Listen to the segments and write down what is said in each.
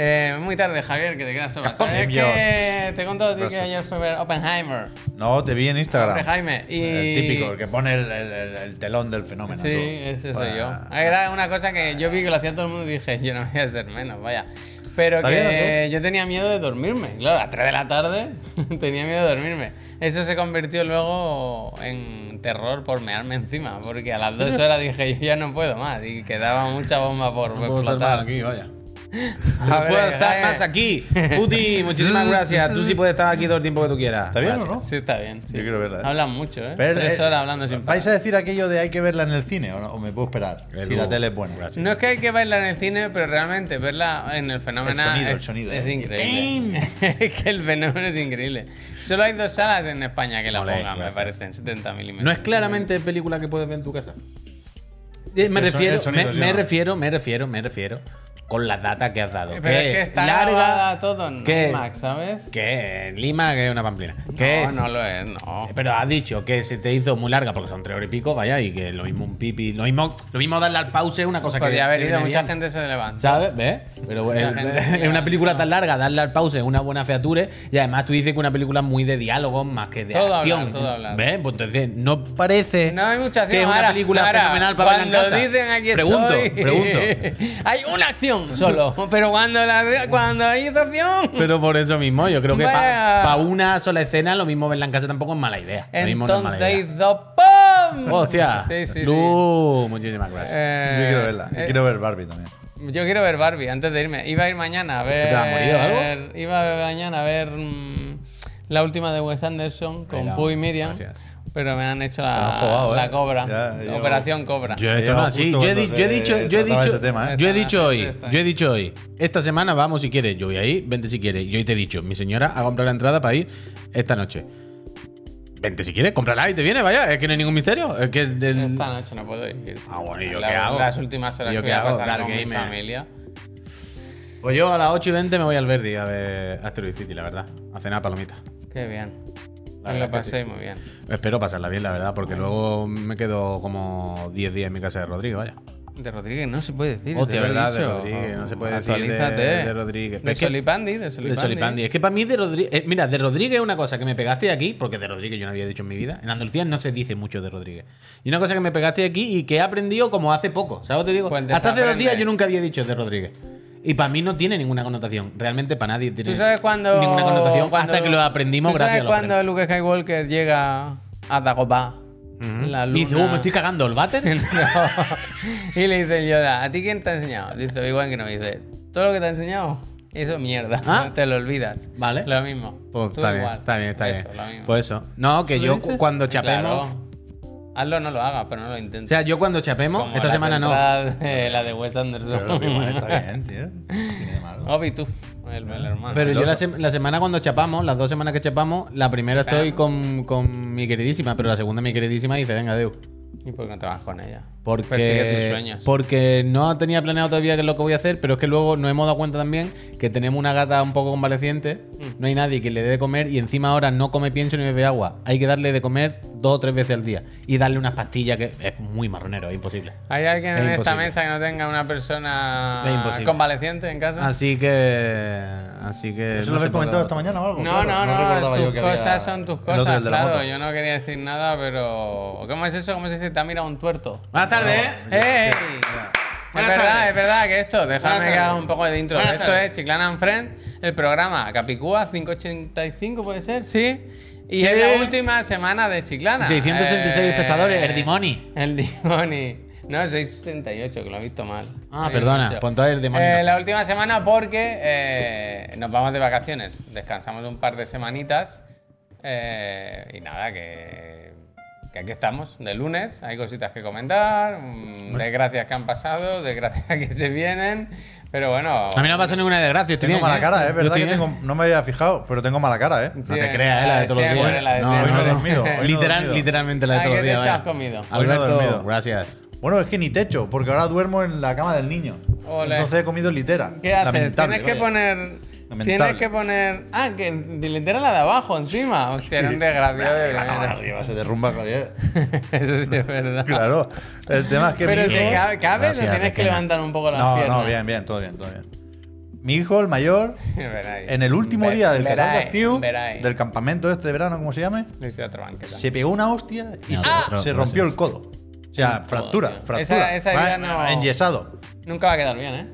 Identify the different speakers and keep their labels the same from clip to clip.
Speaker 1: Eh, muy tarde, Javier, que te quedas solo.
Speaker 2: Capón,
Speaker 1: Es
Speaker 2: Dios.
Speaker 1: que te contó a ti que
Speaker 2: Gracias.
Speaker 1: yo soy Oppenheimer.
Speaker 2: No, te vi en Instagram.
Speaker 1: Hombre, Jaime, y-
Speaker 2: El típico, el que pone el, el- el- el telón del fenómeno.
Speaker 1: Sí,
Speaker 2: tú.
Speaker 1: ese soy yo.
Speaker 2: Ah,
Speaker 1: Era una cosa que yo vi que lo hacía todo el mundo y dije, yo no voy a ser menos, vaya. Pero
Speaker 2: ¿Está bien,
Speaker 1: que yo tenía miedo de dormirme. Claro, a las 3 de la tarde tenía miedo de dormirme. Eso se convirtió luego en terror por mearme encima, porque a las 2 horas dije, yo ya no puedo más y quedaba mucha bomba por
Speaker 3: No puedo estar
Speaker 1: explotar.
Speaker 3: más aquí, vaya.
Speaker 1: A
Speaker 4: No
Speaker 1: ver,
Speaker 4: puedo estar
Speaker 1: eh,
Speaker 4: más aquí. Futi, muchísimas gracias. Tú sí puedes estar aquí todo el tiempo que tú quieras.
Speaker 2: ¿Está bien o no?
Speaker 1: Sí, está bien. sí.
Speaker 2: Yo quiero verla, eh.
Speaker 1: Hablan mucho, ¿eh?
Speaker 2: Pero,
Speaker 1: Tres
Speaker 2: eh,
Speaker 1: horas hablando sin parar.
Speaker 2: ¿Vais a decir aquello de hay que verla en el cine o no? ¿O me puedo esperar? si la tele es buena.
Speaker 3: Gracias.
Speaker 1: No es que hay que verla en el cine, pero realmente verla en el fenómeno
Speaker 2: El sonido,
Speaker 1: es,
Speaker 2: el sonido,
Speaker 1: es
Speaker 2: eh.
Speaker 1: increíble. es que el fenómeno es increíble. Solo hay dos salas en España que la
Speaker 3: Ole,
Speaker 1: pongan, me
Speaker 3: gracias.
Speaker 1: parecen, 70 milímetros.
Speaker 4: No es claramente película que puedes ver en tu casa. Eh, Me
Speaker 2: El so- el
Speaker 4: refiero,
Speaker 2: sonido,
Speaker 4: me,
Speaker 2: sí,
Speaker 4: me
Speaker 2: ¿no?
Speaker 4: refiero, me refiero, me refiero con la data que has dado.
Speaker 1: Pero es que está grabada todo en
Speaker 4: que-
Speaker 1: IMAX, ¿sabes?
Speaker 4: Que en Lima que es una pamplina.
Speaker 1: no,
Speaker 4: Que es-
Speaker 1: no lo es, no.
Speaker 4: Pero has dicho que se te hizo muy larga porque son tres horas y pico, vaya, y que lo mismo un pipi, lo mismo, lo mismo darle al pause es una cosa que.
Speaker 1: Podría haber
Speaker 4: te
Speaker 1: ido,
Speaker 4: viene
Speaker 1: mucha
Speaker 4: bien.
Speaker 1: gente se levanta.
Speaker 4: ¿Sabes? ¿Ves? Pero
Speaker 1: Mucha
Speaker 4: bueno,
Speaker 1: gente
Speaker 4: es
Speaker 1: llega,
Speaker 4: una película
Speaker 1: no.
Speaker 4: tan larga, darle al pause es una buena feature. Y además tú dices que una película muy de diálogos más que de
Speaker 1: Todo
Speaker 4: acción.
Speaker 1: hablar, todo hablar.
Speaker 4: ¿Ves? Pues entonces no parece
Speaker 1: No hay mucha acción.
Speaker 4: que es una
Speaker 1: ahora,
Speaker 4: película
Speaker 1: ahora,
Speaker 4: fenomenal para verla en
Speaker 1: cuando
Speaker 4: casa.
Speaker 1: dicen aquí
Speaker 4: pregunto,
Speaker 1: estoy,
Speaker 4: pregunto.
Speaker 1: hay una acción solo. Pero cuando, la, cuando hay esa acción.
Speaker 4: Pero por eso mismo, yo creo que
Speaker 1: Vaya.
Speaker 4: para una sola escena, lo mismo verla en casa tampoco es mala idea. Lo mismo no es mala idea.
Speaker 1: Entonces dos ¡pum!
Speaker 4: Hostia.
Speaker 1: Sí, sí, sí.
Speaker 4: Lu, muchísimas gracias.
Speaker 1: Eh,
Speaker 2: Yo quiero verla. y
Speaker 1: eh,
Speaker 2: quiero ver Barbie también.
Speaker 1: Yo quiero ver Barbie antes de irme. Iba a ir mañana a ver.
Speaker 4: te vas a morir o algo?
Speaker 1: Iba a ver mañana a ver mm, la última de Wes Anderson con
Speaker 4: Venga,
Speaker 1: Puy y Miriam.
Speaker 4: gracias.
Speaker 1: Pero me han hecho la,
Speaker 2: lo has jugado,
Speaker 1: la
Speaker 2: eh.
Speaker 1: cobra.
Speaker 2: Ya, yo-
Speaker 1: Operación Cobra.
Speaker 4: Yo esto
Speaker 2: Llegaba
Speaker 4: no, sí,
Speaker 2: justo
Speaker 4: yo he, di-
Speaker 2: cuando
Speaker 4: yo he
Speaker 2: se
Speaker 4: dicho, yo he
Speaker 2: trataba
Speaker 4: dicho,
Speaker 2: ese tema, ¿eh?
Speaker 4: yo he
Speaker 1: Está,
Speaker 4: dicho hoy,
Speaker 1: está.
Speaker 4: yo he dicho hoy, esta semana vamos si quieres, yo voy ahí, vente si quieres. Yo hoy te he dicho, mi señora ha comprado la entrada para ir esta noche. Vente si quieres, cómprala y te viene, vaya, es que no hay ningún misterio, es que del-
Speaker 1: Esta noche no puedo ir.
Speaker 4: Ah, bueno, ¿y yo
Speaker 1: La-
Speaker 4: qué hago?
Speaker 1: Las últimas horas
Speaker 4: ¿Y yo
Speaker 1: que
Speaker 4: qué
Speaker 1: voy a
Speaker 4: hago?
Speaker 1: pasar
Speaker 4: Dark
Speaker 1: con mi
Speaker 4: Gamer.
Speaker 1: familia.
Speaker 4: Pues yo a las 8 y 20 me voy al Verdi a ver Asteroid City, la verdad, a cenar palomitas.
Speaker 1: Qué bien.
Speaker 4: La
Speaker 1: Me
Speaker 4: verdad
Speaker 1: lo
Speaker 4: que
Speaker 1: pasé muy bien.
Speaker 4: Espero pasarla bien, la verdad, porque luego me quedo como 10 días en mi casa de Rodrigo, vaya.
Speaker 1: De Rodríguez no se puede decir. te
Speaker 4: Hostia,
Speaker 1: lo he
Speaker 4: verdad, de
Speaker 1: dicho.
Speaker 4: Rodríguez, no se puede decir de-
Speaker 1: Actualízate.
Speaker 4: de Rodríguez.
Speaker 1: De
Speaker 4: Es que-
Speaker 1: Solipandi, de
Speaker 4: De
Speaker 1: Solipandi.
Speaker 4: Solipandi. Es que para mí de Rodríguez. eh, mira, de Rodríguez es una cosa que me pegaste aquí, porque de Rodríguez yo no había dicho en mi vida. En Andalucía no se dice mucho de Rodríguez. Y una cosa que me pegaste aquí y que he aprendido como hace poco. ¿Sabes lo que te digo?
Speaker 1: Pues
Speaker 4: Hasta hace dos
Speaker 1: desaprende.
Speaker 4: días yo nunca había dicho de Rodríguez. Y para mí no tiene ninguna connotación. Realmente para nadie tiene
Speaker 1: ¿Tú sabes cuando,
Speaker 4: eh, ninguna connotación.
Speaker 1: cuando-
Speaker 4: hasta que lo aprendimos
Speaker 1: ¿tú
Speaker 4: gracias a
Speaker 1: sabes
Speaker 4: los
Speaker 1: cuando
Speaker 4: premios.
Speaker 1: Luke Skywalker llega a Dagobah? La
Speaker 4: Y dice, uh,
Speaker 1: luna-
Speaker 4: me estoy cagando el váter.
Speaker 1: No. Y le dice el Yoda, ¿a ti quién te ha enseñado? Dice, igual que no. Dice, todo lo que te ha enseñado, eso es mierda.
Speaker 4: Ah.
Speaker 1: Te lo olvidas.
Speaker 4: Vale.
Speaker 1: Lo mismo.
Speaker 4: Pues
Speaker 1: Tú
Speaker 4: está bien,
Speaker 1: igual.
Speaker 4: está bien, está
Speaker 1: Eso,
Speaker 4: bien.
Speaker 1: lo mismo.
Speaker 4: Pues eso. No, que yo cu- cuando chapemos.
Speaker 1: Claro. Hazlo, no lo hagas, pero no lo
Speaker 4: O
Speaker 1: intentes.
Speaker 4: sea, yo cuando chapemos,
Speaker 1: Como
Speaker 4: esta
Speaker 1: las
Speaker 4: semana no.
Speaker 1: entradas de- la de Wes Anderson.
Speaker 2: Pero igual está bien, tío. No tiene de malo.
Speaker 1: Obi, tú. El, el hermano.
Speaker 4: Pero yo la, sem- la semana cuando chapamos, las dos semanas que chapamos, la primera estoy con, con mi queridísima, pero la segunda mi queridísima dice, venga, Deu.
Speaker 1: ¿Y por qué no te vas con ella?
Speaker 4: Porque,
Speaker 1: Persigue Pues tus sueños.
Speaker 4: porque no tenía planeado todavía qué es lo que voy a hacer, pero es que luego nos hemos dado cuenta también que tenemos una gata un poco convaleciente,
Speaker 1: Mm.
Speaker 4: no hay nadie que le dé de comer y encima ahora no come pienso ni bebe agua. Hay que darle de comer dos o tres veces al día y darle unas pastillas que es muy marronero, es imposible.
Speaker 1: ¿Hay alguien
Speaker 4: Es
Speaker 1: en esta
Speaker 4: imposible.
Speaker 1: mesa que no tenga una persona
Speaker 4: Es imposible. Ah,
Speaker 1: convaleciente en casa?
Speaker 4: Así que... Así que...
Speaker 2: ¿Eso
Speaker 4: no
Speaker 2: lo
Speaker 4: sé
Speaker 2: habéis
Speaker 4: por
Speaker 2: comentado
Speaker 4: dónde.
Speaker 2: esta mañana o algo?
Speaker 1: no,
Speaker 2: Claro,
Speaker 1: no, no,
Speaker 2: recordaba yo
Speaker 1: tus
Speaker 2: que había
Speaker 1: cosas son tus
Speaker 2: El otro,
Speaker 1: cosas,
Speaker 2: el de la
Speaker 1: claro.
Speaker 2: moto.
Speaker 1: Yo no quería decir nada, pero. ¿Cómo es eso? ¿Cómo se dice? Te ha mirado un tuerto.
Speaker 4: Buenas tardes,
Speaker 1: ¡Ey!
Speaker 4: ¿eh?
Speaker 1: Es
Speaker 4: Buenas
Speaker 1: verdad,
Speaker 4: tardes.
Speaker 1: es verdad que esto, déjame
Speaker 4: Buenas
Speaker 1: que haga
Speaker 4: tardes.
Speaker 1: un poco de intro.
Speaker 4: Buenas
Speaker 1: esto
Speaker 4: tardes.
Speaker 1: es Chiclana and Friends, el programa Capicúa 585 puede ser, sí. Y es la última semana de Chiclana. Eh,
Speaker 4: 666 espectadores, el Dimoni.
Speaker 1: El Dimoni. No, 668, que lo he visto mal.
Speaker 4: Ah,
Speaker 1: Lo he
Speaker 4: perdona,
Speaker 1: dicho.
Speaker 4: pues entonces el Dimoni
Speaker 1: Eh,
Speaker 4: no está.
Speaker 1: la última semana porque eh, nos vamos de vacaciones. Descansamos un par de semanitas. eh, y nada, que, que aquí estamos, de lunes. Hay cositas que comentar, mm, desgracias que han pasado, desgracias que se vienen. Pero bueno,
Speaker 4: A mí no me pasa ninguna desgracia. Estoy
Speaker 2: Tengo
Speaker 4: bien,
Speaker 2: mala
Speaker 4: ¿eh?
Speaker 2: cara, ¿eh?
Speaker 4: Yo
Speaker 2: verdad
Speaker 4: estoy
Speaker 2: que
Speaker 4: bien.
Speaker 2: tengo, no me había fijado, pero tengo mala cara, ¿eh?
Speaker 4: No te creas, ¿eh? La de todos los
Speaker 1: siempre,
Speaker 4: días.
Speaker 1: la de
Speaker 4: no,
Speaker 1: siempre.
Speaker 2: Hoy
Speaker 4: no,
Speaker 2: no he
Speaker 4: no.
Speaker 2: dormido, hoy no he
Speaker 4: Literal,
Speaker 2: dormido.
Speaker 4: literalmente la de
Speaker 1: Ay,
Speaker 4: todos
Speaker 1: ¿qué
Speaker 4: los días.
Speaker 1: Ah, te has
Speaker 4: vaya.
Speaker 1: comido? Hoy
Speaker 2: no he dormido.
Speaker 4: Alberto, gracias.
Speaker 2: Bueno, es que ni techo, porque ahora duermo en la cama del niño.
Speaker 1: Ole.
Speaker 2: Entonces he comido litera.
Speaker 1: ¿Qué haces?
Speaker 2: Lamentable,
Speaker 1: tienes que
Speaker 2: vaya.
Speaker 1: poner.
Speaker 2: Lamentable.
Speaker 1: Tienes que poner. Ah, que dilitera la de abajo encima. Hostia, era un desgraciado de primera.
Speaker 2: Arriba se derrumba Javier.
Speaker 1: Eso sí es verdad.
Speaker 2: Claro. El tema es que.
Speaker 1: Pero
Speaker 2: mi hijo-
Speaker 1: te cabe, cabe o
Speaker 4: Gracias,
Speaker 1: tienes que
Speaker 4: pequeña.
Speaker 1: levantar un poco las
Speaker 2: No,
Speaker 1: piernas.
Speaker 2: no, bien, bien, todo bien, todo bien. Mi hijo, el mayor,
Speaker 1: Veráis.
Speaker 2: en el último
Speaker 1: Ver-
Speaker 2: día del que
Speaker 1: veráis,
Speaker 2: salga Steve,
Speaker 1: veráis.
Speaker 2: del campamento este de verano, ¿cómo se llame?
Speaker 1: Le hice otra banqueta.
Speaker 2: Se pegó una hostia y
Speaker 5: No,
Speaker 2: se,
Speaker 5: ah.
Speaker 2: se rompió el codo. O sea, fractura,
Speaker 1: tío.
Speaker 2: fractura.
Speaker 1: Esa- esa
Speaker 2: Va-
Speaker 1: ya no-
Speaker 2: Enyesado.
Speaker 1: Nunca va a quedar bien, ¿eh?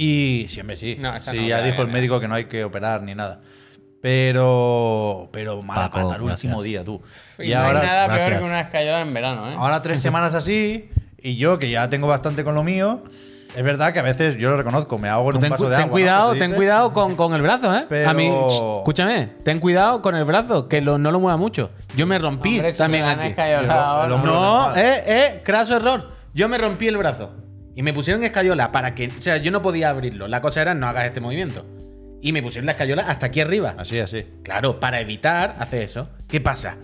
Speaker 2: Y siempre sí.
Speaker 1: No, esa
Speaker 2: sí,
Speaker 1: no,
Speaker 2: ya
Speaker 1: ya,
Speaker 2: dijo
Speaker 1: ya,
Speaker 2: el
Speaker 1: ya.
Speaker 2: médico que no hay que operar ni nada. Pero. Pero mala
Speaker 5: Paco,
Speaker 2: pata el
Speaker 5: gracias.
Speaker 2: último día, tú.
Speaker 1: Y,
Speaker 2: Y
Speaker 1: no hay
Speaker 2: ahora,
Speaker 1: nada peor
Speaker 5: gracias.
Speaker 1: que una escayola en verano, ¿eh?
Speaker 2: ahora tres semanas así, y yo que ya tengo bastante con lo mío. Es verdad que a veces yo lo reconozco, me ahogo en un
Speaker 4: Ten,
Speaker 2: vaso de
Speaker 4: ten
Speaker 2: agua. ¿no?
Speaker 4: cuidado,
Speaker 2: Que se
Speaker 4: ten
Speaker 2: dice.
Speaker 4: cuidado con, con el brazo, ¿eh?
Speaker 2: Pero-
Speaker 4: A mí, ch, escúchame, ten cuidado con el brazo, que lo- no lo mueva mucho. Yo me rompí
Speaker 1: Hombre, si
Speaker 4: también
Speaker 1: me dan
Speaker 4: aquí.
Speaker 1: escayola
Speaker 2: Yo-
Speaker 1: ahora-
Speaker 2: el hombro-
Speaker 4: No, eh, eh, craso error. Yo me rompí el brazo y me pusieron escayola para que, o sea, yo no podía abrirlo. La cosa era no hagas este movimiento. Y me pusieron la escayola hasta aquí arriba.
Speaker 2: Así, así.
Speaker 4: Claro, para evitar hacer eso. ¿Qué pasa?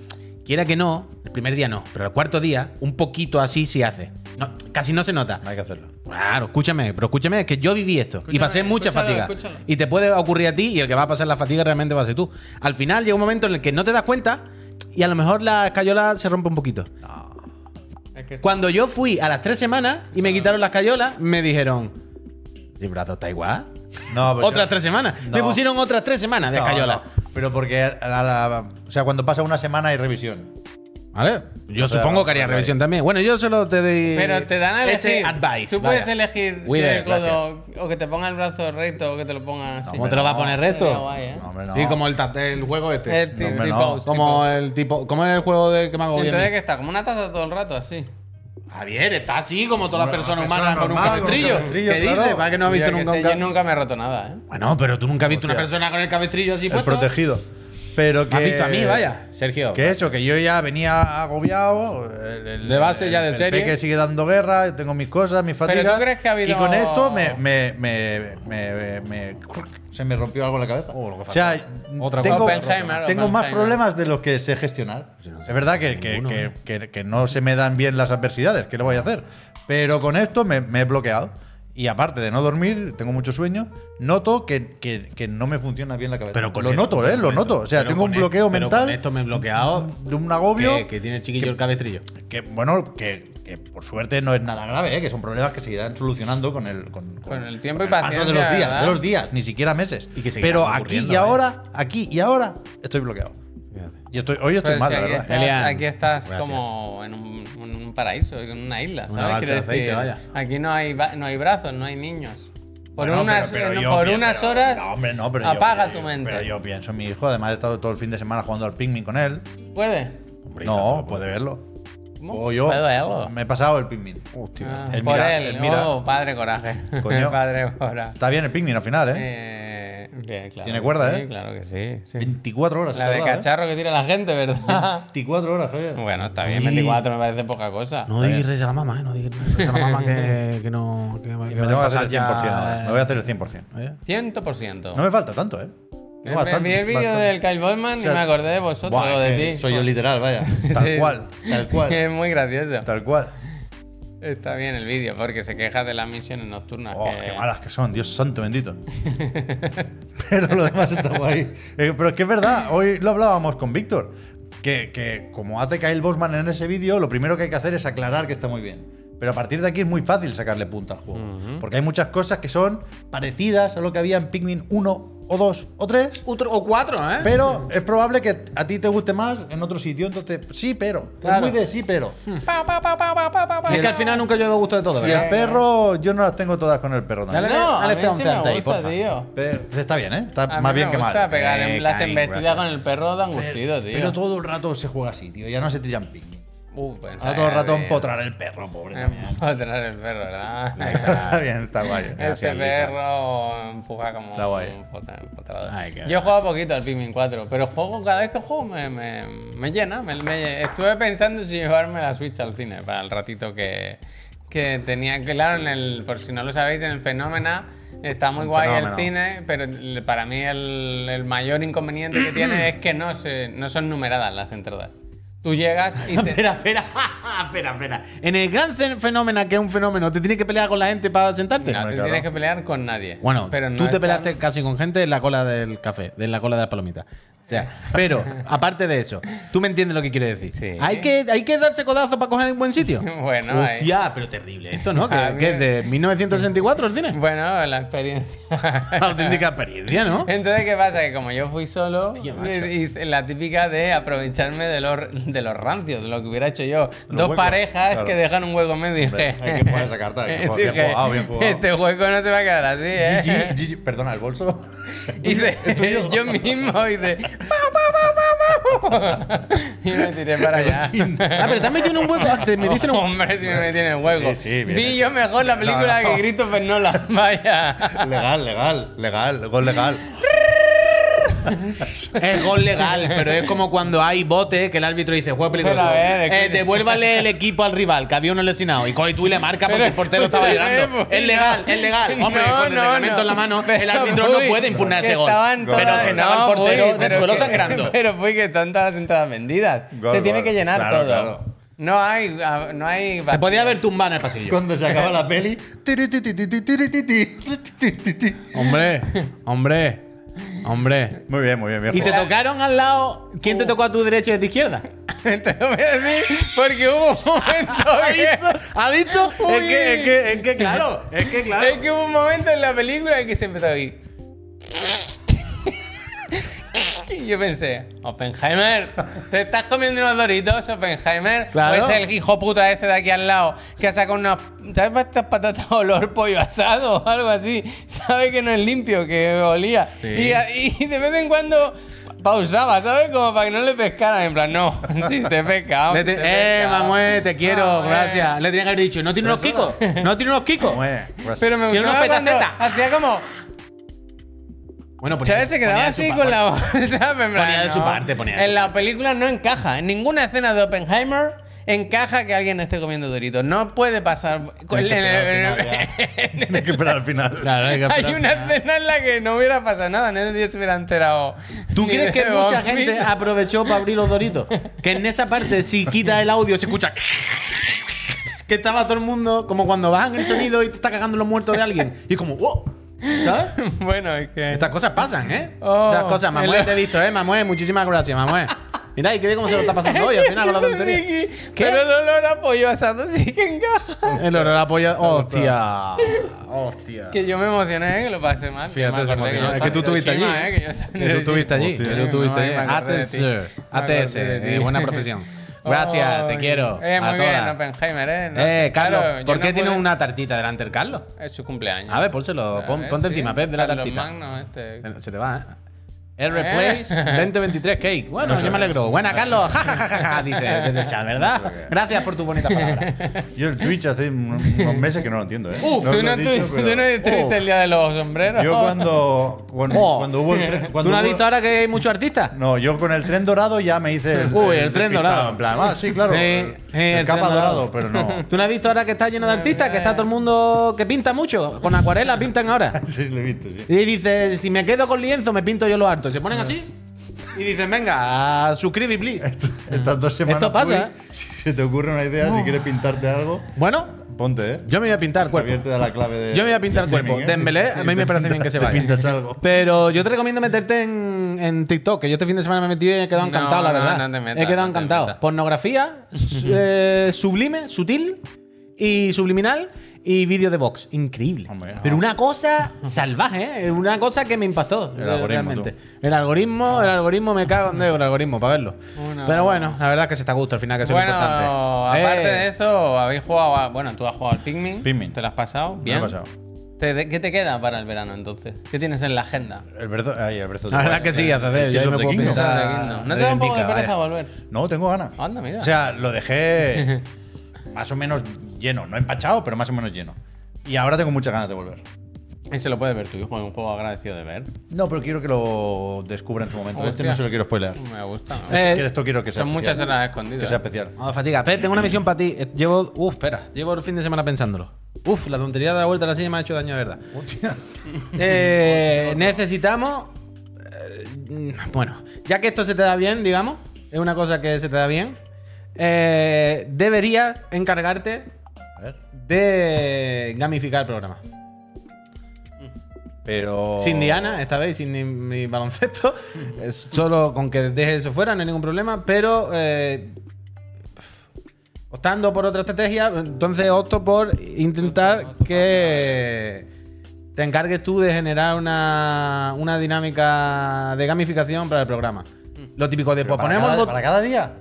Speaker 4: Quiera que no, el primer día no, pero el cuarto día, un poquito así sí hace. No, casi no se nota.
Speaker 2: No hay que hacerlo.
Speaker 4: Claro, escúchame, pero escúchame, es que yo viví esto y
Speaker 1: Escúchame,
Speaker 4: pasé mucha
Speaker 1: escúchalo,
Speaker 4: fatiga.
Speaker 1: escúchalo.
Speaker 4: Y te puede ocurrir a ti y el que va a pasar la fatiga realmente va a ser tú. Al final llega un momento en el que no te das cuenta y a lo mejor la escayola se rompe un poquito.
Speaker 1: Es que-
Speaker 4: Cuando yo fui a las tres semanas y me quitaron las escayolas, me dijeron, ¿el brazo está igual?
Speaker 2: No, pero-
Speaker 4: Otras tres semanas. Me
Speaker 2: No.
Speaker 4: pusieron otras tres semanas de
Speaker 2: No,
Speaker 4: escayola.
Speaker 2: no, Pero porque. a la- la- o sea, cuando pasa una semana hay revisión.
Speaker 4: ¿Vale? Yo
Speaker 2: O sea,
Speaker 4: supongo que haría
Speaker 2: vale.
Speaker 4: revisión también. Bueno, yo solo te doy.
Speaker 1: Pero te dan a elegir.
Speaker 4: Este advice.
Speaker 1: Tú
Speaker 4: vaya.
Speaker 1: puedes elegir si
Speaker 4: Weaver,
Speaker 1: el
Speaker 4: gracias.
Speaker 1: codo o que te ponga el brazo recto o que te lo ponga así. Eh,
Speaker 4: ¿Cómo te lo va a
Speaker 2: No,
Speaker 4: poner
Speaker 1: Estaría
Speaker 4: resto?
Speaker 1: guay, ¿eh?
Speaker 2: No, hombre, no.
Speaker 4: Sí, como el, tat- el juego este.
Speaker 1: El ti-
Speaker 2: No, hombre,
Speaker 1: tipo
Speaker 2: no.
Speaker 1: hostia.
Speaker 4: como el tipo. ¿Cómo es el juego de que me hago
Speaker 1: Y
Speaker 4: bien?
Speaker 1: Entonces que está como una taza todo el rato así.
Speaker 4: Javier, está así como todas las
Speaker 2: Hombre,
Speaker 4: personas
Speaker 2: persona
Speaker 4: humanas con un
Speaker 2: normal, con un
Speaker 4: cabestrillo.
Speaker 2: cabestrillo,
Speaker 4: ¿Qué dices?
Speaker 2: claro.
Speaker 4: ¿Para que no has
Speaker 1: Yo
Speaker 4: visto
Speaker 1: que
Speaker 4: nunca
Speaker 1: sé,
Speaker 4: un
Speaker 1: Yo
Speaker 4: cabestrillo?
Speaker 1: nunca me he roto nada, ¿eh?
Speaker 4: Bueno, pero tú nunca has visto una
Speaker 2: Hostia.
Speaker 4: persona con el cabestrillo así
Speaker 2: El
Speaker 4: puesto.
Speaker 2: protegido. Pero que.
Speaker 4: Me has visto a mí, vaya. Sergio.
Speaker 2: Que eso, que yo ya venía agobiado. el- el-
Speaker 4: pues. De base, ya de
Speaker 2: el
Speaker 4: serie.
Speaker 2: peque sigue dando guerra, yo tengo mis cosas, mis fatigas.
Speaker 1: tú crees que ha habido-
Speaker 2: Y con esto me, me, me, me- me- se me rompió algo en la cabeza.
Speaker 4: Oh, lo que
Speaker 2: o sea,
Speaker 4: Otra
Speaker 2: tengo,
Speaker 1: cosa. Oppenheimer,
Speaker 2: tengo más
Speaker 1: Oppenheimer.
Speaker 2: problemas de los que sé gestionar.
Speaker 4: Pues Yo no sé
Speaker 2: es verdad que, que-
Speaker 4: ninguno,
Speaker 2: que-
Speaker 4: ¿eh?
Speaker 2: que- que no se me dan bien las adversidades, que lo voy a hacer. Pero con esto me, me he bloqueado. Y aparte de no dormir, tengo mucho sueño, noto que, que- que no me funciona bien la cabeza.
Speaker 4: Pero con
Speaker 2: lo
Speaker 4: esto-
Speaker 2: noto, ¿eh? Lo noto. O sea,
Speaker 4: Pero
Speaker 2: tengo
Speaker 4: con
Speaker 2: un
Speaker 4: esto-
Speaker 2: bloqueo
Speaker 4: pero
Speaker 2: mental
Speaker 4: Con esto me he bloqueado.
Speaker 2: de un agobio
Speaker 4: Que, que tiene el chiquillo el cabestrillo.
Speaker 2: que bueno, que, que por suerte no es nada grave, ¿eh? que son problemas que se irán solucionando con el, con,
Speaker 1: el tiempo y
Speaker 2: paso de los
Speaker 1: paciencia,
Speaker 2: días,
Speaker 1: ¿verdad?
Speaker 2: de los días, ni siquiera meses.
Speaker 4: Y que seguirán
Speaker 2: Pero aquí
Speaker 4: ocurriendo,
Speaker 2: y
Speaker 4: ¿eh?
Speaker 2: ahora, aquí y ahora, estoy bloqueado. Y estoy, hoy estoy
Speaker 1: Pero
Speaker 2: mal,
Speaker 1: si
Speaker 2: la
Speaker 1: Pues aquí,
Speaker 2: verdad.
Speaker 1: estás,
Speaker 4: Elian,
Speaker 1: aquí estás
Speaker 4: gracias.
Speaker 1: como en un, en un paraíso, en una isla,
Speaker 4: Una
Speaker 1: ¿sabes?
Speaker 4: balsa
Speaker 1: Quiero
Speaker 4: de aceite,
Speaker 1: decir,
Speaker 4: vaya.
Speaker 1: Aquí no hay, ba- no hay brazos, no hay niños. Por
Speaker 2: Bueno,
Speaker 1: unas, eh,
Speaker 2: pero- pero
Speaker 1: no,
Speaker 2: yo
Speaker 1: por
Speaker 2: pi-
Speaker 1: unas
Speaker 2: pero-
Speaker 1: horas
Speaker 2: no, hombre, no, pero yo-
Speaker 1: apaga
Speaker 2: yo-
Speaker 1: tu mente.
Speaker 2: Pero yo pienso en mi hijo, además he estado todo el fin de semana jugando al Pikmin con él.
Speaker 1: ¿Puede?
Speaker 4: Hombre, pues,
Speaker 2: No, puede verlo.
Speaker 1: ¿Cómo?
Speaker 2: O yo
Speaker 1: ¿Puedo algo?
Speaker 2: me he pasado el Pikmin.
Speaker 1: Ah,
Speaker 2: El
Speaker 1: por
Speaker 2: mira-
Speaker 1: él,
Speaker 2: el mira-
Speaker 1: oh, padre coraje.
Speaker 2: Coño.
Speaker 1: padre coraje.
Speaker 2: Está bien el Pikmin al final, ¿eh?
Speaker 1: Eh, bien, claro
Speaker 2: Tiene
Speaker 1: que
Speaker 2: cuerda,
Speaker 1: sí,
Speaker 2: ¿eh?
Speaker 1: claro que sí. sí.
Speaker 2: 24 horas. he
Speaker 1: La de
Speaker 2: tardado, ¿eh?
Speaker 1: cacharro que tira la gente, ¿verdad?
Speaker 2: 24 horas, Javier.
Speaker 1: bueno, está bien,
Speaker 4: Oye.
Speaker 1: 24 me parece poca cosa.
Speaker 4: No digas reyes a la mamá, ¿eh? No digas reyes a la mamá que, que no. Que, que
Speaker 2: Y
Speaker 4: va
Speaker 2: me tengo que hacer
Speaker 4: pasar
Speaker 2: el 100%
Speaker 4: ya-
Speaker 2: ahora. Me voy a hacer el 100%.
Speaker 4: ¿Eh?
Speaker 1: 100%.
Speaker 2: No me falta tanto, ¿eh.
Speaker 1: Me-
Speaker 2: Tengo
Speaker 1: me
Speaker 2: bastante-
Speaker 1: vi el vídeo
Speaker 2: bastante.
Speaker 1: del Kyle Ballman
Speaker 2: O sea,
Speaker 1: y me acordé de vosotros
Speaker 2: Buah,
Speaker 1: o
Speaker 2: es
Speaker 1: de
Speaker 2: que
Speaker 1: ti.
Speaker 2: Soy yo literal, vaya. Tal
Speaker 1: Sí.
Speaker 2: cual, tal cual,
Speaker 1: Es muy gracioso.
Speaker 2: tal cual.
Speaker 1: Está bien el vídeo porque se queja de las misiones nocturnas. Ah,
Speaker 2: Oh,
Speaker 1: que-
Speaker 2: qué malas que son, Dios santo bendito. Pero lo demás está guay. Eh, pero es que es verdad, hoy lo hablábamos con Víctor, que, que como hace Kyle Bosman en ese vídeo, lo primero que hay que hacer es aclarar que está muy bien. Pero a partir de aquí es muy fácil sacarle punta al juego. Porque hay muchas cosas que son parecidas a lo que había en Pikmin 1 o 2 o 3.
Speaker 4: Otro- o cuatro, ¿eh?
Speaker 2: Pero es probable que a ti te guste más en otro sitio, entonces sí, pero.
Speaker 4: Claro.
Speaker 2: Es muy de sí, pero.
Speaker 1: Pa, pa, pa, pa, pa, pa, pa, pa.
Speaker 4: es que al final nunca yo me gusto de todo,
Speaker 2: Y
Speaker 4: ¿verdad?
Speaker 2: el perro, yo no las tengo todas con el perro también.
Speaker 4: Dale,
Speaker 1: No,
Speaker 4: dale
Speaker 1: a mí
Speaker 4: fea un
Speaker 1: sí me
Speaker 4: cente ahí,
Speaker 1: gusta,
Speaker 4: porfa.
Speaker 1: tío.
Speaker 2: Pero está bien, ¿eh? Está
Speaker 1: A mí
Speaker 2: más bien
Speaker 1: me
Speaker 2: que mal.
Speaker 1: gusta pegar en
Speaker 4: Eh,
Speaker 1: las
Speaker 4: Caín,
Speaker 1: embestidas
Speaker 4: gracias.
Speaker 1: con el perro dan gustido, tío.
Speaker 2: Pero todo el rato se juega así, tío. Ya no se tiran picnic.
Speaker 1: Uh, pues,
Speaker 2: Ahora todo el rato
Speaker 1: eh,
Speaker 2: empotrar el perro, pobre también.
Speaker 1: Empotrar el perro, ¿verdad?
Speaker 2: está bien, está guay.
Speaker 1: Este
Speaker 4: Gracias, Lisa.
Speaker 1: perro empuja como
Speaker 2: Está guay.
Speaker 1: un pota- empotrador.
Speaker 4: Ay, qué
Speaker 1: Yo he jugado poquito al Pikmin 4, pero juego cada vez que juego me, me- me llena. me- me- estuve pensando si llevarme la Switch al cine para el ratito que, que tenía. Claro, en el, por si no lo sabéis, en el Fenómena está muy
Speaker 2: En
Speaker 1: guay
Speaker 2: Fenómeno.
Speaker 1: el cine, pero el- para mí el, el mayor inconveniente que tiene es que no, se, no son numeradas las entradas. Tú llegas y te,
Speaker 4: Espera, espera, espera, espera. En el gran fen- fenómeno, que es un fenómeno, ¿te tienes que pelear con la gente para sentarte?
Speaker 1: no, te
Speaker 2: claro.
Speaker 1: tienes que pelear con nadie.
Speaker 4: Bueno,
Speaker 1: Pero no
Speaker 4: tú te
Speaker 1: está-
Speaker 4: peleaste casi con gente en la cola del café, en la cola de las palomitas. O sea, pero, aparte de eso, tú me entiendes lo que quiero decir.
Speaker 1: Sí.
Speaker 4: Hay, que, hay que darse codazo para coger el buen sitio.
Speaker 1: Bueno, ahí.
Speaker 4: Hostia, pero terrible eh. Ah, esto, ¿no?
Speaker 1: A
Speaker 4: Que,
Speaker 1: mí
Speaker 4: que es
Speaker 1: me-
Speaker 4: de 1964 el cine.
Speaker 1: Bueno, la experiencia.
Speaker 4: Auténtica experiencia, ¿no?
Speaker 1: Entonces, ¿qué pasa? Que como yo fui solo,
Speaker 4: Tío, macho.
Speaker 1: hice la típica de aprovecharme de los, de los rancios, de lo que hubiera hecho yo.
Speaker 2: Los
Speaker 1: Dos
Speaker 2: huecos,
Speaker 1: parejas
Speaker 2: claro.
Speaker 1: que dejan un hueco en medio. y
Speaker 2: Hombre,
Speaker 1: dije,
Speaker 2: hay que jugar esa carta, hay que jugar, bien
Speaker 1: dije,
Speaker 2: jugado, bien jugado.
Speaker 1: Este hueco no se va a quedar así, ¿eh?
Speaker 2: GG, GG, perdona, el bolso.
Speaker 1: Hice,
Speaker 2: ¿Es tuyo?
Speaker 1: yo mismo hice. "Pau, pau, pau, pau, pau". y me tiré para allá.
Speaker 2: Chin.
Speaker 4: Ah, pero te has metido en un hueco. Ah, Te metiste en un
Speaker 1: Hombre, si me metí en el hueco.
Speaker 2: Sí, sí, bien
Speaker 1: Vi
Speaker 2: hecho.
Speaker 1: yo mejor la
Speaker 2: No,
Speaker 1: película
Speaker 2: no.
Speaker 1: que Christopher Nolan. Vaya.
Speaker 2: Legal, legal, legal, gol legal.
Speaker 4: Es gol legal, pero es como cuando hay bote que el árbitro dice, juega peligroso.
Speaker 1: Pero a ver,
Speaker 4: Eh,
Speaker 1: coño.
Speaker 4: devuélvale el equipo al rival, que había uno lesionado. Y coge tú y le marca porque
Speaker 1: Pero,
Speaker 4: el portero estaba
Speaker 1: pues,
Speaker 4: llorando.
Speaker 1: pues,
Speaker 4: Es legal,
Speaker 1: no.
Speaker 4: es legal. Hombre,
Speaker 1: No,
Speaker 4: con el
Speaker 1: no,
Speaker 4: reglamento
Speaker 1: no.
Speaker 4: en la mano, el
Speaker 1: Pero
Speaker 4: árbitro no
Speaker 1: fui,
Speaker 4: puede impugnar
Speaker 1: que
Speaker 4: ese gol.
Speaker 1: estaban
Speaker 4: Pero
Speaker 1: todas-
Speaker 4: estaba
Speaker 1: no,
Speaker 4: el
Speaker 1: fui,
Speaker 4: portero en el
Speaker 1: pero
Speaker 4: suelo
Speaker 1: que-
Speaker 4: sangrando.
Speaker 1: Pero fui que están todas las entradas vendidas.
Speaker 2: Gol,
Speaker 1: Se tiene
Speaker 2: gol.
Speaker 1: que llenar
Speaker 2: Claro,
Speaker 1: todo.
Speaker 2: claro.
Speaker 1: No hay. ah, No hay
Speaker 4: Te podía haber tumbado en el pasillo.
Speaker 2: Cuando se acaba la peli. tiri, tiri, tiri, tiri, tiri, tiri, tiri.
Speaker 4: Hombre, hombre, hombre.
Speaker 2: Muy bien, muy bien, bien.
Speaker 4: Y te
Speaker 2: jugado.
Speaker 4: tocaron al lado. ¿Quién te tocó a tu derecha y a tu izquierda?
Speaker 1: Te lo voy a decir porque hubo un momento.
Speaker 4: ¿Ha visto?
Speaker 1: que-
Speaker 4: ¿Ha visto? Es
Speaker 1: Uy.
Speaker 4: que, es que, es que, claro, es que, claro.
Speaker 1: Es que hubo un momento en la película en que se empezó a oír. Y yo pensé, Oppenheimer, ¿te estás comiendo unos doritos, Oppenheimer?
Speaker 4: Claro.
Speaker 1: ¿O es el hijo puta este de aquí al lado que ha sacado unas. ¿Sabes estas patatas olor pollo asado o algo así? Sabe que no es limpio, que olía. Y, y de vez en cuando pausaba, ¿sabes? Como para que no le pescaran. En plan, no, si te pesca.
Speaker 4: Le
Speaker 1: hombre,
Speaker 4: te-
Speaker 1: si te
Speaker 4: eh,
Speaker 1: pesca.
Speaker 4: Mamué, te quiero,
Speaker 1: Mamué.
Speaker 4: gracias. Le tenían que haber dicho, no tiene unos kikos, no tiene unos kikos.
Speaker 2: Hombre, pues,
Speaker 1: Pero me
Speaker 4: Quiero una
Speaker 1: gustaba cuando
Speaker 4: petaceta.
Speaker 1: hacía como.
Speaker 4: Bueno, ponía-
Speaker 1: Chávez se quedaba
Speaker 4: ponía de su
Speaker 1: así
Speaker 4: pa-
Speaker 1: con la bolsa. en plan,
Speaker 4: Ponía de su
Speaker 1: no.
Speaker 4: parte, ponía de su
Speaker 1: En la película no encaja. En ninguna escena de Oppenheimer encaja que alguien esté comiendo doritos. No puede pasar. Con-
Speaker 4: Tienes que
Speaker 1: en
Speaker 4: esperar
Speaker 1: el-
Speaker 4: al final,
Speaker 2: Tienes que esperar al final.
Speaker 4: Claro, hay que
Speaker 1: hay
Speaker 4: esperar.
Speaker 1: una escena en la que no hubiera pasado nada. Nadie se hubiera enterado.
Speaker 4: ¿Tú
Speaker 1: ni
Speaker 4: crees
Speaker 1: de
Speaker 4: que
Speaker 1: vómito.
Speaker 4: mucha gente aprovechó para abrir los doritos? Que en esa parte, si quita el audio, se escucha. Que estaba todo el mundo, como cuando bajan el sonido y te está cagando los muertos de alguien. Y como, wow, ¿sabes?
Speaker 1: bueno, es que.
Speaker 4: Estas cosas pasan, ¿eh?
Speaker 1: Oh,
Speaker 4: Esas cosas, Mamué,
Speaker 1: el-
Speaker 4: te he visto, ¿eh? Mamué, muchísimas gracias, Mamué. Mirá, y qué cómo se lo está pasando hoy al final con la tontería.
Speaker 1: Nicky,
Speaker 4: ¿Qué?
Speaker 1: Pero el olor a pollo asado sí que encaja.
Speaker 4: El olor a pollo. Hostia. Hostia.
Speaker 1: Que yo me emocioné, que lo pasé mal. que
Speaker 4: Fíjate,
Speaker 1: me
Speaker 4: se
Speaker 1: acordé
Speaker 4: emocionó.
Speaker 1: yo
Speaker 4: Es que tú
Speaker 1: estaba en
Speaker 4: estuviste allí.
Speaker 1: Hiroshima, eh, que yo
Speaker 4: Es
Speaker 1: estaba en
Speaker 4: que tú estuviste allí.
Speaker 1: Hiroshima.
Speaker 4: que tú estuviste
Speaker 1: Ahí me
Speaker 4: allí.
Speaker 1: acordé de ti.
Speaker 4: ATS.
Speaker 1: Me acordé
Speaker 4: ATS.
Speaker 1: de ti.
Speaker 4: eh, Buena profesión. Gracias, te
Speaker 1: Ay.
Speaker 4: quiero.
Speaker 1: Eh, muy
Speaker 4: a
Speaker 1: bien,
Speaker 4: todas.
Speaker 1: Oppenheimer, eh. No,
Speaker 4: Eh,
Speaker 1: claro,
Speaker 4: Carlos,
Speaker 1: yo
Speaker 4: ¿por
Speaker 1: no
Speaker 4: qué
Speaker 1: pude-
Speaker 4: tienes una tartita delante del Carlos?
Speaker 1: Es su cumpleaños.
Speaker 4: A ver, pónselo,
Speaker 1: A
Speaker 4: pon-
Speaker 1: ver,
Speaker 4: ponte encima, Pep, de la
Speaker 1: Carlos
Speaker 4: tartita.
Speaker 1: Magno, este.
Speaker 4: Se, se te va, ¿eh? R-Place 2023 Cake. Bueno, yo me alegro. Buena, Carlos. Ja, ja, ja, ja, ja, dice desde el chat,
Speaker 2: No sé lo
Speaker 4: ¿verdad?
Speaker 2: que-
Speaker 4: Gracias por tu bonita palabra.
Speaker 2: Yo el Twitch hace un- unos meses que no lo entiendo, ¿eh?
Speaker 1: Uf, tú
Speaker 2: No os lo
Speaker 1: no
Speaker 2: he dicho,
Speaker 1: estuviste
Speaker 2: pero-
Speaker 1: tú no estuviste
Speaker 4: Uf.
Speaker 1: el día de los sombreros.
Speaker 2: Yo cuando, cuando,
Speaker 4: Oh.
Speaker 2: cuando hubo el tren.
Speaker 4: ¿Tú
Speaker 2: Cuando
Speaker 4: no has
Speaker 2: hubo-
Speaker 4: visto ahora que hay muchos artistas?
Speaker 2: No, yo con el tren dorado ya me hice el.
Speaker 4: Uy, el tren
Speaker 2: despistado,
Speaker 4: dorado.
Speaker 2: En plan, ah, sí, claro.
Speaker 4: Eh,
Speaker 2: el,
Speaker 4: eh, el
Speaker 2: capa
Speaker 4: tren dorado.
Speaker 2: dorado, pero no.
Speaker 4: ¿Tú no has visto ahora que está lleno de artistas? Que está todo el mundo que pinta mucho. Con acuarela pintan ahora.
Speaker 2: sí, lo he visto, sí.
Speaker 4: Y dice, si me quedo con lienzo, me pinto yo los hartos. Se ponen así y dicen, venga, a- suscribe, please.
Speaker 2: Estas dos semanas.
Speaker 4: Esto pasa, ¿eh?
Speaker 2: uy, si se te ocurre una idea, si quieres pintarte algo,
Speaker 4: Bueno,
Speaker 2: ponte, ¿eh?
Speaker 4: yo me voy a pintar
Speaker 2: Javier
Speaker 4: cuerpo.
Speaker 2: te da la clave de.
Speaker 4: Yo me voy a pintar
Speaker 2: de
Speaker 4: cuerpo.
Speaker 2: timing, ¿eh?
Speaker 4: Dembélé, a mí
Speaker 2: Te
Speaker 4: me parece bien
Speaker 2: pintas-
Speaker 4: que se
Speaker 2: te
Speaker 4: vaya.
Speaker 2: pintas algo.
Speaker 4: Pero yo te recomiendo meterte en, en TikTok, que yo este fin de semana me he metido y he quedado
Speaker 1: No,
Speaker 4: encantado, la
Speaker 1: no,
Speaker 4: verdad.
Speaker 1: no te metas,
Speaker 4: he quedado
Speaker 1: no te
Speaker 4: encantado.
Speaker 1: metas.
Speaker 4: Pornografía su- eh, sublime, sutil y subliminal y vídeo de box. Increíble.
Speaker 2: Hombre, no.
Speaker 4: Pero una cosa salvaje, ¿eh? Una cosa que me impactó.
Speaker 2: El algoritmo,
Speaker 4: realmente. El algoritmo, el algoritmo me cago en Dios, el algoritmo, para verlo.
Speaker 1: Una-
Speaker 4: Pero bueno, la verdad es que se está a gusto al final, que eso
Speaker 1: bueno,
Speaker 4: es lo importante.
Speaker 1: aparte
Speaker 4: Eh,
Speaker 1: de eso, habéis jugado. a- bueno, tú has jugado al Pikmin.
Speaker 2: Pikmin.
Speaker 1: ¿Te lo has pasado?
Speaker 2: Me lo
Speaker 1: Bien.
Speaker 2: he pasado.
Speaker 1: ¿Te- de- ¿Qué te queda para el verano entonces? ¿Qué tienes en la agenda?
Speaker 2: El brezo, ay, Eh, el brezo
Speaker 4: La verdad que sí, Azazel, yo
Speaker 2: Tears
Speaker 4: me
Speaker 2: of the
Speaker 4: puedo
Speaker 2: Kingdom.
Speaker 4: pintar.
Speaker 1: Ah, ¿No te da un poco de pereza volver?
Speaker 2: No, tengo ganas.
Speaker 1: Anda, mira.
Speaker 2: O sea, lo dejé más o menos lleno. No empachado, pero más o menos lleno. Y ahora tengo muchas ganas de volver.
Speaker 1: Y se lo puede ver tu hijo, es un juego agradecido de ver.
Speaker 2: No, pero quiero que lo descubra en su momento. Este
Speaker 1: Hostia.
Speaker 2: no se lo quiero spoilear.
Speaker 1: Me gusta. ¿no?
Speaker 4: Eh,
Speaker 2: Esto quiero que sea
Speaker 1: Son muchas
Speaker 2: especial.
Speaker 1: horas escondidas.
Speaker 2: Que sea especial.
Speaker 4: No, fatiga. Pep, tengo una misión para ti. Eh, Llevo. Uf, espera. Llevo el fin de semana pensándolo. Uf, la tontería de la vuelta a la silla me ha hecho daño de verdad.
Speaker 2: Hostia.
Speaker 4: Eh, necesitamos. eh, mm, bueno, ya que esto se te da bien, digamos, es una cosa que se te da bien. eh, deberías encargarte
Speaker 2: A ver.
Speaker 4: de gamificar el programa.
Speaker 2: Pero.
Speaker 4: Sin Diana, esta vez, sin ni- mi baloncesto. Es solo con que deje eso fuera, no hay ningún problema. Pero eh, optando por otra estrategia, entonces opto por
Speaker 1: Opto-
Speaker 4: intentar
Speaker 1: opto
Speaker 4: que te encargues tú de generar una, una dinámica de gamificación para el programa. Lo típico de
Speaker 2: pero
Speaker 4: pues
Speaker 2: para,
Speaker 4: ponemos.
Speaker 2: cada,
Speaker 4: bot-
Speaker 2: para cada día.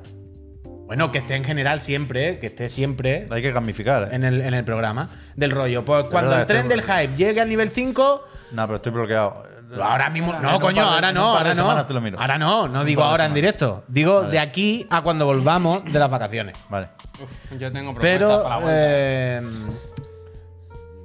Speaker 4: Bueno, que esté en general siempre, eh, que esté siempre
Speaker 2: Hay que gamificar. eh.
Speaker 4: en el, en el programa. Del rollo. Pues cuando
Speaker 2: verdad,
Speaker 4: el tren
Speaker 2: estoy-
Speaker 4: del hype llegue al nivel 5,
Speaker 2: No, pero estoy bloqueado.
Speaker 4: pero Ahora mismo.
Speaker 2: en
Speaker 4: No,
Speaker 2: un
Speaker 4: coño,
Speaker 2: par de-
Speaker 4: ahora
Speaker 2: en un
Speaker 4: no,
Speaker 2: par de
Speaker 4: ahora
Speaker 2: semanas
Speaker 4: no.
Speaker 2: te lo miro.
Speaker 4: Ahora no, no digo
Speaker 2: par de
Speaker 4: ahora en
Speaker 2: semanas.
Speaker 4: directo. Digo
Speaker 2: Vale.
Speaker 4: de aquí a cuando volvamos de las vacaciones.
Speaker 2: Vale.
Speaker 1: Uf, yo tengo propuestas
Speaker 4: Pero.
Speaker 1: para la vuelta.
Speaker 4: eh,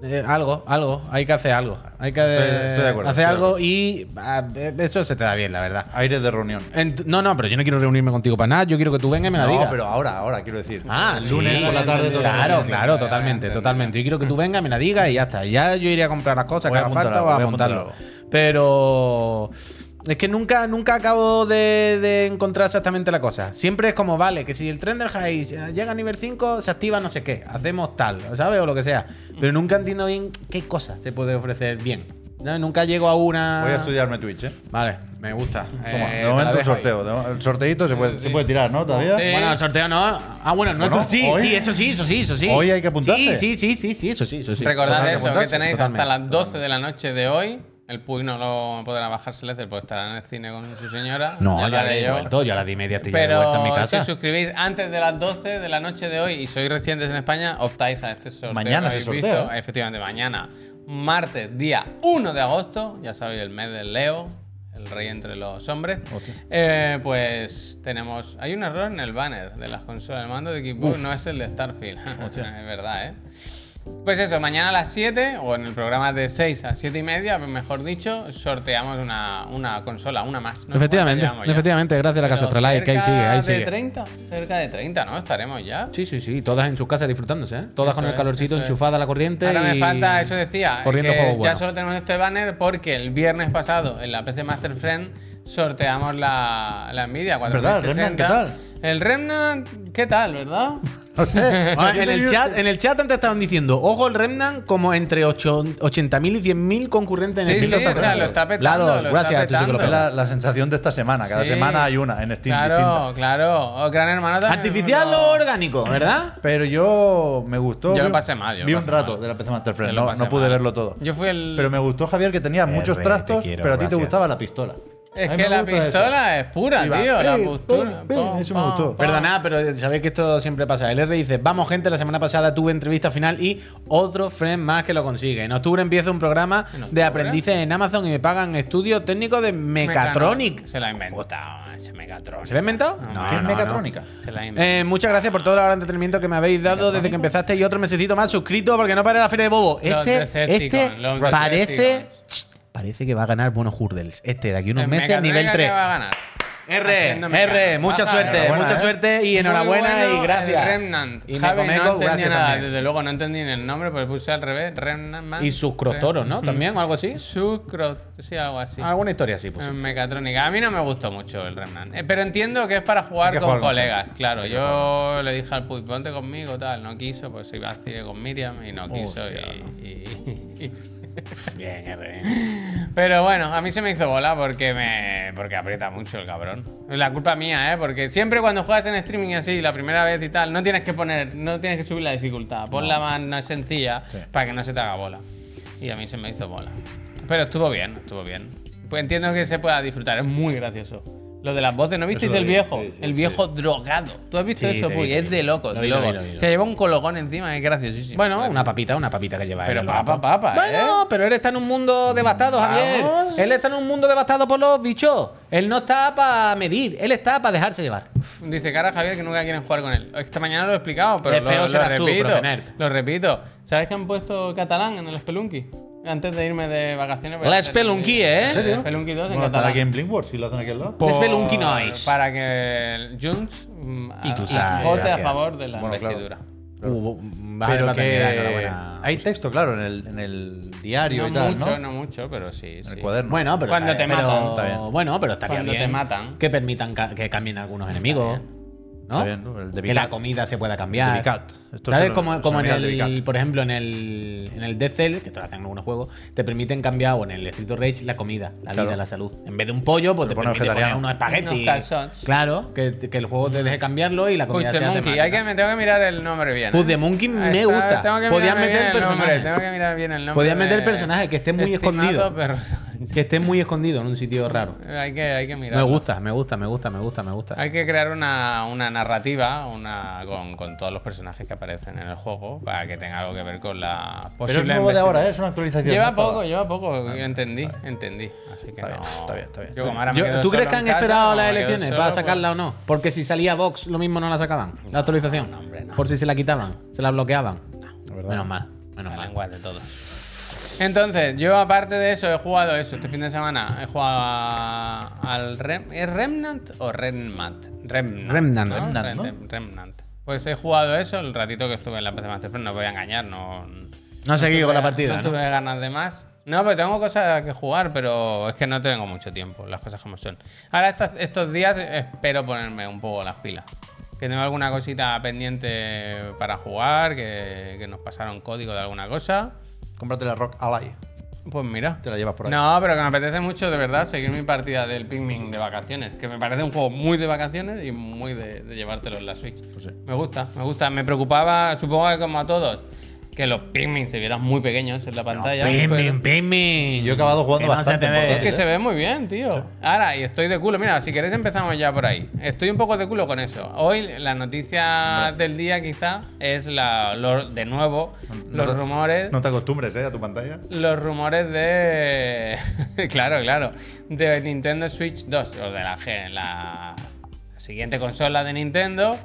Speaker 4: eh, algo, algo, hay que hacer algo. Hay que
Speaker 2: Estoy- estoy de acuerdo,
Speaker 4: hacer
Speaker 2: estoy de
Speaker 4: algo y ah, de- de eso se te da bien, la verdad.
Speaker 2: Aires de reunión.
Speaker 4: Ent- no, no, pero yo no quiero reunirme contigo para nada. Yo quiero que tú vengas y me la
Speaker 2: No,
Speaker 4: digas.
Speaker 2: pero ahora, ahora, quiero decir.
Speaker 4: Ah,
Speaker 2: El lunes
Speaker 4: sí,
Speaker 2: por la tarde.
Speaker 1: todo
Speaker 4: Claro,
Speaker 1: el mundo.
Speaker 4: claro, totalmente, totalmente. Yo quiero que tú vengas, me la digas y ya está. Ya yo iré a comprar las cosas
Speaker 2: Voy
Speaker 4: que
Speaker 2: a
Speaker 4: haga
Speaker 2: apuntar
Speaker 4: falta o
Speaker 2: algo,
Speaker 4: a
Speaker 2: voy a apuntar
Speaker 4: apuntarlo. Pero es que nunca, nunca acabo de, de encontrar exactamente la cosa. Siempre es como, vale, que si el tren del high llega a nivel 5, se activa no sé qué, hacemos tal, ¿sabes? O lo que sea. Pero nunca entiendo bien qué cosa se puede ofrecer bien. ¿no? Nunca llego a una.
Speaker 2: Voy a estudiarme Twitch, eh.
Speaker 4: Vale, me gusta.
Speaker 2: Toma,
Speaker 4: Eh, te
Speaker 2: de
Speaker 4: la
Speaker 2: momento el
Speaker 4: dejo ahí.
Speaker 2: sorteo. de mo- El sorteito se puede,
Speaker 1: Sí.
Speaker 2: se puede tirar, ¿no? Todavía.
Speaker 1: Sí.
Speaker 4: Bueno, el sorteo no. Ah, bueno, el nuestro
Speaker 2: Bueno,
Speaker 4: sí,
Speaker 2: hoy-
Speaker 4: sí, eso sí, eso sí, eso sí.
Speaker 2: hoy hay que apuntarse.
Speaker 4: Sí, sí, sí, sí, sí, eso sí, eso sí.
Speaker 1: Recordad
Speaker 2: Totalmente,
Speaker 1: eso, que
Speaker 2: totalmente,
Speaker 1: tenéis
Speaker 4: totalmente,
Speaker 1: hasta las 12 de la noche de hoy. El Puy no lo podrá bajar Celeste, pues estará en el cine con su señora.
Speaker 4: No,
Speaker 1: lo
Speaker 4: ya
Speaker 1: haré
Speaker 4: le he
Speaker 1: yo.
Speaker 4: vuelto, yo a las 10 y media estoy ya de vuelta en mi
Speaker 1: Pero si
Speaker 4: casa.
Speaker 1: os suscribís antes de las 12 de la noche de hoy y sois recientes en España, optáis a este sorteo.
Speaker 2: Mañana
Speaker 1: que
Speaker 2: es el
Speaker 1: habéis
Speaker 2: sorteo,
Speaker 1: visto.
Speaker 2: ¿eh?
Speaker 1: Efectivamente, mañana, martes, día 1 de agosto, ya sabéis, el mes del Leo, el rey entre los hombres.
Speaker 2: Hostia.
Speaker 1: Eh, pues tenemos. Hay un error en el banner de las consolas. El mando de Xbox no es el de Starfield. es verdad, ¿eh? Pues eso, mañana a las 7, o en el programa de 6 a 7 y media, mejor dicho, sorteamos una, una consola, una más. No sé
Speaker 4: efectivamente,
Speaker 1: cuántas llevamos ya.
Speaker 4: efectivamente, gracias a la
Speaker 1: Pero
Speaker 4: casa Astralife, que ahí sigue, ahí
Speaker 1: cerca de
Speaker 4: sigue.
Speaker 1: 30, cerca de 30, ¿no? Estaremos ya.
Speaker 4: Sí, sí, sí, todas en sus casas disfrutándose, ¿eh? Todas
Speaker 1: Eso
Speaker 4: con el
Speaker 1: es,
Speaker 4: calorcito,
Speaker 1: eso es.
Speaker 4: enchufada la corriente.
Speaker 1: Ahora me
Speaker 4: y
Speaker 1: falta, eso decía,
Speaker 4: Corriendo
Speaker 1: que
Speaker 4: juego
Speaker 1: ya
Speaker 4: bueno.
Speaker 1: solo tenemos este banner porque el viernes pasado en la PC Master Friend sorteamos la, la Nvidia 460.
Speaker 2: ¿Verdad? ¿El Remnant qué tal?
Speaker 1: El Remnant, ¿qué tal, verdad?
Speaker 2: No sé.
Speaker 4: Ah,
Speaker 2: Yo
Speaker 4: en, el
Speaker 2: tenía-
Speaker 4: chat, en el chat antes estaban diciendo, ojo el Remnant, como entre ocho- 80.000 y 100.000 concurrentes en
Speaker 1: Sí,
Speaker 4: el
Speaker 1: sí, o sea, lo está petando, lo está
Speaker 4: gracias, tú sí que lo
Speaker 1: petando.
Speaker 2: Es
Speaker 4: pelas.
Speaker 2: la, la sensación de esta semana. Cada
Speaker 1: Sí.
Speaker 2: semana hay una en Steam
Speaker 1: claro,
Speaker 2: distinta.
Speaker 1: claro. O Gran Hermano también.
Speaker 4: Artificial
Speaker 1: no-
Speaker 4: o orgánico, ¿verdad?
Speaker 2: Pero yo me gustó.
Speaker 1: Yo lo
Speaker 2: vi-
Speaker 1: pasé mal, yo lo
Speaker 2: vi un
Speaker 1: pasé
Speaker 2: rato
Speaker 1: mal.
Speaker 2: de la PC Master
Speaker 1: Yo
Speaker 2: Friend.
Speaker 1: lo
Speaker 2: No,
Speaker 1: pasé
Speaker 2: no pude
Speaker 1: mal.
Speaker 2: verlo todo.
Speaker 1: Yo fui el.
Speaker 2: Pero me gustó, Javier, que tenía muchos
Speaker 4: Eh, te
Speaker 2: trastos,
Speaker 4: quiero,
Speaker 2: pero a ti te
Speaker 4: gracias.
Speaker 2: gustaba la pistola.
Speaker 1: Es
Speaker 2: A mí
Speaker 1: que
Speaker 2: me
Speaker 1: la
Speaker 2: gusta eso.
Speaker 1: pistola es pura,
Speaker 2: Iba,
Speaker 1: tío. La
Speaker 2: eh,
Speaker 1: pistola.
Speaker 2: pum, pum, eso me gustó.
Speaker 1: pam.
Speaker 4: Perdonad, pero sabéis que esto siempre pasa. El R dice, vamos gente, la semana pasada tuve entrevista final y otro friend más que lo consigue. En octubre empieza un programa
Speaker 1: ¿En octubre?
Speaker 4: de aprendices en Amazon y me pagan estudio técnico de Mecatronic.
Speaker 1: Se la ha inventado, ese Mecatronic.
Speaker 4: ¿Se lo ha inventado?
Speaker 1: Ah, No,
Speaker 2: ¿Qué es mecatrónica?
Speaker 1: Se la ha inventado.
Speaker 4: Eh, muchas gracias por todo el entretenimiento que me habéis dado desde que empezaste y otro mesecito más suscrito porque no paré la feria de bobo.
Speaker 1: Los
Speaker 4: Este,
Speaker 1: Decepticons,
Speaker 4: este
Speaker 1: los
Speaker 4: parece,
Speaker 1: Decepticons.
Speaker 4: Chst, parece que va a ganar buenos hurdles. Este de aquí a unos
Speaker 1: El
Speaker 4: meses,
Speaker 1: Mecatronic
Speaker 4: nivel 3.
Speaker 1: que va a ganar.
Speaker 4: R,
Speaker 1: Haciendo
Speaker 4: R,
Speaker 1: mecánica.
Speaker 4: mucha
Speaker 1: Baja,
Speaker 4: suerte,
Speaker 1: Ah, enhorabuena,
Speaker 4: mucha
Speaker 2: ¿eh?
Speaker 4: suerte y enhorabuena
Speaker 1: Muy bueno
Speaker 4: y gracias.
Speaker 1: El Remnant.
Speaker 4: Y
Speaker 1: Javi,
Speaker 4: Necomeco,
Speaker 1: no entendí
Speaker 4: gracias
Speaker 1: nada,
Speaker 4: también.
Speaker 1: desde luego no entendí ni el nombre, pero puse al revés. Remnant.
Speaker 4: Y sus crotoros, ¿no? También o algo así.
Speaker 1: Sucro, sí, algo así.
Speaker 4: Alguna historia así, pues.
Speaker 1: En mecatrónica. A mí no me gustó mucho el Remnant. Eh, pero entiendo que es para
Speaker 2: Hay
Speaker 1: jugar
Speaker 2: que
Speaker 1: con
Speaker 2: jugar con
Speaker 1: colegas. Claro, yo le dije al Puy, ponte conmigo, tal. No quiso, pues se iba a cine con Miriam y
Speaker 4: Oh,
Speaker 1: no quiso.
Speaker 2: Hostia,
Speaker 1: y- y-
Speaker 4: Bien, R. eh.
Speaker 1: Pero bueno, a mí se me hizo bola porque me porque aprieta mucho el cabrón. La culpa mía, ¿eh? Porque siempre cuando juegas en streaming así, la primera vez y tal, no tienes que poner, no tienes que subir la dificultad. Ponla más, más sencilla
Speaker 2: Sí.
Speaker 1: para que no se te haga bola. Y a mí se me hizo bola. Pero estuvo bien, estuvo bien. Pues entiendo que se pueda disfrutar, es muy gracioso. Lo de las voces, ¿no visteis
Speaker 2: lo
Speaker 1: el
Speaker 2: vi,
Speaker 1: viejo?
Speaker 2: sí, sí,
Speaker 1: el viejo drogado. ¿Tú has visto
Speaker 4: Sí,
Speaker 1: eso,
Speaker 4: te vi,
Speaker 1: Puy?
Speaker 4: te
Speaker 1: Es
Speaker 4: vi.
Speaker 1: de loco,
Speaker 4: Lo
Speaker 1: de
Speaker 4: vi, lo
Speaker 1: loco.
Speaker 4: vi, lo vi, lo
Speaker 1: Se
Speaker 4: vi.
Speaker 1: lleva un colocón encima, es graciosísimo.
Speaker 4: Bueno, una papita, una papita que lleva.
Speaker 1: Pero
Speaker 4: él,
Speaker 1: papa,
Speaker 4: guapo.
Speaker 1: papa, ¿eh? Mm.
Speaker 4: Bueno, pero él está en un mundo devastado, Javier.
Speaker 1: Vamos.
Speaker 4: Él está en un mundo devastado por los bichos. Él no está para medir, él está para dejarse llevar.
Speaker 1: Dice cara Javier que nunca quieren jugar con él. Esta mañana lo he explicado, pero
Speaker 4: Qué
Speaker 1: lo,
Speaker 4: feo
Speaker 1: lo
Speaker 4: serás tú,
Speaker 1: repito.
Speaker 4: Procener.
Speaker 1: lo repito. ¿Sabes que han puesto catalán en el Spelunky? Antes de irme de vacaciones. voy a
Speaker 4: La
Speaker 1: hacer-
Speaker 4: Spelunky, ¿eh?
Speaker 1: El
Speaker 4: ¿En
Speaker 2: serio?
Speaker 1: Spelunky 2 en
Speaker 2: Bueno, está
Speaker 1: catalán.
Speaker 2: aquí en Blinkboard, si lo hacen aquí al lado.
Speaker 1: Por-
Speaker 4: Spelunky Noise.
Speaker 1: Para que el Junts mm,
Speaker 4: Y tú
Speaker 1: a-
Speaker 4: sabes,
Speaker 1: vote a
Speaker 4: gracias.
Speaker 1: favor de la
Speaker 2: Bueno, claro.
Speaker 1: investidura.
Speaker 4: Uh, vas a ver
Speaker 2: Pero
Speaker 4: la maternidad,
Speaker 2: que
Speaker 4: enhorabuena.
Speaker 2: hay texto, claro, en el, en el diario
Speaker 1: No
Speaker 2: y tal,
Speaker 1: mucho,
Speaker 2: ¿no?
Speaker 1: no mucho, pero sí.
Speaker 2: En
Speaker 1: sí.
Speaker 2: el cuaderno.
Speaker 4: Bueno, pero
Speaker 1: Cuando
Speaker 4: está-
Speaker 1: te
Speaker 4: pero-
Speaker 1: matan,
Speaker 2: está bien.
Speaker 4: Bueno, pero estaría
Speaker 1: Cuando
Speaker 4: bien
Speaker 1: te matan.
Speaker 4: que permitan ca- que cambien algunos enemigos.
Speaker 6: ¿no?
Speaker 2: Está bien, ¿no? El de
Speaker 6: que la
Speaker 2: Bicat.
Speaker 6: comida se pueda cambiar.
Speaker 2: De Bicat. Esto
Speaker 6: ¿Sabes?
Speaker 2: se lo-
Speaker 6: como
Speaker 2: se
Speaker 6: como
Speaker 2: lo
Speaker 6: en
Speaker 2: mira el de
Speaker 6: el,
Speaker 2: Bicat.
Speaker 6: por ejemplo, en el, en el Death Cell, que te lo hacen en algunos juegos, te permiten cambiar, o en el Street of Rage, la comida, la
Speaker 2: Claro.
Speaker 6: vida, la salud. En vez de un pollo, pues
Speaker 2: Te
Speaker 6: te,
Speaker 2: pone
Speaker 6: permite poner
Speaker 2: vegetariano.
Speaker 6: unos espaguetis.
Speaker 1: Unos calzots.
Speaker 6: claro, que, que el juego te deje cambiarlo y la comida
Speaker 1: Push the
Speaker 6: sea
Speaker 1: Monkey,
Speaker 6: temática.
Speaker 1: hay que, me tengo que mirar el nombre bien.
Speaker 6: Push
Speaker 1: ¿eh?
Speaker 6: the Monkey me
Speaker 1: Está-
Speaker 6: gusta.
Speaker 1: Tengo que
Speaker 6: Podían
Speaker 1: mirarme
Speaker 6: meter
Speaker 1: bien el nombre,
Speaker 6: personajes.
Speaker 1: Tengo que mirar bien el nombre.
Speaker 6: Podían meter
Speaker 1: de-
Speaker 6: personajes que estén muy
Speaker 1: Estimado
Speaker 6: escondidos.
Speaker 1: Perro Sánchez.
Speaker 6: Que esté muy escondido en un sitio raro.
Speaker 1: Hay que, hay que mirar.
Speaker 6: Me gusta, me gusta, me gusta, me gusta, me gusta.
Speaker 1: Hay que crear una, una narrativa una con, con todos los personajes que aparecen en el juego para que tenga algo que ver con la
Speaker 2: Pero
Speaker 1: posible
Speaker 2: es nuevo de ahora,
Speaker 1: investigación.
Speaker 2: ¿eh? es una actualización.
Speaker 1: Lleva
Speaker 2: no estaba-
Speaker 1: poco, lleva poco. entendí, entendí. Así que no-
Speaker 2: Está bien, está bien, está
Speaker 1: Yo
Speaker 2: bien, está
Speaker 1: como ahora me
Speaker 6: Yo-
Speaker 1: quedo
Speaker 6: ¿Tú
Speaker 1: solo
Speaker 6: crees que
Speaker 1: en
Speaker 6: han
Speaker 1: casa,
Speaker 6: esperado
Speaker 1: como
Speaker 6: las
Speaker 1: me quedo
Speaker 6: elecciones
Speaker 1: solo,
Speaker 6: para
Speaker 1: pues-
Speaker 6: sacarla o no? Porque si salía Vox, lo mismo no la sacaban. La actualización.
Speaker 1: no, hombre, no.
Speaker 6: Por si se la quitaban, se la bloqueaban.
Speaker 2: verdad.
Speaker 6: Menos mal, menos
Speaker 1: La
Speaker 6: mal.
Speaker 1: lengua de todos. Entonces, yo aparte de eso, he jugado eso este fin de semana. He jugado a- al Rem- ¿es Remnant o Remnant? Remnant.
Speaker 6: Remnant,
Speaker 1: ¿no?
Speaker 2: Remnant, ¿no?
Speaker 1: Rem- Remnant. Pues he jugado eso el ratito que estuve en la PC Master Fest, no os voy a engañar, no.
Speaker 6: No he seguido con la
Speaker 1: tuve-
Speaker 6: partida,
Speaker 1: No
Speaker 6: ¿no?
Speaker 1: tuve ganas de más. No, pero tengo cosas que jugar, pero es que no tengo mucho tiempo, las cosas como son. Ahora estas- estos días espero ponerme un poco las pilas. Que tengo alguna cosita pendiente para jugar, que, que nos pasaron código de alguna cosa.
Speaker 2: Cómprate la Rock Ally.
Speaker 1: Pues mira.
Speaker 2: Te la llevas por ahí.
Speaker 1: No, pero que me apetece mucho, de verdad, seguir mi partida del Pikmin de vacaciones. Que me parece un juego muy de vacaciones y muy de, de llevártelo en la Switch.
Speaker 2: Pues sí.
Speaker 1: Me gusta, me gusta. Me preocupaba, supongo que como a todos, que los Pikmin se vieran muy pequeños en la pantalla. pero-
Speaker 6: Pimin, pimin.
Speaker 2: Yo he acabado jugando
Speaker 6: Que no
Speaker 2: bastante,
Speaker 6: se te ve.
Speaker 2: por
Speaker 1: es que se ve muy bien, tío. Ahora, y estoy de culo. Mira, si queréis empezamos ya por ahí. Estoy un poco de culo con eso. Hoy la noticia del día quizá es la, lo- de nuevo
Speaker 2: No
Speaker 1: los
Speaker 2: te-
Speaker 1: rumores
Speaker 2: No te acostumbres, ¿eh? A tu pantalla.
Speaker 1: los rumores de. claro, claro. De Nintendo Switch 2, o de la, G- la siguiente consola de Nintendo.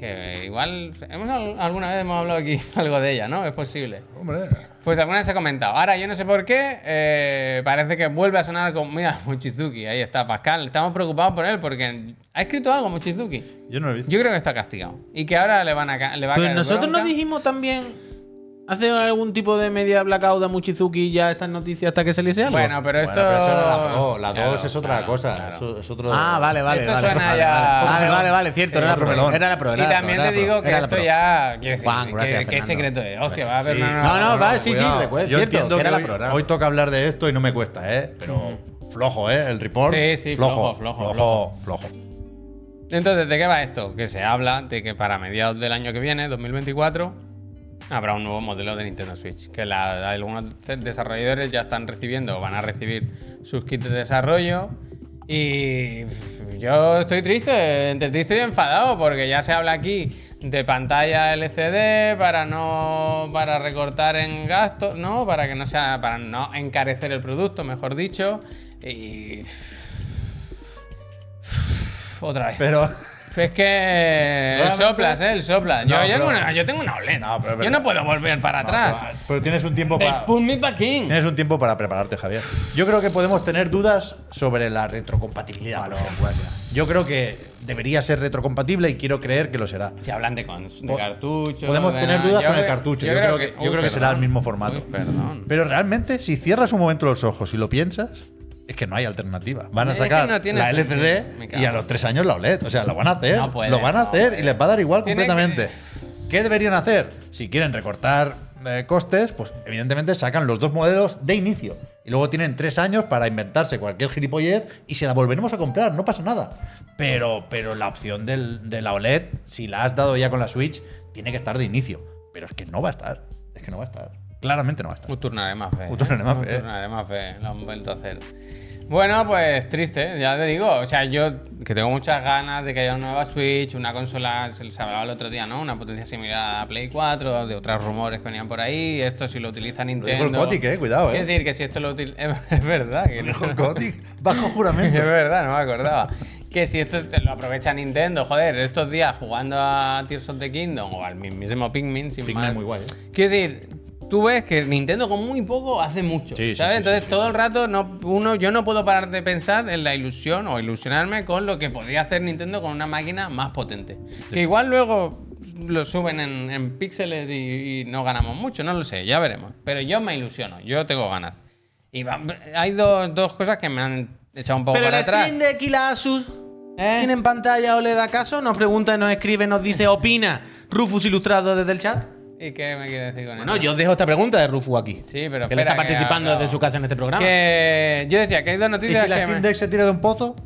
Speaker 1: Que igual. hemos al- alguna vez hemos hablado aquí algo de ella, ¿no? Es posible.
Speaker 2: Hombre.
Speaker 1: Pues alguna vez se ha comentado. Ahora, yo no sé por qué, eh, parece que vuelve a sonar con. Mira, Mochizuki, ahí está Pascal. Estamos preocupados por él porque ha escrito algo, Mochizuki.
Speaker 2: Yo no lo he visto.
Speaker 1: Yo creo que está castigado. Y que ahora le van a. ca- Le
Speaker 4: Pues
Speaker 1: va a
Speaker 6: Pero
Speaker 1: caer
Speaker 6: Pues nosotros
Speaker 1: bronca.
Speaker 6: nos dijimos también hace algún tipo de media blackout a Muchizuki ya estas noticias hasta que saliese algo.
Speaker 1: Bueno, pero
Speaker 2: Bueno,
Speaker 1: esto.
Speaker 2: pero eso era la Pro. La 2
Speaker 1: Claro,
Speaker 2: es otra
Speaker 1: claro,
Speaker 2: cosa.
Speaker 1: claro.
Speaker 2: Eso Es otro...
Speaker 6: ah, vale, vale,
Speaker 1: Esto
Speaker 6: vale.
Speaker 1: suena
Speaker 6: vale,
Speaker 1: ya- Eh,
Speaker 6: vale, vale,
Speaker 2: Otro
Speaker 6: vale,
Speaker 2: melón.
Speaker 6: vale, cierto,
Speaker 2: Sí,
Speaker 6: era la
Speaker 2: otro
Speaker 6: pro.
Speaker 2: melón.
Speaker 6: Era la pro, era
Speaker 1: Y
Speaker 6: la
Speaker 1: también
Speaker 6: pro, era
Speaker 1: te
Speaker 6: la pro,
Speaker 1: digo que
Speaker 6: era la
Speaker 1: esto
Speaker 6: pro.
Speaker 1: ya. Quiero decir,
Speaker 6: Juan,
Speaker 1: que-
Speaker 6: gracias,
Speaker 1: que, es
Speaker 6: Fernando.
Speaker 1: secreto es. Hostia, va a haber
Speaker 2: Sí.
Speaker 1: una
Speaker 6: No, no, va,
Speaker 2: Bueno,
Speaker 6: sí, sí,
Speaker 2: cuidado.
Speaker 6: recuerdo,
Speaker 2: Yo
Speaker 6: cierto,
Speaker 2: entiendo
Speaker 6: que
Speaker 2: que
Speaker 6: era la
Speaker 2: hoy,
Speaker 6: pro, era la
Speaker 2: hoy
Speaker 6: pro.
Speaker 2: toca hablar de esto y no me cuesta, ¿eh? Pero flojo, ¿eh? El report.
Speaker 1: Sí, sí, flojo, flojo,
Speaker 2: Flojo, flojo.
Speaker 1: Entonces, ¿de qué va esto? Que se habla de que para mediados del año que viene, 2024, habrá un nuevo modelo de Nintendo Switch. Que la- algunos ce- desarrolladores ya están recibiendo o van a recibir sus kits de desarrollo. Y yo estoy triste, entre triste y enfadado, porque ya se habla aquí de pantalla LCD para no para recortar en gastos, no, para que no sea para no encarecer el producto, mejor dicho, y otra vez.
Speaker 2: Pero...
Speaker 1: Es que el
Speaker 2: Realmente-
Speaker 1: soplas, ¿eh? El sopla.
Speaker 2: No,
Speaker 1: yo, yo
Speaker 2: pero-
Speaker 1: tengo una, yo tengo una OLED.
Speaker 2: No, pero
Speaker 1: yo
Speaker 2: es verdad.
Speaker 1: no puedo volver para atrás.
Speaker 2: Ah, Pero Eh. tienes un tiempo
Speaker 1: They
Speaker 2: para...
Speaker 1: put me back in.
Speaker 2: Tienes un tiempo para prepararte, Javier. Yo creo que podemos tener dudas sobre la retrocompatibilidad. Yo creo que debería ser retrocompatible y quiero creer que lo será.
Speaker 1: Si hablan de, cons- de
Speaker 2: Po-
Speaker 1: cartucho.
Speaker 2: podemos
Speaker 1: de
Speaker 2: tener
Speaker 1: nada.
Speaker 2: dudas
Speaker 1: Yo
Speaker 2: con el
Speaker 1: creo-
Speaker 2: cartucho. Yo creo que- yo creo que será
Speaker 1: perdón.
Speaker 2: el mismo formato.
Speaker 1: Uy, perdón.
Speaker 2: Pero realmente, si cierras un momento los ojos y lo piensas, es que no hay alternativa. Van a
Speaker 1: Es que
Speaker 2: sacar
Speaker 1: no tiene
Speaker 2: la
Speaker 1: sentido. Me
Speaker 2: LCD
Speaker 1: cago.
Speaker 2: y a los tres años la OLED. O sea, lo van a hacer.
Speaker 1: No puede,
Speaker 2: lo van a
Speaker 1: no
Speaker 2: hacer
Speaker 1: puede.
Speaker 2: y les va a dar igual
Speaker 1: Tiene
Speaker 2: completamente. ¿Qué deberían hacer? Si quieren recortar eh, costes, pues evidentemente sacan los dos modelos de inicio. Y luego tienen tres años para inventarse cualquier gilipollez y se la volveremos a comprar, no pasa nada. Pero, pero la opción del- de la OLED, si la has dado ya con la Switch, tiene que estar de inicio. Pero es que no va a estar. Es que no va a estar. Claramente no va a estar.
Speaker 1: Un turnaré más fe. ¿eh?
Speaker 2: Un turnaré más fe.
Speaker 1: Un turnaré más fe. Lo han vuelto a hacer. Bueno, pues triste, ya te digo. O sea, yo que tengo muchas ganas de que haya una nueva Switch, una consola, se les hablaba el otro día, ¿no? Una potencia similar a la Play 4, de otros rumores que venían por ahí. Esto si lo utiliza
Speaker 2: Lo dijo
Speaker 1: Nintendo.
Speaker 2: el Kotick, eh, cuidado,
Speaker 1: Es
Speaker 2: eh.
Speaker 1: decir, que si esto lo utiliza. Es verdad que.
Speaker 2: Lo
Speaker 1: no-
Speaker 2: dijo el Kotick, bajo
Speaker 1: es
Speaker 2: juramento.
Speaker 1: verdad, no me acordaba. Que si esto te lo aprovecha Nintendo, joder, estos días jugando a Tears of the Kingdom o al mismísimo Pikmin, sin
Speaker 2: Pikmin
Speaker 1: más.
Speaker 2: muy guay, eh.
Speaker 1: Quiero decir, tú ves que Nintendo con muy poco hace mucho.
Speaker 2: Sí, sí,
Speaker 1: ¿sabes?
Speaker 2: sí,
Speaker 1: Entonces
Speaker 2: sí, sí,
Speaker 1: todo el rato no, uno, yo no puedo parar de pensar en la ilusión o ilusionarme con lo que podría hacer Nintendo con una máquina más potente. Que igual luego lo suben en, en píxeles y, y no ganamos mucho, no lo sé, ya veremos. Pero yo me ilusiono, yo tengo ganas. Y va- hay dos, dos cosas que me han echado un poco
Speaker 6: Pero
Speaker 1: para
Speaker 6: la
Speaker 1: atrás.
Speaker 6: stream de Kilasu
Speaker 1: ¿Eh?
Speaker 4: ¿Tienen pantalla o le da caso? Nos pregunta, nos escribe, nos dice, opina Rufus Ilustrado desde el chat.
Speaker 1: ¿Y qué me quieres decir con
Speaker 4: Bueno,
Speaker 1: eso?
Speaker 4: yo os dejo esta pregunta de Rufus aquí.
Speaker 1: Sí, pero
Speaker 4: que le
Speaker 1: espera
Speaker 4: está
Speaker 1: que
Speaker 4: participando
Speaker 1: hago-
Speaker 4: desde su casa en este programa.
Speaker 1: Que yo decía que hay dos
Speaker 2: Y
Speaker 1: noticias
Speaker 2: si la
Speaker 1: que me-
Speaker 2: Steam Deck se tira de un pozo,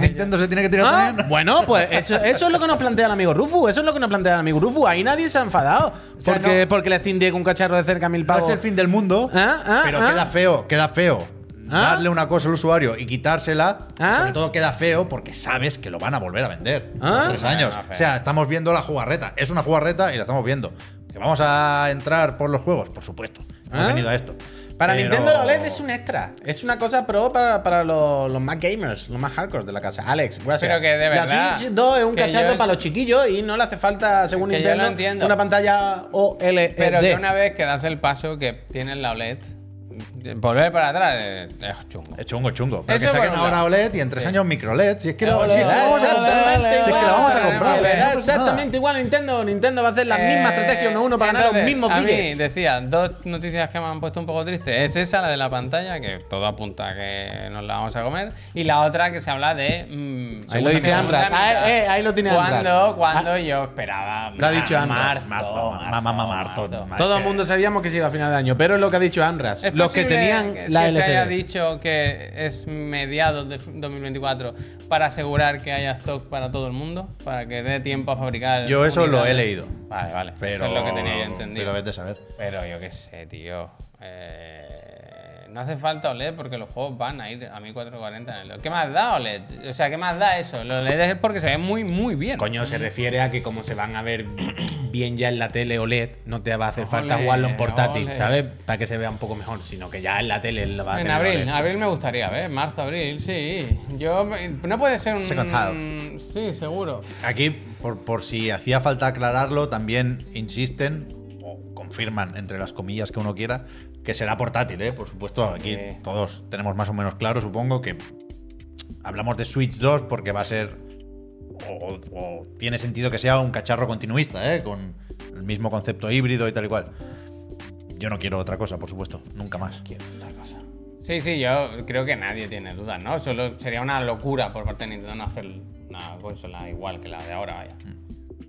Speaker 2: Nintendo se tiene que tirar
Speaker 4: Ah,
Speaker 2: también.
Speaker 4: bueno, pues eso, eso es lo que nos plantea el amigo Rufus. Eso es lo que nos plantea el amigo Rufus. Ahí nadie se ha enfadado.
Speaker 2: sea,
Speaker 4: porque,
Speaker 2: no-
Speaker 4: porque la Steam Deck un cacharro de cerca a mil
Speaker 2: No
Speaker 4: pavos.
Speaker 2: es el fin del mundo,
Speaker 4: Ah, ah,
Speaker 2: pero
Speaker 4: ah.
Speaker 2: queda feo, queda feo.
Speaker 4: Ah.
Speaker 2: Darle una cosa al usuario y quitársela,
Speaker 4: Ah.
Speaker 2: sobre todo queda feo porque sabes que lo van a volver a vender
Speaker 4: Ah.
Speaker 2: en tres años.
Speaker 1: Bueno, feo.
Speaker 2: o sea, estamos viendo la jugarreta. Es una jugarreta y la estamos viendo. ¿Que vamos a entrar por los juegos? Por supuesto. Hemos
Speaker 4: Ah.
Speaker 2: venido a esto.
Speaker 4: Para
Speaker 2: Pero-
Speaker 4: Nintendo la OLED es un extra. Es una cosa pro para, para los, los más gamers, los más hardcore de la casa. Alex, gracias.
Speaker 1: Pero que de verdad,
Speaker 4: La Switch 2 es un
Speaker 1: que
Speaker 4: cacharro
Speaker 1: yo-
Speaker 4: para los chiquillos y no le hace falta, según
Speaker 1: Que yo lo
Speaker 4: Nintendo,
Speaker 1: entiendo.
Speaker 4: una pantalla E OLED.
Speaker 1: Pero que una vez que das el paso que tienes la OLED, volver para atrás eh, es chungo.
Speaker 2: Es chungo, chungo. Pero
Speaker 1: Eso
Speaker 2: que
Speaker 1: por
Speaker 2: saquen
Speaker 1: un
Speaker 2: ahora
Speaker 1: lado.
Speaker 2: OLED y en tres años micro LED. Si es que, lo,
Speaker 1: Ole,
Speaker 2: si es que lo vamos a comprar.
Speaker 1: ole, ole,
Speaker 2: si es que lo vamos a
Speaker 1: ole,
Speaker 2: comprar.
Speaker 1: ole,
Speaker 2: no
Speaker 1: ole.
Speaker 2: pasa
Speaker 4: exactamente igual Nintendo. Nintendo va a hacer las mismas
Speaker 1: Eh,
Speaker 4: estrategias 1-1 para ganar los
Speaker 1: entonces,
Speaker 4: mismos
Speaker 1: A mí,
Speaker 4: billetes.
Speaker 1: decía, dos noticias que me han puesto un poco triste. Es esa, la de la pantalla, que todo apunta a que nos la vamos a comer. Y la otra que se habla de. mm,
Speaker 4: Ahí lo dice
Speaker 1: segunda
Speaker 4: Amstrad.
Speaker 1: mitad.
Speaker 4: Ah, eh, eh, ahí lo tiene Amstrad.
Speaker 1: Cuando, cuando yo esperaba.
Speaker 4: Lo ha dicho Amstrad.
Speaker 1: marzo,
Speaker 2: Marzo, mamá, mamá, marzo.
Speaker 1: marzo.
Speaker 4: Todo el mundo sabíamos que se iba a final de año, pero es lo que ha dicho Anras.
Speaker 1: Es
Speaker 4: Los que
Speaker 1: posible
Speaker 4: tenían
Speaker 1: que,
Speaker 4: la
Speaker 1: que se haya
Speaker 4: LCD.
Speaker 1: dicho que es mediados de 2024 para asegurar que haya stock para todo el mundo, para que dé tiempo a fabricar.
Speaker 2: Yo eso lo he
Speaker 1: unidades.
Speaker 2: leído.
Speaker 1: Vale, vale. eso
Speaker 2: Pero,
Speaker 1: es lo que tenía yo entendido.
Speaker 2: Pero vete a saber.
Speaker 1: Pero yo qué sé, tío. Eh, no hace falta OLED porque los juegos van a ir a 1440 en el 2. ¿Qué más da OLED? O sea, ¿qué más da eso? Lo OLED es porque se ve muy, muy bien.
Speaker 4: Coño, se refiere a que como se van a ver bien ya en la tele OLED, no te va a hacer falta
Speaker 1: Ole,
Speaker 4: jugarlo en portátil,
Speaker 1: ole.
Speaker 4: ¿sabes? Para que se vea un poco mejor, sino que ya en la tele lo va a
Speaker 1: En
Speaker 4: tener E
Speaker 1: abril,
Speaker 4: OLED.
Speaker 1: abril me gustaría ver, marzo, abril, sí. Yo no puede ser un
Speaker 2: Second half.
Speaker 1: Sí, seguro.
Speaker 2: Aquí, por, por si hacía falta aclararlo, también insisten o confirman, entre las comillas que uno quiera, que será portátil, ¿eh? Por supuesto, aquí
Speaker 1: Sí.
Speaker 2: todos tenemos más o menos claro, supongo, que hablamos de Switch 2 porque va a ser. O, o- o tiene sentido que sea un cacharro continuista, ¿eh? Con el mismo concepto híbrido y tal y cual. Yo no quiero otra cosa, por supuesto, nunca más.
Speaker 1: Sí, sí, yo creo que nadie tiene dudas, ¿no? Solo sería una locura por parte de Nintendo no hacer una consola igual que la de ahora, vaya.
Speaker 4: Mm.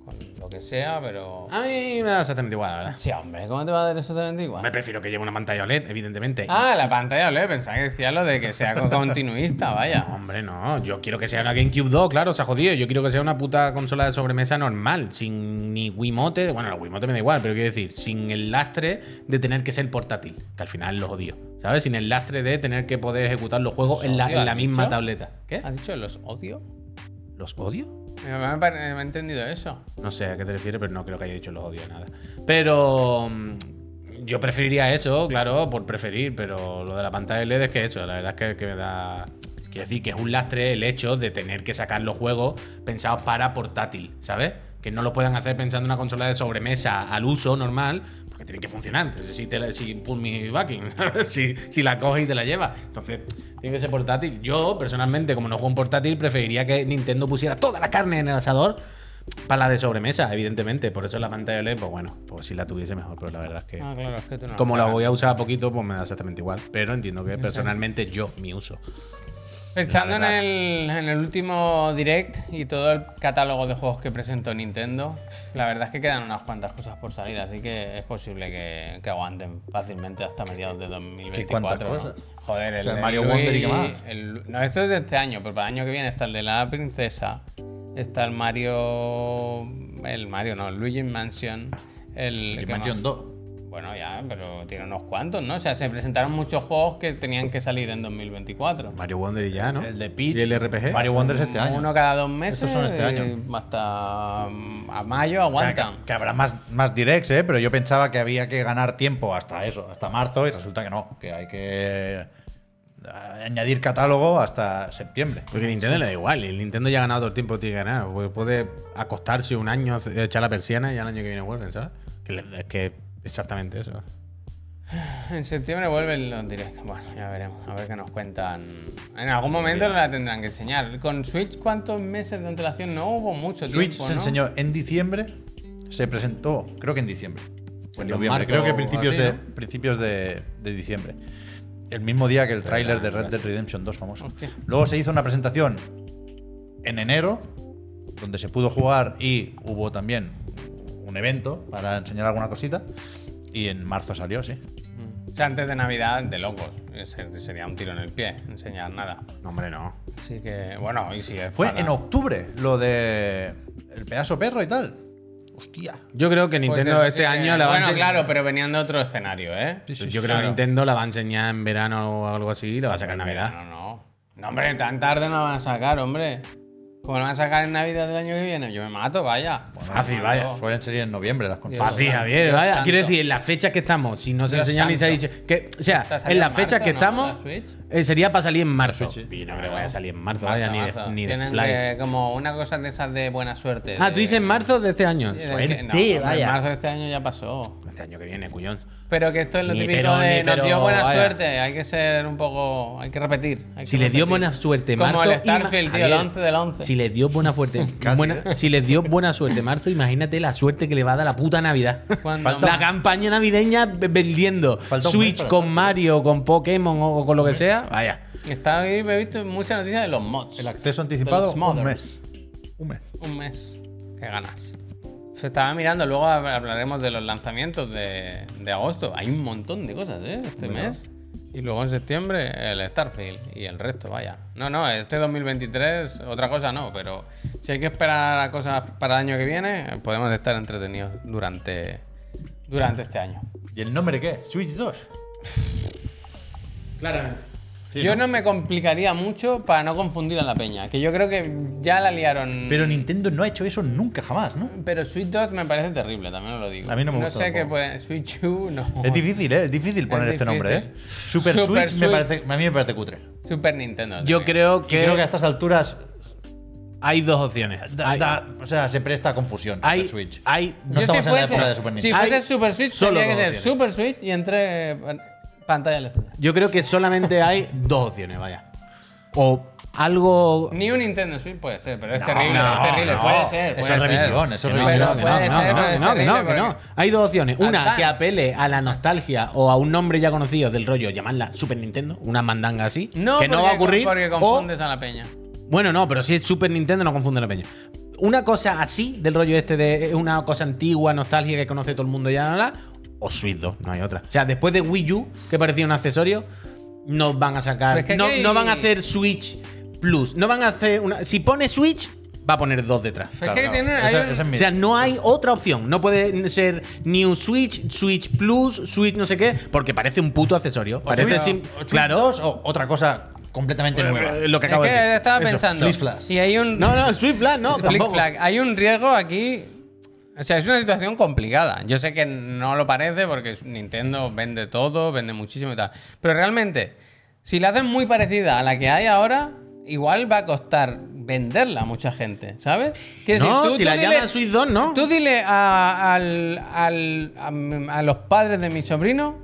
Speaker 1: Con lo que sea, pero.
Speaker 4: A mí me da exactamente igual, la verdad.
Speaker 1: Sí, hombre, ¿cómo te va a dar exactamente igual?
Speaker 4: Me prefiero que lleve una pantalla OLED, evidentemente.
Speaker 1: Ah, la pantalla OLED, pensaba que decía lo de que sea co- continuista, vaya.
Speaker 4: Hombre, no, yo quiero que sea una GameCube 2, claro, se ha jodido. Yo quiero que sea una puta consola de sobremesa normal, sin ni Wiimote. Bueno, la Wiimote me da igual, pero quiero decir, sin el lastre de tener que ser portátil, que al final lo odio, ¿sabes? Sin el lastre de tener que poder ejecutar los juegos en la, en la misma tableta. ¿Qué?
Speaker 1: ¿Has dicho los odio?
Speaker 4: ¿Los odio?
Speaker 1: Me, me- me he entendido eso.
Speaker 4: No sé a qué te refieres, pero no creo que haya dicho los odio nada. Pero mm, yo preferiría eso, claro, por preferir, pero lo de la pantalla LED es que eso, la verdad es que, que me da... Quiero decir que es un lastre el hecho de tener que sacar los juegos pensados para portátil, ¿sabes? Que no lo puedan hacer pensando en una consola de sobremesa al uso normal, porque tienen que funcionar. Si, te la- si pull me backing, ¿sabes? si, si la coges y te la llevas. Entonces, tiene que ser portátil. Yo, personalmente, como no juego en portátil, preferiría que Nintendo pusiera toda la carne en el asador para la de sobremesa, evidentemente. Por eso la pantalla OLED, pues bueno, pues si la tuviese mejor, pero la verdad es que.
Speaker 1: Ah, claro, es que tú no.
Speaker 4: Como la voy a usar a poquito, pues me da exactamente igual. Pero entiendo que personalmente yo mi uso.
Speaker 1: Pensando en
Speaker 4: La verdad.
Speaker 1: el, en el último direct y todo el catálogo de juegos que presentó Nintendo, la verdad es que quedan unas cuantas cosas por salir, así que es posible que, que aguanten fácilmente hasta mediados de 2024.
Speaker 2: ¿Qué cuántas
Speaker 1: ¿no?
Speaker 2: cosas?
Speaker 1: Joder, el,
Speaker 2: O sea, el
Speaker 1: del
Speaker 2: Mario Wonder y qué más.
Speaker 1: el- no, esto es de este año, pero para el año que viene está el de la princesa, está el Mario. El Mario, no, el Luigi Mansion. El, ¿qué más?
Speaker 2: Dimension 2.
Speaker 1: Bueno, ya, pero tiene unos cuantos, ¿no? O sea, se presentaron muchos juegos que tenían que salir en 2024.
Speaker 4: Mario Wonder y ya, ¿no?
Speaker 2: El de Peach.
Speaker 4: Y el RPG.
Speaker 2: Mario Wonders
Speaker 4: Mm,
Speaker 2: este año.
Speaker 1: Uno cada dos meses.
Speaker 2: Estos son este
Speaker 1: y
Speaker 2: año.
Speaker 1: Hasta mm, a mayo
Speaker 2: O sea,
Speaker 1: aguantan.
Speaker 2: que, que habrá más, más directs, ¿eh? pero yo pensaba que había que ganar tiempo hasta eso, hasta marzo, y resulta que no, que hay que eh, añadir catálogo hasta septiembre.
Speaker 4: Porque Nintendo le da igual. El Nintendo ya ha ganado todo el tiempo que tiene que ganar. Porque Puede acostarse un año, hace- echar la persiana y al año que viene vuelven, ¿sabes? Que le- es que exactamente eso.
Speaker 1: En septiembre vuelven los directos. Bueno, ya veremos. A ver qué nos cuentan. En algún momento nos la tendrán que enseñar. Con Switch, ¿cuántos meses de antelación? No hubo mucho tiempo,
Speaker 2: Switch se
Speaker 1: Pues ¿no?
Speaker 2: enseñó en diciembre, se presentó, creo que en diciembre. o en
Speaker 4: En
Speaker 2: noviembre,
Speaker 4: marzo
Speaker 2: creo que
Speaker 4: o
Speaker 2: principios,
Speaker 4: así,
Speaker 2: de,
Speaker 4: ¿no?
Speaker 2: principios de, de diciembre. El mismo día que el tráiler de Red Dead Redemption 2 famoso. Luego se hizo una presentación en enero, donde se pudo jugar y hubo también un evento para enseñar alguna cosita. Y en marzo salió, sí.
Speaker 1: Mm. O sea, antes de Navidad, de locos. Ese Sería un tiro en el pie, enseñar nada.
Speaker 4: No, hombre, no.
Speaker 1: Así que, bueno, y si es
Speaker 2: Fue
Speaker 1: para-
Speaker 2: en octubre lo de el pedazo perro y tal. Hostia.
Speaker 4: Yo creo que
Speaker 1: Pues
Speaker 4: Nintendo
Speaker 1: eso sí
Speaker 4: este
Speaker 1: que-
Speaker 4: año la va
Speaker 1: Bueno,
Speaker 4: a enseñar.
Speaker 1: claro, pero venían de otro escenario, ¿eh?
Speaker 4: Yo creo que
Speaker 1: claro.
Speaker 4: Nintendo la va a enseñar en verano o algo así y la va a sacar en Navidad.
Speaker 1: No, no. No, hombre, tan tarde no la van a sacar, hombre. Como la van a sacar en Navidad del año que viene, yo me mato, vaya.
Speaker 4: Fácil, vaya.
Speaker 2: Suelen ser en noviembre las consolas.
Speaker 4: Fácil,
Speaker 1: santo.
Speaker 4: Javier.
Speaker 1: Dios
Speaker 4: vaya.
Speaker 1: santo.
Speaker 4: Quiero decir, en las fechas que estamos, si no se
Speaker 1: Dios
Speaker 4: enseña ni se ha
Speaker 1: santo.
Speaker 4: dicho. Que, o sea,
Speaker 1: Está saliendo
Speaker 4: en las
Speaker 1: en
Speaker 4: fechas
Speaker 1: marzo,
Speaker 4: que
Speaker 1: ¿no?
Speaker 4: estamos,
Speaker 1: ¿La Switch?
Speaker 4: eh, sería para salir en marzo.
Speaker 2: Switch,
Speaker 4: Y no creo que vaya a salir en
Speaker 1: Marzo,
Speaker 4: marzo, vaya, ni de,
Speaker 1: marzo.
Speaker 4: ni de
Speaker 1: Tienen
Speaker 4: fly.
Speaker 1: que- como una cosa de esas de buena suerte.
Speaker 4: Ah,
Speaker 1: de-
Speaker 4: tú dices marzo de este año.
Speaker 1: de-
Speaker 4: Suerte,
Speaker 1: no, hombre,
Speaker 4: vaya.
Speaker 1: Marzo de este año ya pasó.
Speaker 4: Este año que viene, cuyón.
Speaker 1: Pero que esto es lo
Speaker 4: Ni
Speaker 1: típico
Speaker 4: pero,
Speaker 1: de
Speaker 4: ni
Speaker 1: nos
Speaker 4: pero,
Speaker 1: dio buena
Speaker 4: vaya.
Speaker 1: suerte. Hay que ser un poco. Hay que repetir. hay
Speaker 4: Si
Speaker 1: que
Speaker 4: les dio
Speaker 1: repetir.
Speaker 4: buena suerte
Speaker 1: Como
Speaker 4: marzo.
Speaker 1: el
Speaker 4: ima-
Speaker 1: Starfield, tío, el
Speaker 4: Javier,
Speaker 1: 11 del 11.
Speaker 4: Si les dio buena suerte. buena- si les dio buena suerte marzo, imagínate la suerte que le va a dar la puta Navidad.
Speaker 1: Cuando-
Speaker 4: La campaña navideña v- vendiendo
Speaker 2: Falta un mes
Speaker 4: Switch
Speaker 2: para
Speaker 4: con Mario, con Pokémon o, o con lo que sea. Vaya.
Speaker 1: Está ahí, he visto muchas noticias de los mods.
Speaker 2: El acceso anticipado,
Speaker 1: De los
Speaker 2: un
Speaker 1: mothers.
Speaker 2: mes. Un mes.
Speaker 1: Un mes. Qué ganas. Se estaba mirando, luego hab- hablaremos de los lanzamientos de, de agosto. Hay un montón de cosas, ¿eh? Este mes. Y luego en septiembre el Starfield y el resto, vaya. No, no, este 2023, otra cosa no, pero si hay que esperar a cosas para el año que viene, podemos estar entretenidos durante, durante este año.
Speaker 2: ¿Y el nombre qué? Switch 2.
Speaker 1: Claramente. yo ¿no? me complicaría mucho para no confundir a la peña, que yo creo que ya la liaron.
Speaker 2: Pero Nintendo no ha hecho eso nunca jamás, ¿no?
Speaker 1: Pero Switch 2 me parece terrible, también os lo digo.
Speaker 2: A mí no me gusta
Speaker 1: No sé qué
Speaker 2: tampoco.
Speaker 1: puede. Switch 2, no.
Speaker 2: Es difícil, ¿eh? Es difícil poner este
Speaker 1: difícil.
Speaker 2: nombre, ¿eh? Super,
Speaker 1: Super
Speaker 2: Switch, Me
Speaker 1: Switch.
Speaker 2: parece, a mí me parece cutre.
Speaker 1: Super Nintendo.
Speaker 4: Yo
Speaker 1: también.
Speaker 4: creo
Speaker 2: Y
Speaker 4: que,
Speaker 2: creo que a estas alturas
Speaker 4: hay dos opciones.
Speaker 2: da-
Speaker 4: Hay-
Speaker 2: da- o sea, se presta a confusión Super
Speaker 4: Hay-
Speaker 2: Switch.
Speaker 4: hay-
Speaker 2: no
Speaker 1: Yo
Speaker 2: estamos
Speaker 1: si
Speaker 2: en la
Speaker 1: fuese-
Speaker 2: época de Super Nintendo.
Speaker 1: Si fuese
Speaker 4: Hay
Speaker 1: Super Switch,
Speaker 4: solo
Speaker 1: tendría que
Speaker 4: dos
Speaker 1: ser Super Switch y entre eh, pantalla de
Speaker 4: Yo creo que solamente hay dos opciones, vaya. O algo
Speaker 1: Ni un Nintendo Switch puede ser, pero es
Speaker 2: No,
Speaker 1: terrible,
Speaker 2: no,
Speaker 1: es terrible,
Speaker 2: no.
Speaker 1: puede ser.
Speaker 2: Eso
Speaker 1: puede
Speaker 2: es
Speaker 1: ser.
Speaker 2: revisión, eso
Speaker 1: Pero
Speaker 2: es
Speaker 4: Que no,
Speaker 2: revisión,
Speaker 4: que no,
Speaker 1: puede
Speaker 4: que no,
Speaker 1: ser,
Speaker 4: que
Speaker 1: pero es
Speaker 4: no, que no,
Speaker 1: terrible
Speaker 4: que no.
Speaker 1: porque-
Speaker 4: Hay dos opciones. Una,
Speaker 1: Advance.
Speaker 4: que apele a la nostalgia o a un nombre ya conocido del rollo, llamarla Super Nintendo, una mandanga así,
Speaker 1: No,
Speaker 4: que no
Speaker 1: porque-
Speaker 4: va a ocurrir.
Speaker 1: Porque
Speaker 4: o,
Speaker 1: confundes a la peña.
Speaker 4: bueno, no, pero si es Super Nintendo no confunde la peña. Una cosa así, del rollo este de eh, una cosa antigua, nostalgia que conoce todo el mundo ya, bla, bla, o Switch 2, no hay otra. O sea, después de Wii U, que parecía un accesorio, no van a sacar.
Speaker 1: Pero es que
Speaker 4: no,
Speaker 1: aquí hay-
Speaker 4: no van a hacer Switch Plus. No van a hacer una. Si pone Switch, va a poner dos detrás.
Speaker 1: es que
Speaker 2: claro.
Speaker 1: tiene una- hay
Speaker 2: Esa-
Speaker 1: un-
Speaker 2: esa es mi-
Speaker 4: O sea, no hay otra opción. No puede ser New Switch, Switch Plus, Switch no sé qué, porque parece un puto accesorio.
Speaker 2: O
Speaker 4: Parece
Speaker 2: Switch-
Speaker 4: sim-
Speaker 2: o Switch
Speaker 4: Claro,
Speaker 2: 2 o otra cosa completamente nueva.
Speaker 4: lo que
Speaker 1: Es
Speaker 4: acabo de
Speaker 1: que
Speaker 4: decir.
Speaker 1: estaba
Speaker 2: Eso,
Speaker 1: pensando.
Speaker 2: flick flack.
Speaker 1: Si hay un.
Speaker 4: No, no, Switch Flash no,
Speaker 1: Flick
Speaker 4: tampoco.
Speaker 1: flack. Hay un riesgo aquí. O sea, es una situación complicada. Yo sé que no lo parece porque Nintendo vende todo, vende muchísimo y tal. Pero realmente, si la hacen muy parecida a la que hay ahora, igual va a costar venderla a mucha gente, ¿sabes? Quiero
Speaker 4: No,
Speaker 1: decir,
Speaker 4: si la llaman Switch 2, no.
Speaker 1: Tú dile a, al- al- a- a los padres de mi sobrino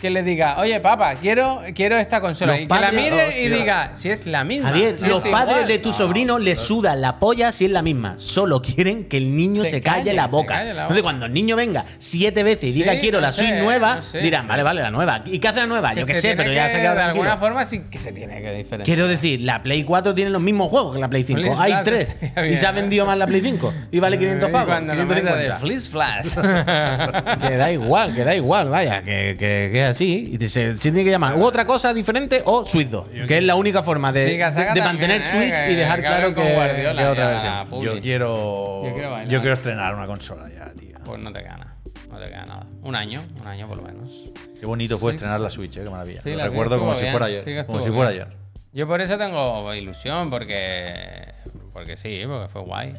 Speaker 1: que le diga, oye, papá, quiero, quiero esta consola.
Speaker 4: Los
Speaker 1: y que la
Speaker 4: padres- Oh,
Speaker 1: mire y
Speaker 4: Hostia.
Speaker 1: diga, si es la misma.
Speaker 4: Javier,
Speaker 1: si
Speaker 4: los
Speaker 1: es
Speaker 4: padres
Speaker 1: igual".
Speaker 4: de tu sobrino le sudan la polla si es la misma. Solo quieren que el niño se,
Speaker 1: Se
Speaker 4: calle,
Speaker 1: calle,
Speaker 4: la
Speaker 1: se
Speaker 4: boca.
Speaker 1: calle la boca.
Speaker 4: Entonces, cuando el niño venga siete veces y diga
Speaker 1: Sí,
Speaker 4: quiero
Speaker 1: no
Speaker 4: la
Speaker 1: sé,
Speaker 4: Switch nueva,
Speaker 1: no sé.
Speaker 4: dirán, vale, vale, la nueva. ¿Y qué hace la nueva? Ah, Yo qué
Speaker 1: se
Speaker 4: sé,
Speaker 1: tiene
Speaker 4: pero ya
Speaker 1: que,
Speaker 4: se ha quedado
Speaker 1: De
Speaker 4: tranquilo.
Speaker 1: alguna forma sí que se tiene que diferenciar.
Speaker 4: Quiero decir, la Play 4 tiene los mismos juegos que la Play 5.
Speaker 1: Flash,
Speaker 4: Hay
Speaker 1: Flash,
Speaker 4: tres.
Speaker 1: estaría bien.
Speaker 4: Y se ha vendido más la Play 5. Y vale 500
Speaker 1: Y
Speaker 4: pavos.
Speaker 1: Cuando la meta de
Speaker 4: 550.
Speaker 1: Fliss Flash.
Speaker 4: Que da igual, que da igual, vaya, que, que- que es así. Y se, se tiene que llamar u otra cosa diferente o Switch 2, que es la única forma de,
Speaker 1: Siga,
Speaker 4: de-
Speaker 1: saca
Speaker 4: de
Speaker 1: también,
Speaker 4: mantener
Speaker 1: eh,
Speaker 4: Switch
Speaker 1: que-
Speaker 4: y dejar
Speaker 1: que
Speaker 4: claro
Speaker 1: hablen
Speaker 4: que
Speaker 1: con Guardiola
Speaker 4: que
Speaker 1: ya,
Speaker 4: otra versión.
Speaker 1: publi.
Speaker 2: Yo quiero,
Speaker 1: Yo quiero bailar.
Speaker 2: yo quiero estrenar una consola ya, tío.
Speaker 1: Pues no te gana. No te gana nada. Un año, un año por lo menos.
Speaker 2: Qué bonito fue estrenar la Switch, eh, qué maravilla.
Speaker 1: Sí,
Speaker 2: Lo
Speaker 1: la Switch
Speaker 2: recuerdo como
Speaker 1: estuvo
Speaker 2: si
Speaker 1: bien,
Speaker 2: fuera
Speaker 1: sí
Speaker 2: ayer.
Speaker 1: que
Speaker 2: Como si
Speaker 1: estuvo
Speaker 2: fuera
Speaker 1: bien.
Speaker 2: ayer.
Speaker 1: Yo por eso tengo ilusión, porque. Porque sí, porque fue guay.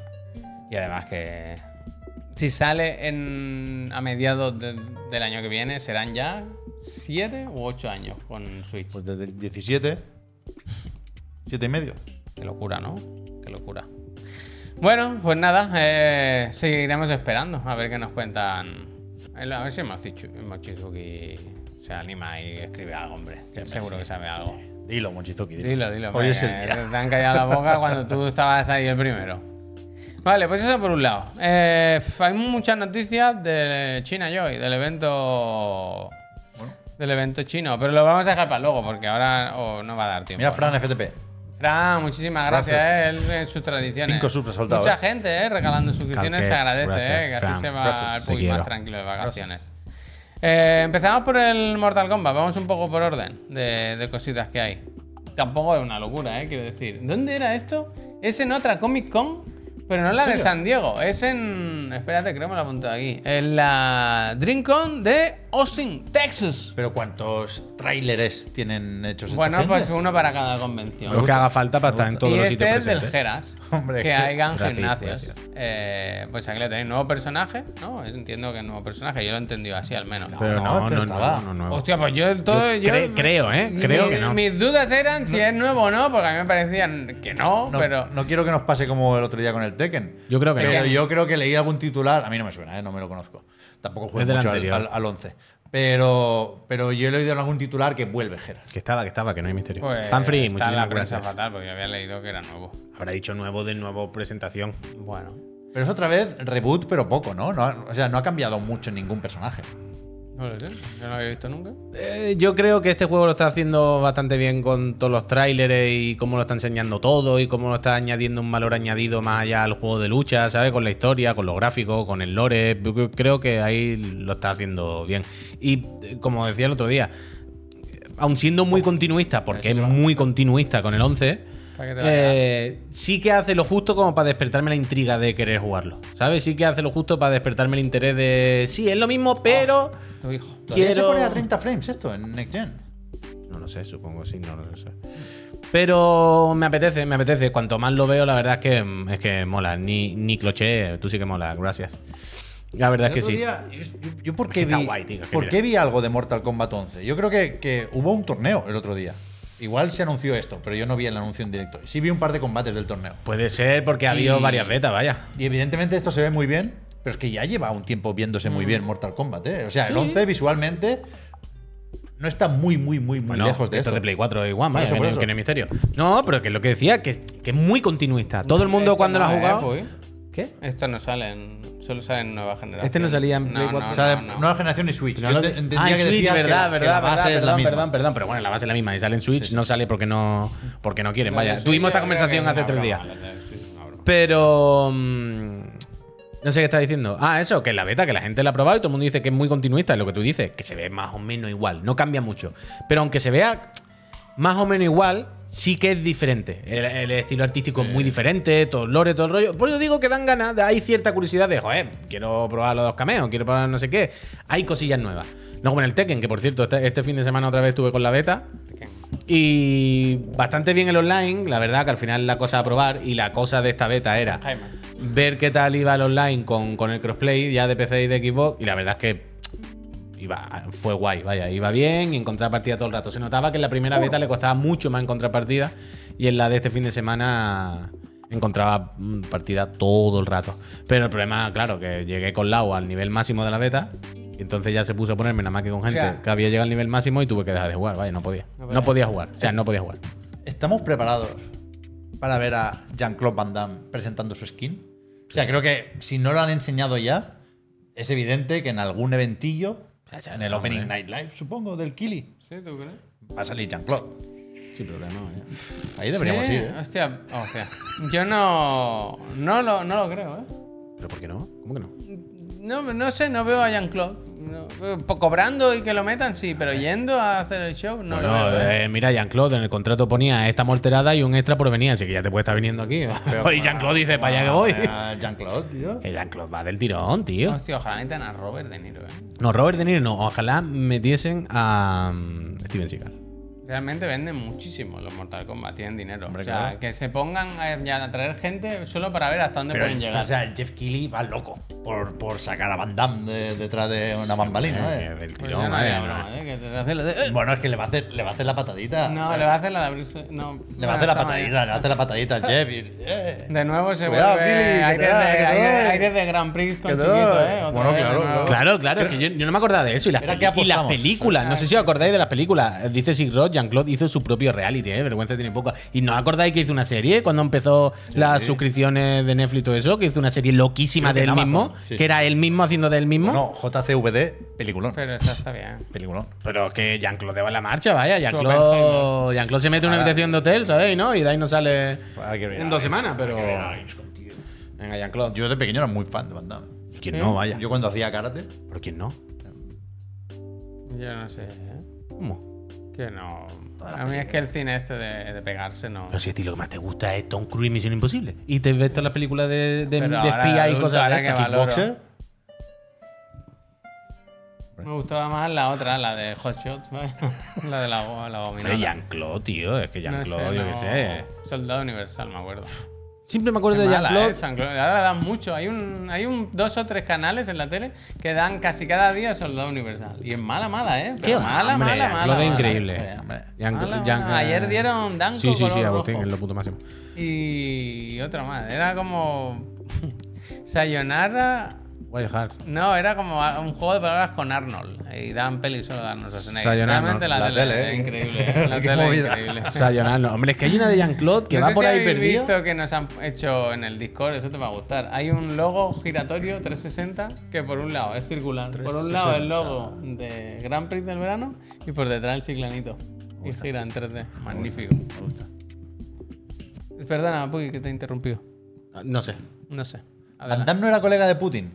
Speaker 1: Y además que. Si sale en, a mediados de- del año que viene, serán ya 7 u 8 años con Switch.
Speaker 2: Pues desde el 17, 7 y medio.
Speaker 1: Qué locura, ¿no? Qué locura. Bueno, pues nada, eh, seguiremos esperando a ver qué nos cuentan. El- A ver si Mochizu- Mochizuki se anima y escribe algo, hombre. que seguro que sabe algo.
Speaker 2: Dilo, Mochizuki. dilo.
Speaker 1: Dilo, dilo. eh,
Speaker 2: Hoy
Speaker 1: hombre,
Speaker 2: es el
Speaker 1: que
Speaker 2: día.
Speaker 1: Te han callado la boca cuando tú estabas ahí el primero. Vale, pues eso por un lado. Eh, hay muchas noticias de China Joy, del evento. Del evento chino, pero lo vamos a dejar para luego porque ahora oh, no va a dar tiempo.
Speaker 2: Mira,
Speaker 1: ¿no?
Speaker 2: Fran FTP.
Speaker 1: Fran, muchísimas gracias.
Speaker 2: Gracias.
Speaker 1: eh, Él en sus tradiciones.
Speaker 2: Cinco subs ha soltado,
Speaker 1: Mucha
Speaker 2: eh.
Speaker 1: gente, eh, regalando suscripciones. Se
Speaker 6: Calquet,
Speaker 1: agradece,
Speaker 6: gracias,
Speaker 1: eh, que así
Speaker 6: Fran,
Speaker 1: se va
Speaker 6: gracias,
Speaker 1: el
Speaker 6: te
Speaker 1: público
Speaker 6: quiero.
Speaker 1: más tranquilo de vacaciones. Eh, empezamos por el Mortal Kombat. Vamos un poco por orden de, de cositas que hay. Tampoco es una locura, eh, quiero decir. ¿Dónde era esto? Es en otra Comic Con, pero no la de
Speaker 2: serio?
Speaker 1: San Diego. Es en. Espérate, creo que me lo he apuntado aquí. En la Dream Con de Austin, Texas.
Speaker 2: Pero ¿cuántos tráileres tienen hechos esta
Speaker 1: Bueno, pues
Speaker 2: gente?
Speaker 1: uno para cada convención.
Speaker 4: Lo que haga falta para estar en todos
Speaker 1: y
Speaker 4: los
Speaker 1: este
Speaker 4: sitios
Speaker 1: es del
Speaker 4: presentes.
Speaker 1: Geras,
Speaker 2: Hombre,
Speaker 1: que hagan
Speaker 4: gracias,
Speaker 1: gimnasios.
Speaker 4: gracias.
Speaker 1: Eh, pues aquí le tenéis nuevo personaje, ¿no? Entiendo que es nuevo personaje, yo lo he entendido así al menos.
Speaker 4: Pero
Speaker 2: No,
Speaker 4: no,
Speaker 2: este
Speaker 4: no, no,
Speaker 2: estaba.
Speaker 4: no, no, no.
Speaker 1: Hostia, pues yo todo.
Speaker 4: Yo
Speaker 1: yo-
Speaker 4: cre- creo, ¿eh? Creo
Speaker 1: mi-
Speaker 4: que no.
Speaker 1: Mis dudas eran si es nuevo o no, porque a mí me parecían que no,
Speaker 2: No,
Speaker 1: pero.
Speaker 2: no quiero que nos pase como el otro día con el Tekken.
Speaker 4: Yo creo que
Speaker 2: Pero
Speaker 4: no.
Speaker 2: yo creo que leí algún titular, a mí no me suena, ¿eh? no me lo conozco. Tampoco
Speaker 6: Es
Speaker 2: juego
Speaker 6: del
Speaker 2: mucho al,
Speaker 6: anterior.
Speaker 2: al, al 11. Pero, pero yo he leído algún titular que vuelve Geralt.
Speaker 4: Que estaba, que estaba, que no hay misterio.
Speaker 1: Pues,
Speaker 4: Panfrey,
Speaker 1: está en
Speaker 4: muchísimas
Speaker 1: la prensa
Speaker 4: gracias.
Speaker 1: fatal, porque yo había leído que era nuevo.
Speaker 4: Habrá dicho nuevo de nuevo presentación.
Speaker 1: Bueno.
Speaker 2: Pero es otra vez reboot, pero poco, ¿no? No ha- O sea, no ha cambiado mucho ningún personaje.
Speaker 1: No lo sé, yo no lo había visto nunca.
Speaker 4: Eh, yo creo que este juego lo está haciendo bastante bien con todos los tráileres y cómo lo está enseñando todo y cómo lo está añadiendo un valor añadido más allá al juego de lucha, ¿sabes? Con la historia, con los gráficos, con el lore. Yo cre- Creo que ahí lo está haciendo bien. Y eh, como decía el otro día, aun siendo muy continuista, porque es muy continuista con el 11,
Speaker 1: Para que te vaya.
Speaker 4: eh, sí que hace lo justo como para despertarme la intriga de querer jugarlo, ¿sabes? Sí que hace lo justo para despertarme el interés de... Sí, es lo mismo, pero...
Speaker 1: Tu hijo.
Speaker 2: ¿Todavía
Speaker 4: Quiero-
Speaker 2: se pone a 30 frames esto en Next Gen?
Speaker 4: No lo sé, supongo sí, no lo sé. Pero me apetece, me apetece. Cuanto más lo veo, la verdad es que mm, es que mola. Ni, ni cloché, tú sí que mola, gracias. La verdad es que
Speaker 2: El otro
Speaker 4: sí.
Speaker 2: día, yo, yo- yo por qué
Speaker 4: Está
Speaker 2: vi,
Speaker 4: guay, tío, que
Speaker 2: por
Speaker 4: mira.
Speaker 2: qué vi algo de Mortal Kombat 11? Yo creo que, que hubo un torneo el otro día. Igual se anunció esto, pero yo no vi el anuncio en directo. Sí vi un par de combates del torneo.
Speaker 4: Puede ser porque ha habido
Speaker 2: Y-
Speaker 4: varias betas, vaya.
Speaker 2: Y evidentemente esto se ve muy bien, pero es que ya lleva un tiempo viéndose
Speaker 4: Mm.
Speaker 2: muy bien Mortal Kombat. ¿eh? O sea, el 11 visualmente no está muy, muy, muy, muy
Speaker 4: Bueno,
Speaker 2: lejos de esto.
Speaker 4: esto es de Play 4 igual, vaya,
Speaker 2: eso,
Speaker 4: que,
Speaker 2: por
Speaker 4: no-
Speaker 2: eso.
Speaker 4: que no es misterio. No, pero que lo que decía, que, que es muy continuista. Todo el mundo
Speaker 1: Esto
Speaker 4: cuando
Speaker 1: no
Speaker 4: lo ha
Speaker 2: ¿eh,
Speaker 1: es,
Speaker 4: jugado...
Speaker 1: Puy.
Speaker 4: ¿Qué?
Speaker 1: Esto no sale, en- solo sale en nueva generación.
Speaker 4: Este no salía en Play
Speaker 1: No,
Speaker 4: 4.
Speaker 1: no,
Speaker 2: o sea,
Speaker 1: no,
Speaker 2: de
Speaker 1: no.
Speaker 2: nueva generación y Switch. Yo
Speaker 4: No lo-
Speaker 2: ente- entendía
Speaker 4: Ah, en
Speaker 2: que
Speaker 4: Switch,
Speaker 2: decías que
Speaker 4: verdad,
Speaker 2: la- que
Speaker 4: verdad,
Speaker 2: la base
Speaker 4: verdad,
Speaker 2: es la
Speaker 4: perdón,
Speaker 2: misma.
Speaker 4: perdón, perdón. Pero bueno, la base es la misma. Y sale en Switch, no sale porque no, porque no quieren,
Speaker 1: Lo de
Speaker 4: vaya.
Speaker 1: Switch
Speaker 4: Tuvimos esta
Speaker 1: yo creo que
Speaker 4: conversación
Speaker 1: es
Speaker 4: hace
Speaker 1: una
Speaker 4: tres días.
Speaker 1: broma, lo de Switch es una broma.
Speaker 4: Pero. mm, no sé qué está diciendo. Ah, eso, que la beta, que la gente la ha probado y todo el mundo dice que es muy continuista, es lo que tú dices, que se ve más o menos igual, no cambia mucho. Pero aunque se vea más o menos igual, sí que es diferente. El, el estilo artístico es muy diferente, todo el lore, todo el rollo. Por eso digo que dan ganas, de- hay cierta curiosidad de, joder, quiero probar los dos cameos, quiero probar no sé qué. Hay cosillas nuevas. No como en el Tekken, que por cierto, este, este fin de semana otra vez estuve con la beta. Y bastante bien el online, la verdad que al final la cosa a probar y la cosa de esta beta era
Speaker 1: Jaime.
Speaker 4: ver qué tal iba el online con, con el crossplay ya de PC y de Xbox y la verdad es que iba, fue guay, vaya, iba bien y encontrar partida todo el rato. Se notaba que en la primera beta le costaba mucho más encontrar partida y en la de este fin de semana encontraba mm, partida todo el rato. Pero el problema, claro, que llegué con Lau al nivel máximo de la beta y entonces ya se puso a ponerme nada más que con gente
Speaker 2: sea-
Speaker 4: que había llegado al nivel máximo y tuve que dejar de jugar, vaya, no podía.
Speaker 1: No
Speaker 4: No,
Speaker 1: podía. Eh.
Speaker 4: podía jugar, o sea, no podía jugar.
Speaker 2: ¿Estamos preparados para ver a Jean-Claude Van Damme presentando su skin? O sea, creo que si no lo han enseñado ya, es evidente que en algún eventillo,
Speaker 4: Ya sabes,
Speaker 2: en el
Speaker 4: hombre.
Speaker 2: Opening Night Live, supongo, del Kili,
Speaker 1: ¿Sí? ¿Tú crees?
Speaker 2: va a salir Jean-Claude.
Speaker 4: Sí, problema,
Speaker 2: Ahí deberíamos
Speaker 1: Sí,
Speaker 2: ir, ¿eh?
Speaker 1: Hostia, hostia. Yo no, no, lo, no lo creo, ¿eh?
Speaker 4: ¿Pero por qué no? ¿Cómo que no?
Speaker 1: No, no sé, no veo a Jean-Claude. No, eh, po- cobrando y que lo metan, sí, pero yendo a hacer el show, no lo
Speaker 4: Bueno,
Speaker 1: veo. ¿eh?
Speaker 4: eh, mira, Jean-Claude en el contrato ponía esta morterada y un extra por venir, así que ya te puede estar viniendo aquí. y Jean-Claude dice, para allá que voy.
Speaker 2: Ah, Jean-Claude, tío.
Speaker 4: Que Jean-Claude va del tirón, tío.
Speaker 1: ¿eh? Hostia, ojalá metan a Robert De Niro, ¿eh?
Speaker 4: No, Robert De Niro no. Ojalá metiesen a mm, Steven Seagal.
Speaker 1: Realmente venden muchísimo los Mortal Kombat, tienen dinero.
Speaker 2: Hombre,
Speaker 1: o sea,
Speaker 2: claro.
Speaker 1: que se pongan a, ya a traer gente solo para ver hasta dónde
Speaker 2: Pero,
Speaker 1: pueden llegar.
Speaker 2: o sea, Jeff Keighley va loco por, por sacar a Van Damme de- detrás de una bambalina,
Speaker 4: Eh,
Speaker 2: ¿eh?
Speaker 4: del
Speaker 1: Pues
Speaker 4: tirón,
Speaker 1: ya no
Speaker 4: madre
Speaker 1: había
Speaker 4: mía.
Speaker 1: broma, ¿eh? Que te hace la de-
Speaker 2: Bueno, es que le va a hacer, le va a hacer la patadita.
Speaker 1: No,
Speaker 2: Eh,
Speaker 1: le va a hacer la de abrirse. No,
Speaker 2: le va a hacer la patadita, le va a hacer la patadita al Jeff. y- eh.
Speaker 1: De nuevo se
Speaker 2: Cuidado,
Speaker 1: vuelve
Speaker 2: Billy, que te
Speaker 1: aire,
Speaker 2: da,
Speaker 1: de,
Speaker 2: que te
Speaker 1: aire-
Speaker 2: doy.
Speaker 1: aire de Grand Prix con
Speaker 2: Que te
Speaker 1: chiquito,
Speaker 2: doy.
Speaker 1: ¿eh? Otra
Speaker 2: Bueno,
Speaker 1: vez de
Speaker 2: claro,
Speaker 1: nuevo.
Speaker 2: claro.
Speaker 4: Claro, claro, es que yo, yo no me acordaba de eso. Y las,
Speaker 2: Era que
Speaker 4: peli- y las
Speaker 2: apostamos.
Speaker 4: películas, no sé si os acordáis de las películas. Dice Sig Roth, Jean-Claude hizo su propio reality, ¿eh? Vergüenza tiene poca. ¿Y no os acordáis que hizo una serie cuando empezó las suscripciones de Netflix y todo eso? Que hizo una serie loquísima
Speaker 2: Creo que
Speaker 4: de él
Speaker 2: en Amazon,
Speaker 4: mismo, que era él mismo haciendo de él mismo.
Speaker 2: Pues No, JCVD, peliculón.
Speaker 1: Pero esa está bien.
Speaker 2: Peliculón.
Speaker 4: Pero que Jean-Claude va en la marcha, vaya.
Speaker 1: Oppenheimer.
Speaker 4: Jean-Claude Jean se mete en una habitación de hotel, ¿sabes? Y no, y de ahí no sale
Speaker 2: Ah, quiero ir a
Speaker 4: en dos
Speaker 2: Alex,
Speaker 4: semanas, pero.
Speaker 2: quiero ir a Alex
Speaker 4: Venga, Jean-Claude.
Speaker 2: Yo de pequeño era muy fan de Van Damme.
Speaker 4: ¿Quién
Speaker 1: ¿Sí?
Speaker 4: no, vaya?
Speaker 2: Yo cuando hacía karate,
Speaker 4: ¿Pero quién no?
Speaker 1: Yo no sé, ¿eh?
Speaker 4: ¿Cómo?
Speaker 1: Que no. A mí es que el cine este de, de pegarse no.
Speaker 4: Pero si a ti lo que más te gusta es Tom Cruise y Misión Imposible. Y te ves todas las películas de, de,
Speaker 1: Pero
Speaker 4: de
Speaker 1: ahora
Speaker 4: espía y
Speaker 1: adulto,
Speaker 4: cosas
Speaker 1: ahora
Speaker 4: de
Speaker 1: que
Speaker 4: estas,
Speaker 1: valoro.
Speaker 4: kickboxer.
Speaker 1: Me gustaba más la otra, la de Hot Shots, ¿vale? la de la, go- la
Speaker 4: Pero
Speaker 1: gominola.
Speaker 4: Jean-Claude, tío. Es que
Speaker 1: No sé,
Speaker 4: Jean-Claude, yo qué
Speaker 1: no-
Speaker 4: sé.
Speaker 1: Soldado Universal, me acuerdo.
Speaker 4: Siempre me acuerdo
Speaker 1: Qué
Speaker 4: de
Speaker 1: mala,
Speaker 4: Jean-Claude.
Speaker 1: ¿eh? Jean-Claude. Ahora dan mucho. Hay un, hay un dos o tres canales en la tele que dan casi cada día Soldado Universal. Y es mala, mala, ¿eh? Pero
Speaker 4: Qué
Speaker 1: mala,
Speaker 4: hombre,
Speaker 1: mala, mala.
Speaker 4: Jean-Claude es
Speaker 1: mala.
Speaker 4: increíble.
Speaker 2: hombre.
Speaker 4: Jean-
Speaker 1: Mala, mala.
Speaker 4: Jean-
Speaker 1: Ayer dieron Danco
Speaker 4: Sí, sí, sí,
Speaker 1: color
Speaker 4: Agustín,
Speaker 1: rojo.
Speaker 4: es lo puto máximo.
Speaker 1: Y otra más. Era como. Sayonara.
Speaker 4: Wild Hearts.
Speaker 1: No, era como a- un juego de palabras con Arnold. Y dan peli solo de Arnold Schwarzenegger.
Speaker 4: Sayonara,
Speaker 1: Realmente
Speaker 4: ¿no?
Speaker 1: la,
Speaker 2: La
Speaker 1: tele,
Speaker 2: tele,
Speaker 1: es
Speaker 2: ¿eh?
Speaker 1: increíble. ¿eh? La
Speaker 2: Qué
Speaker 1: tele es
Speaker 2: movida.
Speaker 1: increíble.
Speaker 4: Sayonara, no. Hombre, es que hay una de Jean-Claude que
Speaker 1: no
Speaker 4: va
Speaker 1: sé
Speaker 4: por
Speaker 1: si
Speaker 4: ahí
Speaker 1: habéis
Speaker 4: perdida.
Speaker 1: visto que nos han hecho en el Discord, eso te va a gustar. Hay un logo giratorio 360 que por un lado es circular, por un lado el logo de Grand Prix del verano y por detrás el chiclanito. Y gira en 3D. Magnífico.
Speaker 2: me gusta.
Speaker 1: Perdona, Puy, que te he interrumpido.
Speaker 4: No sé.
Speaker 1: No sé.
Speaker 2: Van
Speaker 1: Adelante.
Speaker 2: Damme no era colega de Putin.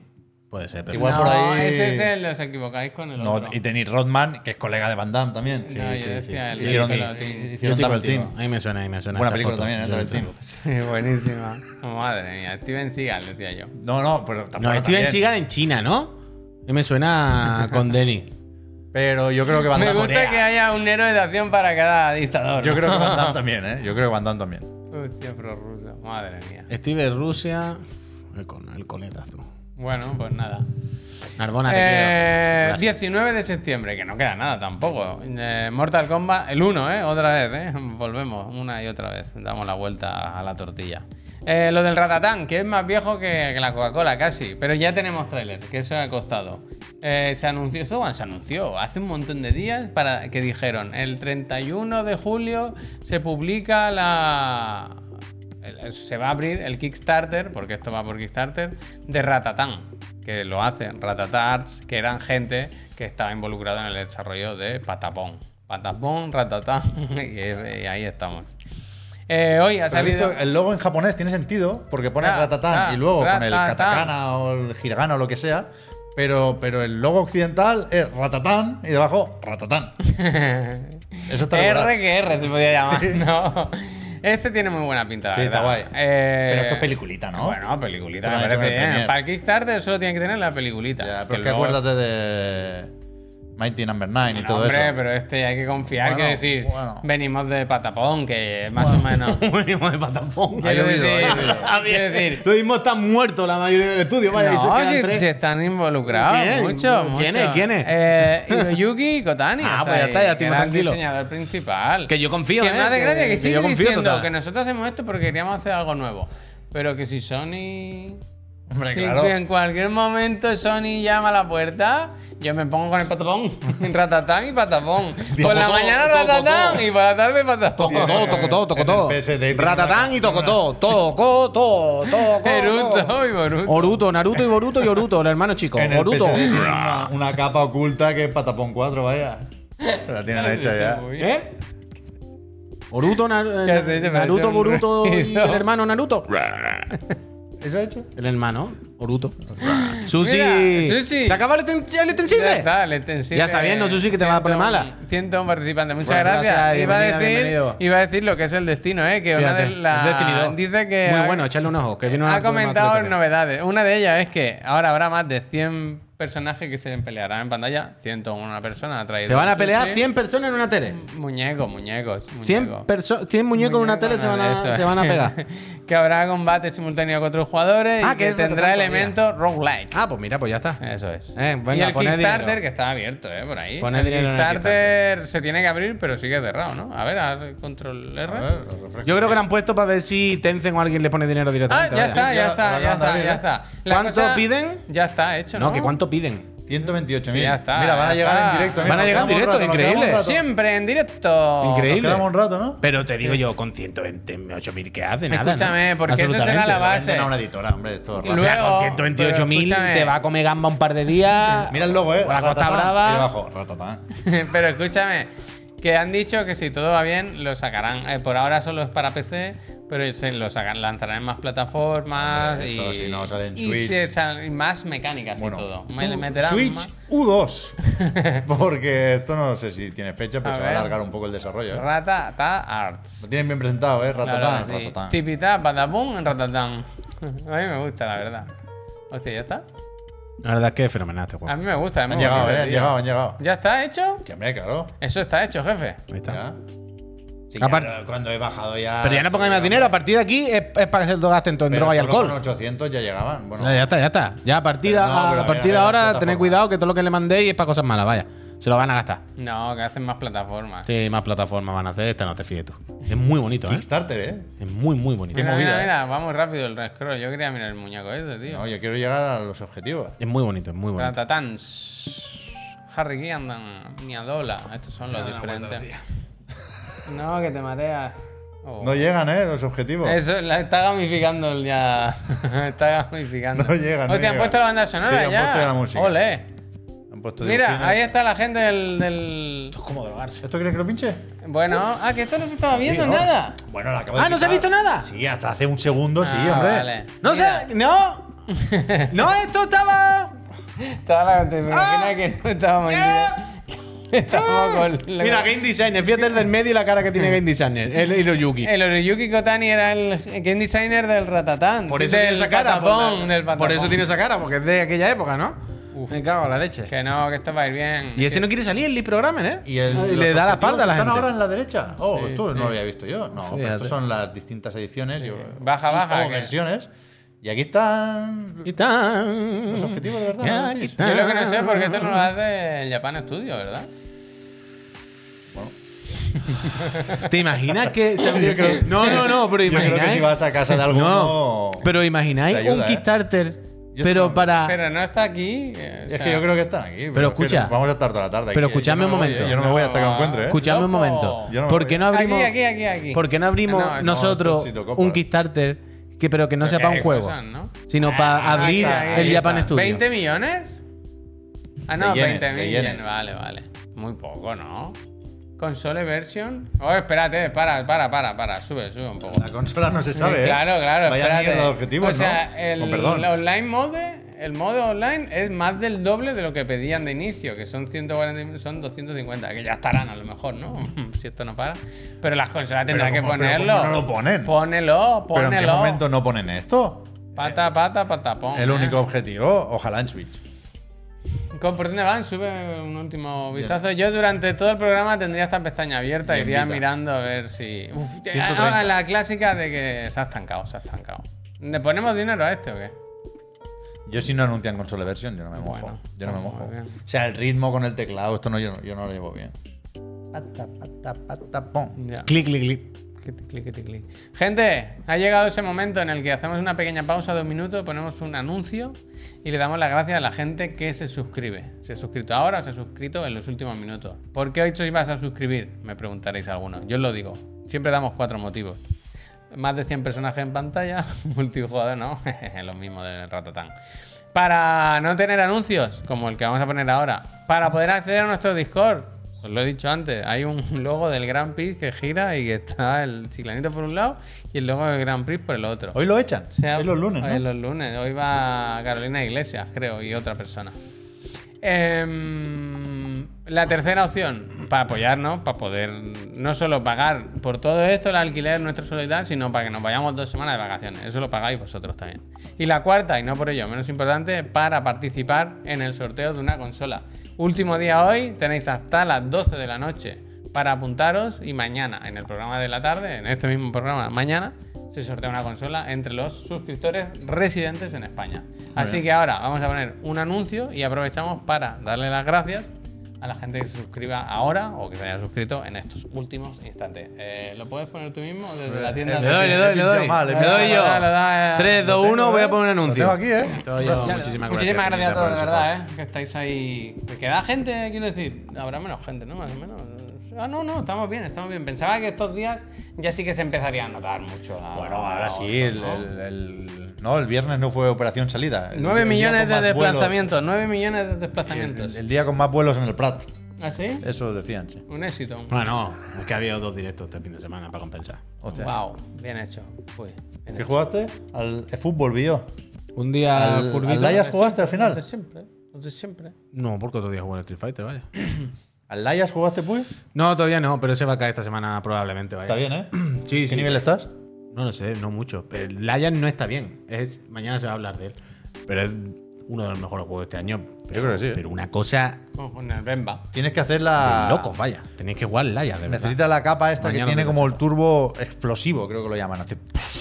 Speaker 4: Puede ser, pero.
Speaker 2: Igual
Speaker 1: no,
Speaker 2: por ahí-
Speaker 1: ese es el, os equivocáis con el
Speaker 2: No,
Speaker 1: otro.
Speaker 2: y Denis Rodman, que es colega de Van Damme también.
Speaker 1: No, yo decía el
Speaker 2: Hicieron,
Speaker 1: Pelotín.
Speaker 2: hicieron
Speaker 4: Yo estoy
Speaker 2: Double
Speaker 4: contigo.
Speaker 2: Team.
Speaker 4: Ahí me suena, ahí me suena.
Speaker 2: Buena
Speaker 4: esa
Speaker 2: película
Speaker 4: foto.
Speaker 2: también, ¿eh?
Speaker 4: Yo
Speaker 2: Double
Speaker 4: estoy-
Speaker 2: Team.
Speaker 1: Sí, buenísima. Madre mía, Steven Seagal, decía yo.
Speaker 2: No, no, pero tampoco.
Speaker 4: No, Steven
Speaker 2: también.
Speaker 4: Seagal en China, ¿no? Ahí me suena con Denny.
Speaker 2: Pero yo creo que Van
Speaker 1: Me
Speaker 2: Damme.
Speaker 1: gusta que haya un héroe de acción para cada dictador.
Speaker 2: Yo creo que Van Damme también, ¿eh? Yo creo que Van Damme también.
Speaker 1: Hostia, prorruso. Madre mía.
Speaker 4: Steve Rusia. Uf, El, con, el coletas, tú.
Speaker 1: Bueno, pues nada.
Speaker 4: Narbona, te
Speaker 1: Eh,
Speaker 4: quiero. Gracias.
Speaker 1: 19 de septiembre, que no queda nada tampoco. Eh, Mortal Kombat, el 1, ¿eh? Otra vez, ¿eh? Volvemos una y otra vez. Damos la vuelta a la tortilla. Eh, lo del Ratatán, que es más viejo que, que la Coca-Cola casi, pero ya tenemos tráiler, que eso ha costado. Eh, se anunció, esto bueno, se anunció hace un montón de días para que dijeron, el 31 de julio se publica la... el- Se va a abrir el Kickstarter, porque esto va por Kickstarter, de Ratatán que lo hacen, Ratatá Arts, que eran gente que estaba involucrada en el desarrollo de Patapón. Patapón, Ratatá, y, y ahí estamos. Eh, hoy ha
Speaker 2: Pero he visto
Speaker 1: salido...
Speaker 2: el logo en japonés tiene sentido porque pone
Speaker 1: Ra-
Speaker 2: ratatán
Speaker 1: ra-
Speaker 2: y luego con el
Speaker 1: ratatán.
Speaker 2: katakana o el hiragana o lo que sea. Pero, pero el logo occidental es ratatán y debajo ratatán. Eso está
Speaker 1: R
Speaker 2: regular.
Speaker 1: que R se podía llamar, ¿no? Este tiene muy buena pinta, la
Speaker 2: Sí, está
Speaker 1: verdad.
Speaker 2: guay.
Speaker 1: Eh,
Speaker 2: Pero esto es peliculita, ¿no?
Speaker 1: Bueno, peliculita,
Speaker 2: Esto lo
Speaker 1: me
Speaker 2: han hecho
Speaker 1: parece
Speaker 2: en el
Speaker 1: bien.
Speaker 2: Premier.
Speaker 1: Para el Kickstarter solo tienen que tener la peliculita.
Speaker 2: Ya, pero es que
Speaker 1: luego-
Speaker 2: acuérdate de Mighty Number 9 y
Speaker 1: No,
Speaker 2: todo
Speaker 1: hombre,
Speaker 2: eso.
Speaker 1: pero este hay que confiar,
Speaker 2: Bueno,
Speaker 1: quiero decir,
Speaker 2: bueno.
Speaker 1: venimos de Patapón, que más o menos...
Speaker 4: Buenísimo de patapón.
Speaker 2: Ha
Speaker 1: Quiero
Speaker 2: llovido,
Speaker 1: decir-
Speaker 2: ha llovido.
Speaker 4: Ah, bien.
Speaker 1: quiero decir,
Speaker 4: Lo mismo están muertos la mayoría del estudio. Vaya, y se
Speaker 1: no,
Speaker 4: quedan
Speaker 1: si,
Speaker 4: tres.
Speaker 1: si están involucrados,
Speaker 4: ¿Quién?
Speaker 1: mucho, mucho.
Speaker 4: ¿Quiénes? ¿Quiénes?
Speaker 1: Eh, Hiroyuki y Kotani.
Speaker 4: Ah,
Speaker 1: está
Speaker 4: pues ya está, ya
Speaker 1: ahí,
Speaker 4: estoy
Speaker 1: que
Speaker 4: más
Speaker 1: era
Speaker 4: tranquilo.
Speaker 1: el diseñador principal.
Speaker 4: Que yo confío,
Speaker 1: Que
Speaker 4: ¿eh?
Speaker 1: me hace
Speaker 4: Que-
Speaker 1: gracia que,
Speaker 4: que
Speaker 1: sigue
Speaker 4: yo confío
Speaker 1: diciendo
Speaker 4: total.
Speaker 1: que nosotros hacemos esto porque queríamos hacer algo nuevo. Pero que si Sony...
Speaker 2: Hombre,
Speaker 1: si
Speaker 2: claro.
Speaker 1: en cualquier momento Sony llama a la puerta, yo me pongo con el patapón. ratatán y patapón. Por la
Speaker 4: Tocotó,
Speaker 1: mañana
Speaker 4: tocotó.
Speaker 1: ratatán y por la tarde patapón.
Speaker 4: Toco todo, toco todo, toco todo.
Speaker 2: En el PSD tiene
Speaker 4: Ratatán
Speaker 2: una-
Speaker 4: y toco todo. Toco, todo, toco. todo.
Speaker 1: Eruto y Boruto.
Speaker 4: Oruto, Naruto y Boruto y Oruto, el hermano chico.
Speaker 2: En el
Speaker 4: Oruto.
Speaker 2: PSD tiene una, una capa oculta que es Patapón 4, vaya. La tienen hecha ya.
Speaker 4: ¿Eh? Oruto, Nar- eh,
Speaker 1: ¿Qué has hecho? Parece
Speaker 4: Naruto,
Speaker 1: un
Speaker 4: Boruto y el
Speaker 1: ruido.
Speaker 4: hermano Naruto.
Speaker 2: ¿Eso hecho?
Speaker 4: El hermano, Oruto. Susi.
Speaker 1: Mira, Susi.
Speaker 4: ¿Se acaba el, ten- el extensible?
Speaker 1: Ya está, le te- sí,
Speaker 4: Ya está
Speaker 1: le-
Speaker 4: bien, no, Susi, que te vas a poner
Speaker 1: 101
Speaker 4: mala.
Speaker 1: 101 participantes, muchas
Speaker 4: Pues
Speaker 1: gracias.
Speaker 4: gracias,
Speaker 1: iba, a
Speaker 4: bienvenida,
Speaker 1: decir,
Speaker 4: bienvenido.
Speaker 1: iba a decir lo que es el destino, ¿eh? que una
Speaker 4: Fíjate,
Speaker 1: de las.
Speaker 4: el Destiny 2.
Speaker 1: Dice que.
Speaker 4: Muy
Speaker 1: ha-
Speaker 4: bueno, echarle un ojo. Que viene una
Speaker 1: ha comentado
Speaker 4: novedad.
Speaker 1: novedades. Una de ellas es que ahora habrá más de 100 personajes que se pelearán en pantalla. 101 personas ha traído
Speaker 4: Se van a
Speaker 1: Susi. Mm,
Speaker 4: pelear 100 personas en una tele.
Speaker 1: Muñecos, muñecos.
Speaker 4: 100,
Speaker 1: muñecos.
Speaker 4: perso- 100 muñecos en una tele se van
Speaker 1: Eso
Speaker 4: a,
Speaker 1: es.
Speaker 4: se van a pegar.
Speaker 1: que habrá combate simultáneo a cuatro jugadores
Speaker 4: Ah,
Speaker 1: y
Speaker 4: que
Speaker 1: que
Speaker 4: es lo que
Speaker 1: tendrá
Speaker 4: tanto había.
Speaker 1: elementos roguelike.
Speaker 4: Ah, pues mira, pues ya está.
Speaker 1: Eso es.
Speaker 4: Eh, venga,
Speaker 1: y el
Speaker 4: poned
Speaker 1: Kickstarter,
Speaker 4: dinero.
Speaker 1: que está abierto, ¿eh? Por ahí.
Speaker 4: Poned
Speaker 1: el
Speaker 4: dinero en el
Speaker 1: Kickstarter se tiene que abrir, pero sigue cerrado, ¿no? A ver, haz control R.
Speaker 2: A ver, lo refresco.
Speaker 4: Yo creo que lo han puesto para ver si Tencent o alguien le pone dinero
Speaker 1: ah,
Speaker 4: directamente.
Speaker 1: ya
Speaker 4: vaya.
Speaker 1: está, ya
Speaker 2: Ya,
Speaker 1: está,
Speaker 2: la
Speaker 1: ya
Speaker 2: acaban de
Speaker 1: está,
Speaker 2: abrir,
Speaker 1: ya
Speaker 2: ¿eh?
Speaker 1: está.
Speaker 4: ¿Cuánto piden?
Speaker 1: Ya está hecho, ¿no?
Speaker 4: No, que cuánto piden.
Speaker 2: 128.000.
Speaker 1: Sí, ya está,
Speaker 2: Mira, van
Speaker 1: ya
Speaker 2: a llegar
Speaker 1: está.
Speaker 2: en directo.
Speaker 1: Van
Speaker 2: mira,
Speaker 4: a
Speaker 2: nos
Speaker 4: llegar
Speaker 2: quedamos un
Speaker 4: en directo,
Speaker 2: rato, nos quedamos un
Speaker 4: increíble.
Speaker 2: rato.
Speaker 1: Siempre en directo.
Speaker 4: Increíble.
Speaker 2: Nos quedamos un rato, ¿no?
Speaker 4: Pero te digo yo, con 128.000 que hace, nada.
Speaker 1: Escúchame,
Speaker 4: ¿no?
Speaker 1: porque eso será la
Speaker 4: Absolutamente.
Speaker 1: base.
Speaker 2: Venden a una editora, hombre, esto.
Speaker 1: Y
Speaker 4: O sea,
Speaker 1: Luego,
Speaker 4: con
Speaker 1: pero
Speaker 4: 128.000 te
Speaker 1: escúchame.
Speaker 4: va a comer gamba un par de días.
Speaker 2: Mira el logo, eh.
Speaker 4: Por la Costa
Speaker 2: Ratatán.
Speaker 4: Brava.
Speaker 2: Y abajo, ratatán.
Speaker 1: Pero escúchame, que han dicho que si todo va bien, lo sacarán. Eh, por ahora solo es para PC, pero se lo sacan, lanzarán en más plataformas
Speaker 2: Hombre, esto
Speaker 1: y,
Speaker 2: si no sale en
Speaker 1: y
Speaker 2: Switch.
Speaker 1: se sal- y más mecánicas y todo. Me le
Speaker 2: U-
Speaker 1: meterán
Speaker 2: Switch
Speaker 1: más-
Speaker 2: U2. Porque esto no sé si tiene fecha, pero
Speaker 1: A
Speaker 2: se va
Speaker 1: ver.
Speaker 2: a alargar un poco el desarrollo. ¿eh?
Speaker 1: Rata Ta Arts.
Speaker 2: Lo tienen bien presentado, ¿eh? Ratatán,
Speaker 1: La verdad que sí.
Speaker 2: ratatán.
Speaker 1: Tipitá, badabum, ratatán. A mí me gusta, la verdad. Hostia, ¿ya está?
Speaker 4: La verdad es que es fenomenal este
Speaker 1: A
Speaker 4: juego.
Speaker 1: mí me gusta. es
Speaker 2: Han
Speaker 1: muy
Speaker 2: llegado,
Speaker 1: bonito,
Speaker 2: eh. Han
Speaker 1: tío.
Speaker 2: llegado, han llegado.
Speaker 1: ¿Ya está hecho?
Speaker 2: Sí, hombre, claro.
Speaker 1: Eso está hecho, jefe.
Speaker 4: Ahí está.
Speaker 2: Ya. Sí,
Speaker 4: Aparte-
Speaker 2: claro, cuando he bajado ya.
Speaker 4: Pero ya no pongáis
Speaker 2: sí,
Speaker 4: más dinero, a partir de aquí es, es para que se lo gasten todo en
Speaker 2: Pero
Speaker 4: droga y
Speaker 2: solo
Speaker 4: alcohol.
Speaker 2: Con 800 ya llegaban. Bueno,
Speaker 4: Ya, ya está, ya está. Ya a partir, de-
Speaker 2: Pero no,
Speaker 4: a,
Speaker 2: pero
Speaker 4: a
Speaker 2: mira,
Speaker 4: partir de
Speaker 2: mira la
Speaker 4: ahora,
Speaker 2: plataforma.
Speaker 4: tened cuidado que todo lo que le mandéis es para cosas malas, vaya. Se lo van a gastar.
Speaker 1: No, que hacen más plataformas.
Speaker 4: Sí, más plataformas van a hacer, esta no te fíes tú. Es muy bonito, ¿eh?
Speaker 2: Kickstarter, ¿eh?
Speaker 4: Es muy, muy bonito.
Speaker 1: Mira,
Speaker 2: movida,
Speaker 1: mira,
Speaker 2: eh.
Speaker 1: mira, va muy rápido el rescroll. Yo quería mirar el muñeco ese, tío.
Speaker 2: No, yo quiero llegar a los objetivos.
Speaker 4: Es muy bonito, es muy bonito.
Speaker 1: Ratatans. Harry Giandan. Miadola. Estos son los diferentes. No, que te mareas. Oh.
Speaker 2: No llegan, ¿eh? Los objetivos.
Speaker 1: Eso, la, está gamificando el ya. está gamificando.
Speaker 2: No llega, no
Speaker 1: Hostia, han
Speaker 2: llega.
Speaker 1: puesto la banda sonora
Speaker 2: Sí, han
Speaker 1: ya.
Speaker 2: puesto ya la música.
Speaker 1: Ole.
Speaker 2: Han puesto
Speaker 1: Mira,
Speaker 2: dibujines.
Speaker 1: ahí está la gente del, del-
Speaker 4: ¿Cómo drogarse?
Speaker 2: ¿Esto crees que lo pinche?
Speaker 1: Bueno, ah, que esto no se estaba viendo
Speaker 2: Sí, ¿no?
Speaker 1: nada.
Speaker 2: Bueno, la acabo
Speaker 4: Ah, ¿no se ha visto nada?
Speaker 2: Sí, hasta hace un segundo, sí,
Speaker 1: Ah,
Speaker 2: hombre.
Speaker 1: vale.
Speaker 4: No
Speaker 1: Mira,
Speaker 4: sé, no. No, esto estaba.
Speaker 1: Estaba la gente. Me
Speaker 2: Ah.
Speaker 1: imagino que no estábamos. Estábamos con.
Speaker 4: Mira, Game Designer, fíjate el del medio y la cara que tiene Game Designer, el Hiroyuki.
Speaker 1: El Oriyuki Kotani era el game designer del Ratatán.
Speaker 4: Por eso
Speaker 1: del
Speaker 4: tiene esa cara. por
Speaker 1: patapón,
Speaker 4: la-
Speaker 1: del
Speaker 4: Por
Speaker 1: patapón.
Speaker 4: eso tiene esa cara, porque es de aquella época, ¿no?
Speaker 1: Uf.
Speaker 4: Me cago en la leche.
Speaker 1: Que no, que esto va a ir bien.
Speaker 4: Y ese
Speaker 1: Sí.
Speaker 4: no quiere salir el Lee Programmer, ¿eh?
Speaker 2: Y el-
Speaker 4: Ah,
Speaker 2: los
Speaker 4: le da la espalda a
Speaker 2: objetivos
Speaker 4: la
Speaker 2: Están
Speaker 4: gente.
Speaker 2: ahora en la derecha. Oh, esto no lo había visto yo. No,
Speaker 4: Fíjate.
Speaker 2: pero estos son las distintas ediciones. y-
Speaker 1: Baja,
Speaker 2: y-
Speaker 1: baja,
Speaker 2: O
Speaker 1: que-
Speaker 2: versiones. Y aquí están
Speaker 4: Aquí están.
Speaker 2: los objetivos de verdad.
Speaker 4: Ya,
Speaker 2: ¿no
Speaker 4: aquí
Speaker 2: decís?
Speaker 4: están.
Speaker 1: Yo lo que no sé es por qué esto no lo hace el Japan Studio, ¿verdad?
Speaker 4: ¿Te imaginas que.? se-
Speaker 2: Yo creo-
Speaker 4: no, no, no, pero
Speaker 2: Yo creo que
Speaker 4: imagináis.
Speaker 2: si vas a casa de alguno.
Speaker 4: no, pero imagináis
Speaker 2: te ayuda,
Speaker 4: un
Speaker 2: ¿eh?
Speaker 4: Kickstarter,
Speaker 2: Yo
Speaker 4: pero
Speaker 2: también.
Speaker 4: para.
Speaker 1: Pero no está aquí. eh, o
Speaker 2: Ah. Es
Speaker 1: sea,
Speaker 2: que yo creo que están aquí. es que
Speaker 4: escucha.
Speaker 2: Vamos a estar toda la tarde.
Speaker 4: Pero
Speaker 2: aquí, eh. Yo
Speaker 4: escuchadme
Speaker 2: no
Speaker 4: un
Speaker 2: me voy,
Speaker 4: momento.
Speaker 2: eh. Yo no me voy hasta que lo encuentre, ¿eh?
Speaker 4: Escuchadme un
Speaker 1: Loco.
Speaker 4: momento.
Speaker 2: Yo no me
Speaker 4: ¿Por
Speaker 2: voy.
Speaker 4: qué no abrimos,
Speaker 1: Aquí, aquí, aquí, aquí.
Speaker 4: ¿por qué no abrimos
Speaker 1: No, no,
Speaker 4: nosotros
Speaker 2: esto sí lo compro.
Speaker 4: un Kickstarter que, pero que no sea
Speaker 1: que
Speaker 4: para un
Speaker 1: hay
Speaker 4: juego?
Speaker 1: cosas, ¿no?
Speaker 4: Sino para abrir
Speaker 1: está, ahí
Speaker 4: el
Speaker 2: está.
Speaker 4: Japan Studio.
Speaker 1: ¿20 millones? Ah, no,
Speaker 2: De yenes,
Speaker 1: 20
Speaker 2: de
Speaker 1: millones.
Speaker 2: yenes.
Speaker 1: Vale, vale. Muy poco, ¿no? Console version. Oh, espérate, para, para, para, para. Sube, sube un poco.
Speaker 2: La consola no se sabe. ¿eh?
Speaker 1: Claro, claro.
Speaker 2: Vaya
Speaker 1: espérate.
Speaker 2: mierda de objetivos,
Speaker 1: O sea,
Speaker 2: ¿no?
Speaker 1: el,
Speaker 2: Con perdón.
Speaker 1: la online mode, el modo online es más del doble de lo que pedían de inicio, que son 140, son 250, que ya estarán a lo mejor, ¿no? si esto no para. Pero las consolas tendrán que
Speaker 2: ¿cómo- pero
Speaker 1: ponerlo.
Speaker 2: cómo no lo ponen?
Speaker 1: Pónelo,
Speaker 2: Pero en qué
Speaker 1: pónelo.
Speaker 2: momento no ponen esto.
Speaker 1: Pata, pata, pata, pon.
Speaker 2: El
Speaker 1: eh.
Speaker 2: único objetivo, ojalá en Switch.
Speaker 1: Con- ¿Por dónde van? Sube un último vistazo. Yo durante todo el programa tendría esta pestaña abierta,
Speaker 2: Bien,
Speaker 1: iría
Speaker 2: Vita.
Speaker 1: mirando a ver si. Uf,
Speaker 2: 130.
Speaker 1: ah, la clásica de que se ha estancado, se ha estancado. ¿Le ponemos dinero a este o qué?
Speaker 2: Yo si no anuncian console versión, yo no me mojo.
Speaker 1: Bueno,
Speaker 2: yo no me
Speaker 1: muy
Speaker 2: mojo.
Speaker 1: bien.
Speaker 2: O sea, el ritmo con el teclado, esto no, yo, no- yo no lo llevo bien. Pata, pata, pata, pum.
Speaker 1: Ya.
Speaker 4: Clic, clic, clic.
Speaker 1: Clic, clic, clic, clic. Gente, ha llegado ese momento en el que hacemos una pequeña pausa de un minuto, ponemos un anuncio y le damos las gracias a la gente que se suscribe. Se ha suscrito ahora o se ha suscrito en los últimos minutos. ¿Por qué hoy te vas a suscribir? Me preguntaréis algunos. Yo os lo digo. Siempre damos cuatro motivos. Más de 100 personajes en pantalla, multijugador, ¿no? lo mismo del Ratatán. Para no tener anuncios, como el que vamos a poner ahora. Para poder acceder a nuestro Discord, os lo he dicho antes, hay un logo del Grand Prix que gira y que está el chiclanito por un lado y el logo del Grand Prix por el otro.
Speaker 2: Hoy lo echan.
Speaker 1: O sea,
Speaker 2: Hoy los lunes,
Speaker 1: Hoy es
Speaker 2: ¿no?
Speaker 1: los lunes. Hoy va Carolina Iglesias, creo, y otra persona. Em, la tercera opción, para apoyarnos, para poder no solo pagar por todo esto el alquiler, nuestro soledad, sino para que nos vayamos dos semanas de vacaciones. Eso lo pagáis vosotros también. Y la cuarta, y no por ello menos importante, para participar en el sorteo de una consola. Último día hoy, tenéis hasta las 12 de la noche para apuntaros y mañana, en el programa de la tarde, en este mismo programa, mañana, se sortea una consola entre los suscriptores residentes en España. Así que ahora vamos a poner un anuncio y aprovechamos para darle las gracias a la gente que se suscriba ahora o que se haya suscrito en estos últimos instantes. Eh, ¿Lo puedes poner tú mismo desde la tienda?
Speaker 4: Eh, Le doy, le doy, le doy. Eh,
Speaker 2: Mal, he
Speaker 4: Le doy yo.
Speaker 1: Dale, dale.
Speaker 4: 3, 2, 1, voy a poner un anuncio.
Speaker 2: Lo tengo aquí, ¿eh?
Speaker 4: Todo yo.
Speaker 2: Gracias.
Speaker 4: Muchísimas gracias.
Speaker 1: Muchísimas gracias a todos, de
Speaker 4: por el
Speaker 1: verdad, ¿eh? que estáis ahí. Que queda gente, eh, quiero decir, habrá menos gente, ¿no? Más o menos. Ah, no, no, estamos bien, estamos bien. Pensaba que estos días ya sí que se empezaría a notar mucho. la-
Speaker 2: Bueno, ahora sí, el,
Speaker 1: ¿no?
Speaker 2: el- el- no, el viernes no fue operación salida. El-
Speaker 1: 9
Speaker 2: el día
Speaker 1: millones
Speaker 2: con
Speaker 1: de
Speaker 2: más vuelos-
Speaker 1: desplazamientos, 9 millones de desplazamientos.
Speaker 2: El, el día con más vuelos en el Prat.
Speaker 1: ¿Ah, sí?
Speaker 2: Eso decían, sí.
Speaker 1: Un éxito.
Speaker 4: Bueno, es que ha habido dos directos este fin de semana para compensar.
Speaker 2: Hostia.
Speaker 1: Wow, bien hecho. Uy, bien
Speaker 2: ¿Qué
Speaker 1: hecho.
Speaker 2: jugaste? Al fútbol, vio.
Speaker 4: Un día
Speaker 2: ¿Al,
Speaker 4: furguito-
Speaker 2: al Layas jugaste al
Speaker 1: Los de
Speaker 2: final?
Speaker 1: siempre, los de siempre.
Speaker 4: No, porque otro día jugó en Street Fighter, vaya.
Speaker 2: ¿Al Layas jugaste, pues?
Speaker 4: No, todavía no, pero ese va a caer esta semana probablemente, vaya.
Speaker 2: Está bien, ¿eh?
Speaker 4: Sí,
Speaker 2: ¿Qué
Speaker 4: sí.
Speaker 2: nivel estás?
Speaker 4: No lo sé, no mucho. Pero el Lion no está bien. Es, mañana se va a hablar de él. Pero es uno de los mejores juegos de este año. Pero,
Speaker 2: creo que sí.
Speaker 4: Pero una cosa
Speaker 2: Oh,
Speaker 1: Como con el Bemba.
Speaker 2: Tienes que hacer la.
Speaker 4: loco, vaya. Tenéis que jugar Lion, de verdad.
Speaker 2: Necesita la capa esta
Speaker 4: Mañana
Speaker 2: que tiene
Speaker 4: lo
Speaker 2: como el turbo explosivo, creo que lo llaman. Hace-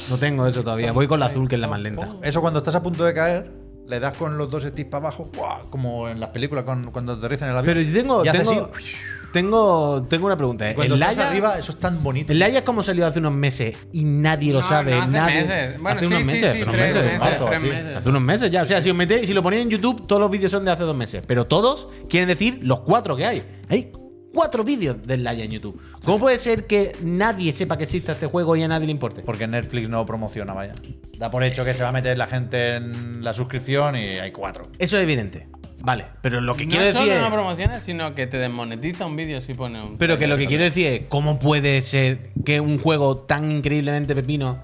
Speaker 4: No tengo eso todavía. Voy con la azul, que es la más lenta.
Speaker 2: Eso cuando estás a punto de caer, le das con los dos sticks para abajo, ¡guau! como en las películas con- cuando aterrizan en el avión.
Speaker 4: Pero yo tengo.
Speaker 2: Y hace
Speaker 4: Tengo,
Speaker 2: así,
Speaker 4: tengo, tengo una pregunta.
Speaker 2: y
Speaker 4: ¿eh?
Speaker 2: cuando
Speaker 4: El
Speaker 2: estás
Speaker 4: Laia-
Speaker 2: arriba, eso es tan bonito.
Speaker 4: El Laia es como salió hace unos meses y nadie lo
Speaker 1: No,
Speaker 4: sabe.
Speaker 1: no, hace
Speaker 4: nadie,
Speaker 1: meses. Bueno,
Speaker 4: hace
Speaker 1: sí,
Speaker 4: unos
Speaker 1: sí,
Speaker 4: meses.
Speaker 1: sí,
Speaker 4: hace unos
Speaker 1: tres meses,
Speaker 4: marzo,
Speaker 1: tres
Speaker 4: así.
Speaker 1: meses.
Speaker 4: Hace unos meses ya. O sea, si, os metéis, si lo ponéis en YouTube, todos los vídeos son de hace dos meses. Pero todos quieren decir los cuatro que hay. Hay cuatro vídeos del Laia en YouTube. ¿Cómo puede ser que nadie sepa que exista este juego y a nadie le importe?
Speaker 2: Porque Netflix no promociona, vaya. Da por hecho que se va a meter la gente en la suscripción y hay cuatro.
Speaker 4: Eso es evidente. Vale, pero lo que
Speaker 1: No
Speaker 4: quiero
Speaker 1: solo
Speaker 4: decir
Speaker 1: no
Speaker 4: es.
Speaker 1: promociona, sino que te desmonetiza un vídeo si pone un.
Speaker 4: Pero que lo que quiero decir es, ¿cómo puede ser que un juego tan increíblemente pepino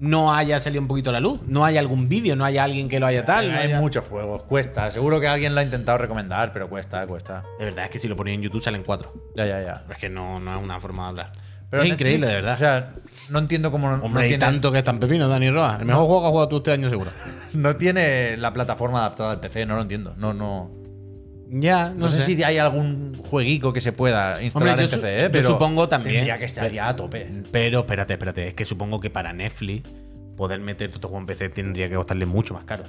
Speaker 4: no haya salido un poquito a la luz? No haya algún vídeo, no haya alguien que lo haya tal. no
Speaker 2: hay
Speaker 4: haya-
Speaker 2: muchos juegos, cuesta. Seguro que alguien lo ha intentado recomendar, pero cuesta, cuesta.
Speaker 4: De verdad es que si lo ponía en YouTube salen cuatro.
Speaker 2: Ya, ya, ya.
Speaker 4: Es que no, no es una forma de hablar.
Speaker 2: Pero
Speaker 4: es
Speaker 2: Netflix,
Speaker 4: increíble, de verdad.
Speaker 2: O sea, no entiendo cómo no-
Speaker 4: Hombre,
Speaker 2: no
Speaker 4: hay
Speaker 2: tiene
Speaker 4: tanto que es tan pepino, Dani Roa. El mejor juego que ha jugado tú este año, seguro.
Speaker 2: No tiene la plataforma adaptada al PC, no lo entiendo. No, no.
Speaker 4: ya, no,
Speaker 2: No, sé. si hay algún jueguico que se pueda instalar
Speaker 4: Hombre, yo,
Speaker 2: en
Speaker 4: su-
Speaker 2: PC, ¿eh?
Speaker 4: yo
Speaker 2: pero
Speaker 4: supongo también.
Speaker 2: Tendría que estar ya a tope.
Speaker 4: Pero espérate, espérate. Es que supongo que para Netflix poder meter todo este juego en PC tendría que costarle mucho más caro.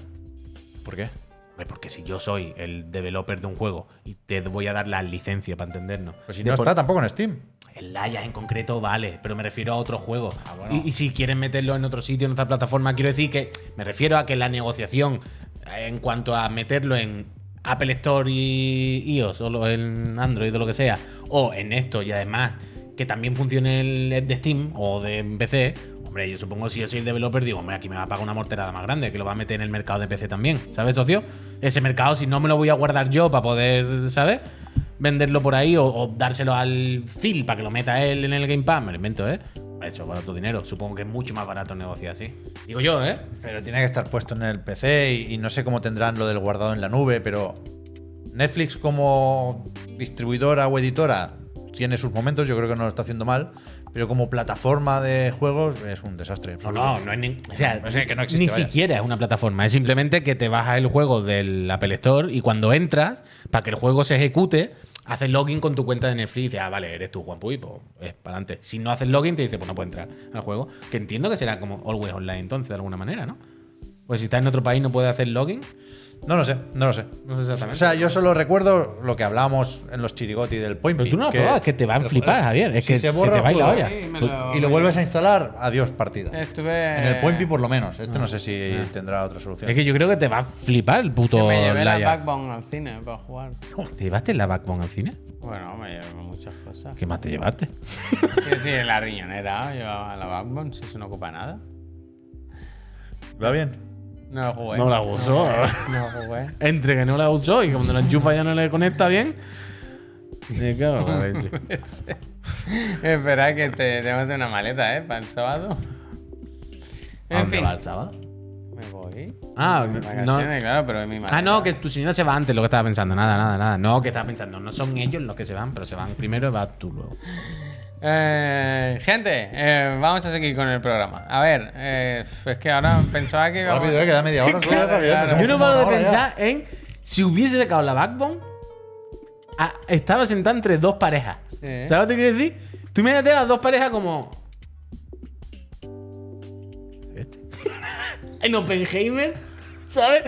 Speaker 2: ¿Por qué?
Speaker 4: Hombre, Porque si yo soy el developer de un juego y te voy a dar la licencia para entendernos.
Speaker 2: Pues si
Speaker 4: de
Speaker 2: no
Speaker 4: por-
Speaker 2: está tampoco en Steam.
Speaker 4: El Layas en concreto vale, pero me refiero a otros juegos.
Speaker 2: bueno.
Speaker 4: y, y si quieren meterlo en otro sitio, en otra plataforma, quiero decir que me refiero a que la negociación eh, en cuanto a meterlo en Apple Store y iOS, o lo- en Android o lo que sea, o en esto y además que también funcione el de Steam o de PC. Hombre, yo supongo que si yo soy el developer, digo, hombre, aquí me va a pagar una morterada más grande, que lo va a meter en el mercado de PC también. ¿Sabes, socio? Ese mercado, si no me lo voy a guardar yo para poder, ¿sabes? venderlo por ahí o, o dárselo al Phil para que lo meta él en el Game Pass. Me lo invento, ¿eh? Eso vale tu dinero. Supongo que es mucho más barato negociar así. Digo yo, ¿eh?
Speaker 2: Pero tiene que estar puesto en el PC y, y no sé cómo tendrán lo del guardado en la nube, pero Netflix como distribuidora o editora tiene sus momentos, yo creo que no lo está haciendo mal, pero como plataforma de juegos es un desastre.
Speaker 4: No,
Speaker 2: absoluto.
Speaker 4: no, no es ni, o sea,
Speaker 2: O sea, que no existe,
Speaker 4: ni
Speaker 2: vaya.
Speaker 4: siquiera es una plataforma. Es simplemente que te bajas el juego del Apple Store y cuando entras, para que el juego se ejecute, haces login con tu cuenta de Netflix y dices, ah, vale, eres tú, Juan Puy, pues es para adelante. Si no haces login, te dice, pues no puedes entrar al juego. Que entiendo que será como Always Online entonces, de alguna manera, ¿no? Pues si estás en otro país no puedes hacer login.
Speaker 2: No lo sé, no lo sé.
Speaker 4: No sé exactamente.
Speaker 2: O sea, yo solo recuerdo lo que hablábamos en los chirigoti del Point
Speaker 4: Pero tú no lo
Speaker 2: Peak,
Speaker 4: probas, que te van a flipar, Javier. Es
Speaker 2: Si
Speaker 4: que
Speaker 2: se
Speaker 4: se,
Speaker 2: borra,
Speaker 4: te va y la
Speaker 2: joder.
Speaker 4: olla.
Speaker 1: Sí, me
Speaker 4: Tú-
Speaker 2: Y lo vuelves a instalar, adiós partida.
Speaker 1: Estuve.
Speaker 2: En el Point Peak por lo menos. Este no sé si tendrá otra solución.
Speaker 4: Es que yo creo que te va a flipar el
Speaker 1: que
Speaker 4: puto
Speaker 1: me llevé la
Speaker 4: Laia.
Speaker 1: Backbone al cine para jugar.
Speaker 4: ¿Te llevaste la backbone al cine?
Speaker 1: Bueno, me llevé muchas cosas.
Speaker 4: ¿Qué más te llevaste?
Speaker 1: Es decir, la riñonera llevaba la Backbone, si eso no ocupa nada.
Speaker 2: ¿Va bien?
Speaker 1: No la jugué.
Speaker 4: No la usó.
Speaker 1: No la jugué.
Speaker 4: Entre que no la usó y cuando la enchufa ya no le conecta bien. Me cago en la leche.
Speaker 1: Espera que te tenemos una maleta, ¿eh? Para el sábado.
Speaker 4: ¿A
Speaker 1: En
Speaker 4: dónde
Speaker 1: fin.
Speaker 4: va el sábado?
Speaker 1: Me voy.
Speaker 4: Ah,
Speaker 1: De
Speaker 4: no.
Speaker 1: vacaciones, claro, pero es mi maleta.
Speaker 4: Ah, no, que tu señora se va antes, lo que estaba pensando. Nada, nada, nada. No, que estaba pensando. No son ellos los que se van, pero se van primero y vas tú luego.
Speaker 1: Eh, gente, eh, vamos a seguir con el programa. A ver, eh, es que ahora pensaba que íbamos-
Speaker 2: Rápido, eh, queda media hora.
Speaker 1: Claro,
Speaker 2: Javier,
Speaker 1: claro.
Speaker 2: nos hemos
Speaker 4: Yo no
Speaker 2: fumado
Speaker 4: paro de
Speaker 2: una hora ya.
Speaker 4: pensar en si hubiese sacado la backbone, a- estaba sentada entre dos parejas.
Speaker 1: Sí.
Speaker 4: ¿Sabes lo que te quiero decir? Tú imagínate las dos parejas como. este. en Oppenheimer, ¿sabes?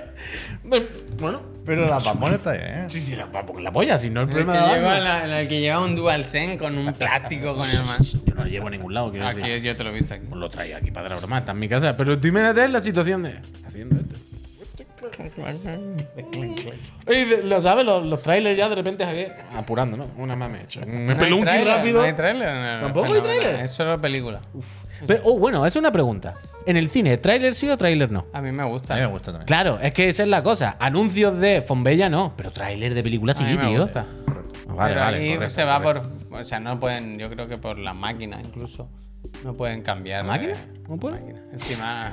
Speaker 4: Bueno,
Speaker 2: Pero la Pampona está bien, ¿eh?
Speaker 4: Sí, sí, la, la polla, si no el
Speaker 1: El que,
Speaker 4: problema de
Speaker 1: lleva
Speaker 4: darlo.
Speaker 1: la- la- el que lleva un DualSense con un plástico con el man.
Speaker 4: Yo no lo llevo a ningún lado, quiero decir.
Speaker 1: Aquí yo te lo he visto aquí.
Speaker 4: Pues lo traía aquí para la broma, está en mi casa. Pero tú imagínate la situación de. ¿Qué está haciendo esto? Y de- lo sabes, los, los trailers ya de repente Javier. Apurando, ¿no? Una mame hecha. Me
Speaker 1: No hay
Speaker 4: peló un
Speaker 1: tráiler,
Speaker 4: rápido.
Speaker 1: No hay trailer. en el
Speaker 4: ¿Tampoco hay
Speaker 1: fenómeno,
Speaker 4: tráiler?
Speaker 1: Es solo película.
Speaker 4: Pero, oh, bueno, esa es una pregunta. ¿En el cine, tráiler sí o tráiler no?
Speaker 1: A mí me gusta.
Speaker 2: A mí me gusta también.
Speaker 4: Claro, es que esa es la cosa. Anuncios de Fombella no, pero tráiler de película
Speaker 1: A mí
Speaker 4: sí,
Speaker 1: me
Speaker 4: tío.
Speaker 1: gusta.
Speaker 4: Ah, Vale,
Speaker 1: Pero
Speaker 4: vale.
Speaker 1: aquí
Speaker 4: correcto,
Speaker 1: se va
Speaker 4: correcto.
Speaker 1: por. O sea, no pueden. Yo creo que por la máquina incluso. No pueden cambiar.
Speaker 4: ¿La máquina?
Speaker 1: de-
Speaker 4: ¿No puede?
Speaker 1: Eh, máquina. Encima.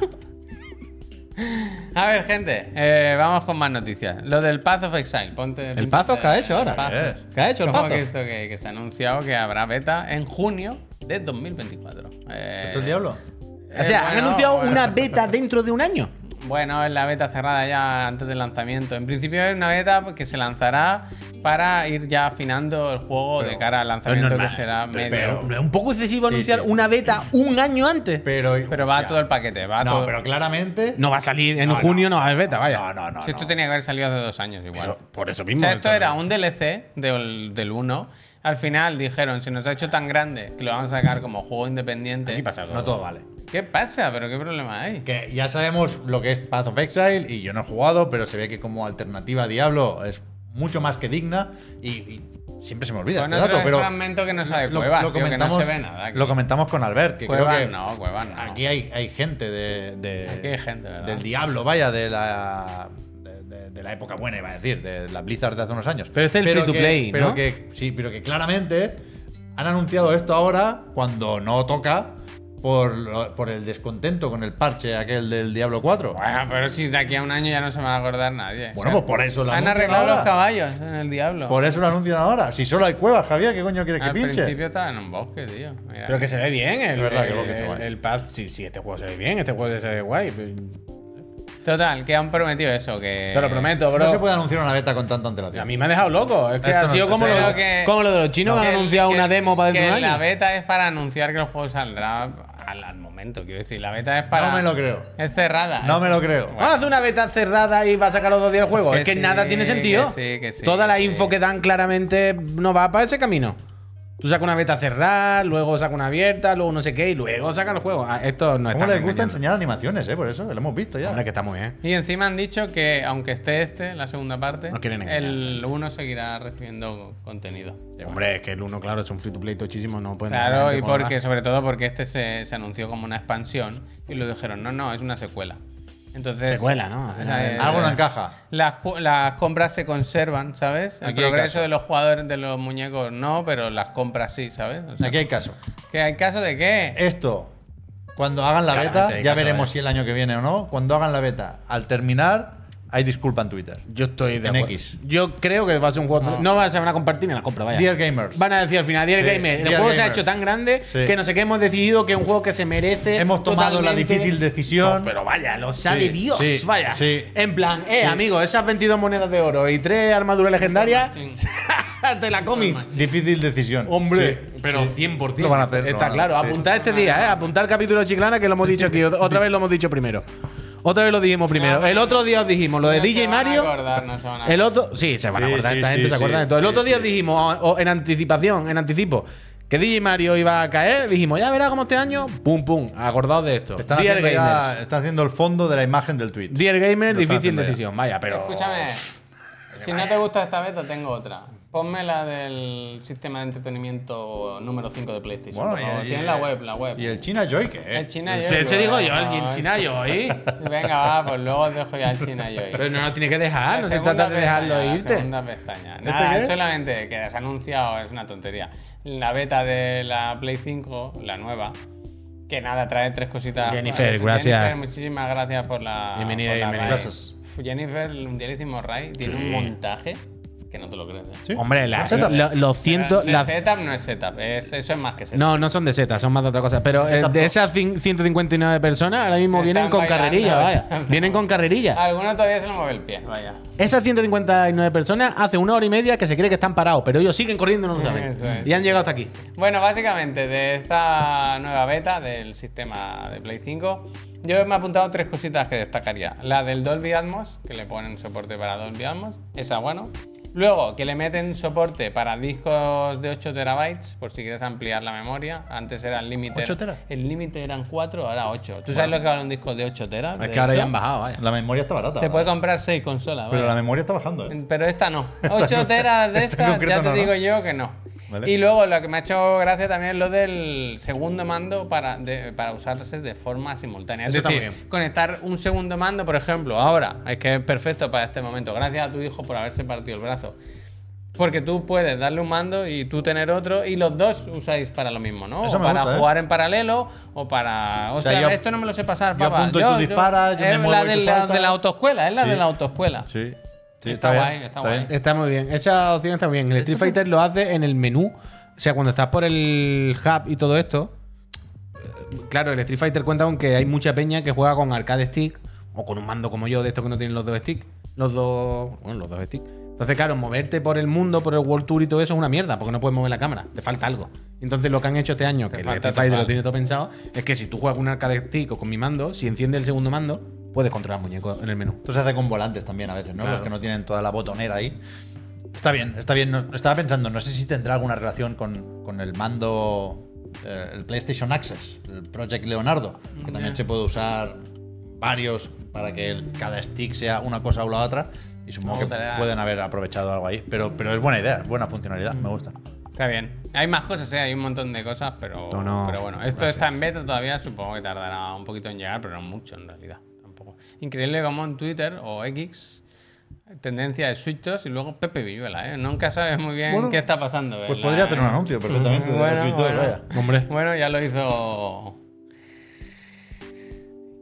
Speaker 1: A ver, gente, eh, vamos con más noticias. Lo del Path of Exile. Ponte.
Speaker 6: El Pathos que ha hecho ahora.
Speaker 2: Yes.
Speaker 6: ¿Qué ha hecho el
Speaker 1: Ojo
Speaker 6: Pathos?
Speaker 1: Que, esto que, que se ha anunciado que habrá beta en junio de 2024. Eh,
Speaker 2: ¿Esto es el diablo?
Speaker 1: eh,
Speaker 4: O sea, han
Speaker 1: bueno,
Speaker 4: anunciado
Speaker 1: bueno.
Speaker 4: una beta dentro de un año.
Speaker 1: Bueno, es la beta cerrada ya antes del lanzamiento. En principio es una beta que se lanzará para ir ya afinando el juego de cara al lanzamiento que será medio.
Speaker 4: Pero,
Speaker 1: Pero,
Speaker 4: ¿no es un poco excesivo anunciar
Speaker 2: sí.
Speaker 4: una beta un año antes?
Speaker 2: Pero,
Speaker 1: va
Speaker 2: hostia.
Speaker 1: todo el paquete, va
Speaker 2: No,
Speaker 1: todo.
Speaker 2: pero claramente.
Speaker 4: No va a salir en
Speaker 2: No,
Speaker 4: junio, no. va a haber beta, vaya.
Speaker 2: No, no, no.
Speaker 1: si esto
Speaker 2: no.
Speaker 1: tenía que haber salido hace dos años igual.
Speaker 4: Pero por eso
Speaker 1: o
Speaker 4: mismo.
Speaker 1: sea, esto
Speaker 4: no-
Speaker 1: era un DLC del, del 1. Al final dijeron, se nos ha hecho tan grande que lo vamos a sacar como juego independiente.
Speaker 4: Aquí pasa todo.
Speaker 2: No todo vale.
Speaker 1: ¿Qué pasa? ¿Pero qué problema hay?
Speaker 2: Que ya sabemos lo que es Path of Exile y yo no he jugado, pero se ve que como alternativa a Diablo es mucho más que digna y, y siempre se me olvida
Speaker 1: Bueno,
Speaker 2: este dato,
Speaker 1: otro
Speaker 2: pero
Speaker 1: fragmento que no sabe
Speaker 2: lo,
Speaker 1: Cuevas,
Speaker 2: lo
Speaker 1: tío, que no
Speaker 2: comentamos,
Speaker 1: se ve nada. aquí.
Speaker 2: lo comentamos con Albert, que
Speaker 1: Cuevas
Speaker 2: creo que
Speaker 1: no, Cuevas no.
Speaker 2: aquí hay, hay gente de, de-
Speaker 1: Aquí hay gente, ¿verdad?
Speaker 2: del Diablo, vaya, de la, de, de- de la época buena, iba a decir, de la Blizzard de hace unos años.
Speaker 4: Pero este es el free to
Speaker 2: que-
Speaker 4: play,
Speaker 2: pero
Speaker 4: ¿no?
Speaker 2: que sí, pero que claramente han anunciado esto ahora cuando no toca por, lo- por el descontento con el parche aquel del Diablo 4.
Speaker 1: Bueno, pero si de aquí a un año ya no se me va a acordar nadie.
Speaker 2: Bueno, pues por eso lo
Speaker 1: Han
Speaker 2: anuncian
Speaker 1: arreglado
Speaker 2: ahora.
Speaker 1: los caballos en el diablo.
Speaker 2: Por eso lo anuncian ahora. Si solo hay cuevas, Javier, ¿qué coño quieres que
Speaker 1: Al
Speaker 2: pinche?
Speaker 1: principio estaba en un bosque, tío. Mira.
Speaker 4: Pero que se ve bien, el,
Speaker 2: Es verdad que
Speaker 4: el,
Speaker 2: lo que está
Speaker 4: el-
Speaker 2: guay.
Speaker 4: el Path. Sí, sí, este juego se ve bien, este juego se ve guay. pero-
Speaker 1: Total, que han prometido eso, que...
Speaker 4: Te lo prometo, bro.
Speaker 2: Eh, No se puede anunciar una beta con tanta antelación.
Speaker 4: A mí me ha dejado loco. Es que
Speaker 2: Esto
Speaker 4: ha
Speaker 2: no-
Speaker 4: sido como,
Speaker 2: pero
Speaker 4: lo,
Speaker 1: que-
Speaker 4: como lo de los chinos que han
Speaker 1: el-
Speaker 4: anunciado
Speaker 1: que-
Speaker 4: una demo para dentro de
Speaker 1: que
Speaker 4: un
Speaker 1: La
Speaker 4: año.
Speaker 1: beta es para anunciar que el juego saldrá al, al momento, quiero decir. La beta es para...
Speaker 2: No me lo creo.
Speaker 1: Es cerrada.
Speaker 2: No me lo creo.
Speaker 4: Vamos a hacer una beta cerrada y va a sacar los dos días el juego.
Speaker 1: Que
Speaker 4: es que
Speaker 1: sí,
Speaker 4: nada tiene
Speaker 1: que
Speaker 4: sentido.
Speaker 1: sí, que sí,
Speaker 4: Toda
Speaker 1: que
Speaker 4: la
Speaker 1: sí.
Speaker 4: info que dan claramente no va para ese camino. Tú sacas una beta cerrada, luego sacas una abierta, luego no sé qué, y luego sacas los juegos. Ah, Esto no
Speaker 2: ¿Cómo
Speaker 4: está.
Speaker 2: les gusta enseñar animaciones, eh? Por eso, que lo hemos visto ya.
Speaker 4: Hombre, que está muy bien.
Speaker 1: Y encima han dicho que, aunque esté este, la segunda parte,
Speaker 4: No quieren engañar.
Speaker 1: el 1 seguirá recibiendo contenido.
Speaker 4: Hombre, es que el uno, claro, es un free to play tochísimo. No
Speaker 2: Pues
Speaker 4: pueden
Speaker 1: Claro,
Speaker 4: realmente
Speaker 1: y
Speaker 4: cobrar.
Speaker 1: porque, sobre todo porque este se, se anunció como una expansión y lo dijeron, no, no, es una secuela. Entonces,
Speaker 4: Secuela, ¿no?
Speaker 1: o sea, eh,
Speaker 2: Algo no Ah, encaja.
Speaker 1: Las, ju- las compras se conservan, ¿sabes? El
Speaker 2: Aquí hay
Speaker 1: progreso
Speaker 2: caso.
Speaker 1: de los jugadores de los muñecos no, pero las compras sí, ¿sabes? O sea,
Speaker 2: Aquí hay Eh, caso.
Speaker 1: ¿Que hay caso de qué?
Speaker 2: Esto, cuando hagan la
Speaker 4: Claramente
Speaker 2: beta,
Speaker 4: hay
Speaker 2: ya
Speaker 4: caso,
Speaker 2: veremos
Speaker 4: eh.
Speaker 2: si el año que viene o no. Cuando hagan la beta, al terminar, hay disculpa en Twitter.
Speaker 4: Yo estoy de
Speaker 2: En
Speaker 4: acuerdo.
Speaker 2: X.
Speaker 4: Yo creo que va a ser un juego. No, va a ser una compartir ni la compra, vaya.
Speaker 2: Dear Gamers.
Speaker 4: Van a decir al final, Dear
Speaker 2: Sí,
Speaker 4: Gamer, el
Speaker 2: Dear
Speaker 4: juego se ha
Speaker 2: Gamers.
Speaker 4: hecho tan grande
Speaker 2: Sí.
Speaker 4: que no sé qué hemos decidido que es un juego que se merece.
Speaker 2: Hemos tomado la
Speaker 4: totalmente".
Speaker 2: difícil decisión.
Speaker 4: No, pero vaya, lo sabe
Speaker 2: Sí,
Speaker 4: Dios,
Speaker 2: sí,
Speaker 4: vaya.
Speaker 2: sí.
Speaker 4: en plan, eh,
Speaker 2: Sí.
Speaker 4: amigo, esas 22 monedas de oro y tres armaduras legendarias,
Speaker 1: Sí.
Speaker 4: te la comis.
Speaker 2: Difícil decisión.
Speaker 4: Hombre,
Speaker 2: Sí,
Speaker 4: pero
Speaker 2: sí.
Speaker 4: 100%.
Speaker 2: Lo van a hacer, lo
Speaker 4: Está
Speaker 2: van a
Speaker 4: claro,
Speaker 2: hacer, sí.
Speaker 4: apuntad este día, ¿eh? Apuntad el capítulo de Chiclana que lo hemos dicho aquí. Ot- Otra vez lo hemos dicho primero. Otra vez lo dijimos primero. El otro día os dijimos lo de
Speaker 1: No
Speaker 4: DJ
Speaker 1: se van a
Speaker 4: Mario.
Speaker 1: acordar, no se van a
Speaker 4: El otro. Sí, se van a
Speaker 2: Sí,
Speaker 4: acordar.
Speaker 2: sí,
Speaker 4: Esta
Speaker 2: sí,
Speaker 4: gente
Speaker 2: sí,
Speaker 4: se acuerda de todo. El
Speaker 2: sí,
Speaker 4: otro día
Speaker 2: sí.
Speaker 4: dijimos, o- o en anticipación, en anticipo, que DJ Mario iba a caer. Dijimos, ya verá cómo este año. Pum, pum. Acordaos de esto.
Speaker 2: Están
Speaker 4: Dear
Speaker 2: haciendo,
Speaker 4: Gamers.
Speaker 2: ya- están haciendo el fondo de la imagen del tweet.
Speaker 4: Dear Gamer,
Speaker 2: Lo están
Speaker 4: difícil
Speaker 2: haciendo ya.
Speaker 4: decisión. Vaya, pero.
Speaker 1: Escúchame, si no te gusta esta beta, tengo otra. Ponme la del sistema de entretenimiento número 5 de PlayStation.
Speaker 2: Bueno,
Speaker 1: por favor.
Speaker 2: y- y-
Speaker 1: Tiene la web, la web.
Speaker 2: Y el China Joy, ¿qué?
Speaker 1: El China Joy.
Speaker 4: Se digo yo,
Speaker 1: Ah,
Speaker 4: alguien sin ayo, ¿eh?
Speaker 1: Venga, va, pues luego os dejo ya el China Joy.
Speaker 4: Pero no lo tienes que
Speaker 1: La
Speaker 4: dejar, no se
Speaker 1: segunda
Speaker 4: trata de dejarlo
Speaker 1: pestaña, la
Speaker 4: irte.
Speaker 1: segunda pestaña.
Speaker 2: ¿Este
Speaker 1: Nada,
Speaker 2: qué?
Speaker 1: solamente que has anunciado, es una tontería. La beta de la Play 5, la nueva. Que nada, trae tres cositas.
Speaker 4: Jennifer, gracias.
Speaker 1: muchísimas gracias por la.
Speaker 4: Bienvenida,
Speaker 1: por la
Speaker 4: bienvenida.
Speaker 1: raid.
Speaker 2: Gracias.
Speaker 1: Uf, Jennifer, el mundialísimo Ray, tiene un montaje Que no te lo crees, ¿eh?
Speaker 2: Sí.
Speaker 4: Hombre, la-
Speaker 2: Ah, setup.
Speaker 4: lo- los
Speaker 1: Pero
Speaker 4: cientos.
Speaker 1: el
Speaker 4: las-
Speaker 1: setup no es setup, es- eso es más que setup.
Speaker 4: No, no son de Z, son más de otra cosa. Pero eh,
Speaker 2: Setup
Speaker 4: de
Speaker 2: no.
Speaker 4: esas cin- 159 personas, ahora mismo
Speaker 1: Están
Speaker 4: vienen con
Speaker 1: bailando,
Speaker 4: carrerilla, vaya.
Speaker 1: están-
Speaker 4: Vienen con carrerilla.
Speaker 1: Alguno todavía se le mueve el pie, vaya.
Speaker 4: Esas 159 personas hace una hora y media que se cree que están parados, pero ellos siguen corriendo y no lo
Speaker 1: Eso
Speaker 4: saben.
Speaker 1: es.
Speaker 4: Y han llegado hasta aquí.
Speaker 1: Bueno, básicamente de esta nueva beta del sistema de Play 5, yo me he apuntado tres cositas que destacaría. La del Dolby Atmos, que le ponen soporte para Dolby Atmos, esa bueno. Luego, que le meten soporte para discos de 8 terabytes, por si quieres ampliar la memoria. Antes era el límite.
Speaker 2: 8 tera.
Speaker 1: El límite eran 4, ahora 8. ¿Tú sabes lo que vale un disco de 8 teras?
Speaker 4: Es
Speaker 1: De
Speaker 4: que ahora
Speaker 1: hecho,
Speaker 4: ya han bajado, vaya.
Speaker 2: La memoria está barata.
Speaker 1: Te
Speaker 2: ¿verdad?
Speaker 1: puedes comprar 6 consolas,
Speaker 2: Pero
Speaker 1: vaya.
Speaker 2: la memoria está bajando, ¿eh?
Speaker 1: Pero esta no. 8 teras de
Speaker 2: esta
Speaker 1: esta,
Speaker 2: en concreto
Speaker 1: ya te
Speaker 2: no, ¿no?
Speaker 1: digo yo que no.
Speaker 2: Vale.
Speaker 1: Y luego lo que me ha hecho gracia también es lo del segundo mando para, de- para usarse de forma simultánea. Es
Speaker 4: Eso está
Speaker 1: decir,
Speaker 4: muy bien.
Speaker 1: conectar un segundo mando, por ejemplo, ahora, es que es perfecto para este momento. Gracias a tu hijo por haberse partido el brazo. Porque tú puedes darle un mando y tú tener otro y los dos usáis para lo mismo, ¿no?
Speaker 2: Eso
Speaker 1: o
Speaker 2: me
Speaker 1: para
Speaker 2: gusta, ¿eh?
Speaker 1: jugar en paralelo o para... Hostia,
Speaker 2: sea, yo-
Speaker 1: esto no me lo sé pasar,
Speaker 2: yo
Speaker 1: papá.
Speaker 2: apunto y tú disparas, yo me
Speaker 1: es la,
Speaker 2: muevo y
Speaker 1: de,
Speaker 2: tú
Speaker 1: la de
Speaker 2: saltas.
Speaker 1: la autoescuela, es la
Speaker 2: Sí.
Speaker 1: de la autoescuela.
Speaker 2: Sí. sí
Speaker 1: Está
Speaker 2: bien,
Speaker 1: guay, está guay.
Speaker 2: bien.
Speaker 4: Está muy bien. Esa opción está muy bien. El Street Fighter lo hace en el menú. O sea, cuando estás por el hub y todo esto. eh, Claro, el Street Fighter cuenta con que hay mucha peña que juega con arcade stick o con un mando como yo, de estos que no tienen los dos sticks. Los dos. Bueno, los dos sticks. Entonces, claro, moverte por el mundo, por el World Tour y todo eso es una mierda, porque no puedes mover la cámara. Te falta algo. Entonces, lo que han hecho este año, que el
Speaker 1: falta
Speaker 4: Street Fighter
Speaker 1: total.
Speaker 4: lo tiene todo pensado, es que si tú juegas con un arcade stick o con mi mando, si enciende el segundo mando, puedes controlar muñeco en el menú.
Speaker 2: Esto se hace con volantes también a veces, ¿no?
Speaker 4: Claro.
Speaker 2: Los que no tienen toda la botonera ahí. Está bien, está bien. No- estaba pensando, no sé si tendrá alguna relación con, con el mando, eh, el PlayStation Access, el Project Leonardo, que también se puede usar varios para que el- cada stick sea una cosa o la otra. Y supongo que
Speaker 1: Otra.
Speaker 2: pueden haber aprovechado algo ahí. Pero, pero es buena idea, es buena funcionalidad, me gusta.
Speaker 1: Está bien. Hay más cosas, ¿eh? hay un montón de cosas, pero,
Speaker 4: No, no.
Speaker 1: pero bueno, esto
Speaker 4: Gracias.
Speaker 1: está en beta todavía, supongo que tardará un poquito en llegar, pero no mucho en realidad. Tampoco. Increíble como en Twitter o X, tendencia de switchos y luego Pepe Villuela, ¿eh? Nunca sabes muy bien
Speaker 2: Bueno,
Speaker 1: qué está pasando.
Speaker 2: Pues
Speaker 1: ¿verdad?
Speaker 2: podría hacer un anuncio perfectamente. de
Speaker 1: Bueno,
Speaker 2: los Switch dos,
Speaker 1: bueno.
Speaker 2: vaya.
Speaker 4: Hombre.
Speaker 1: Bueno, ya lo hizo.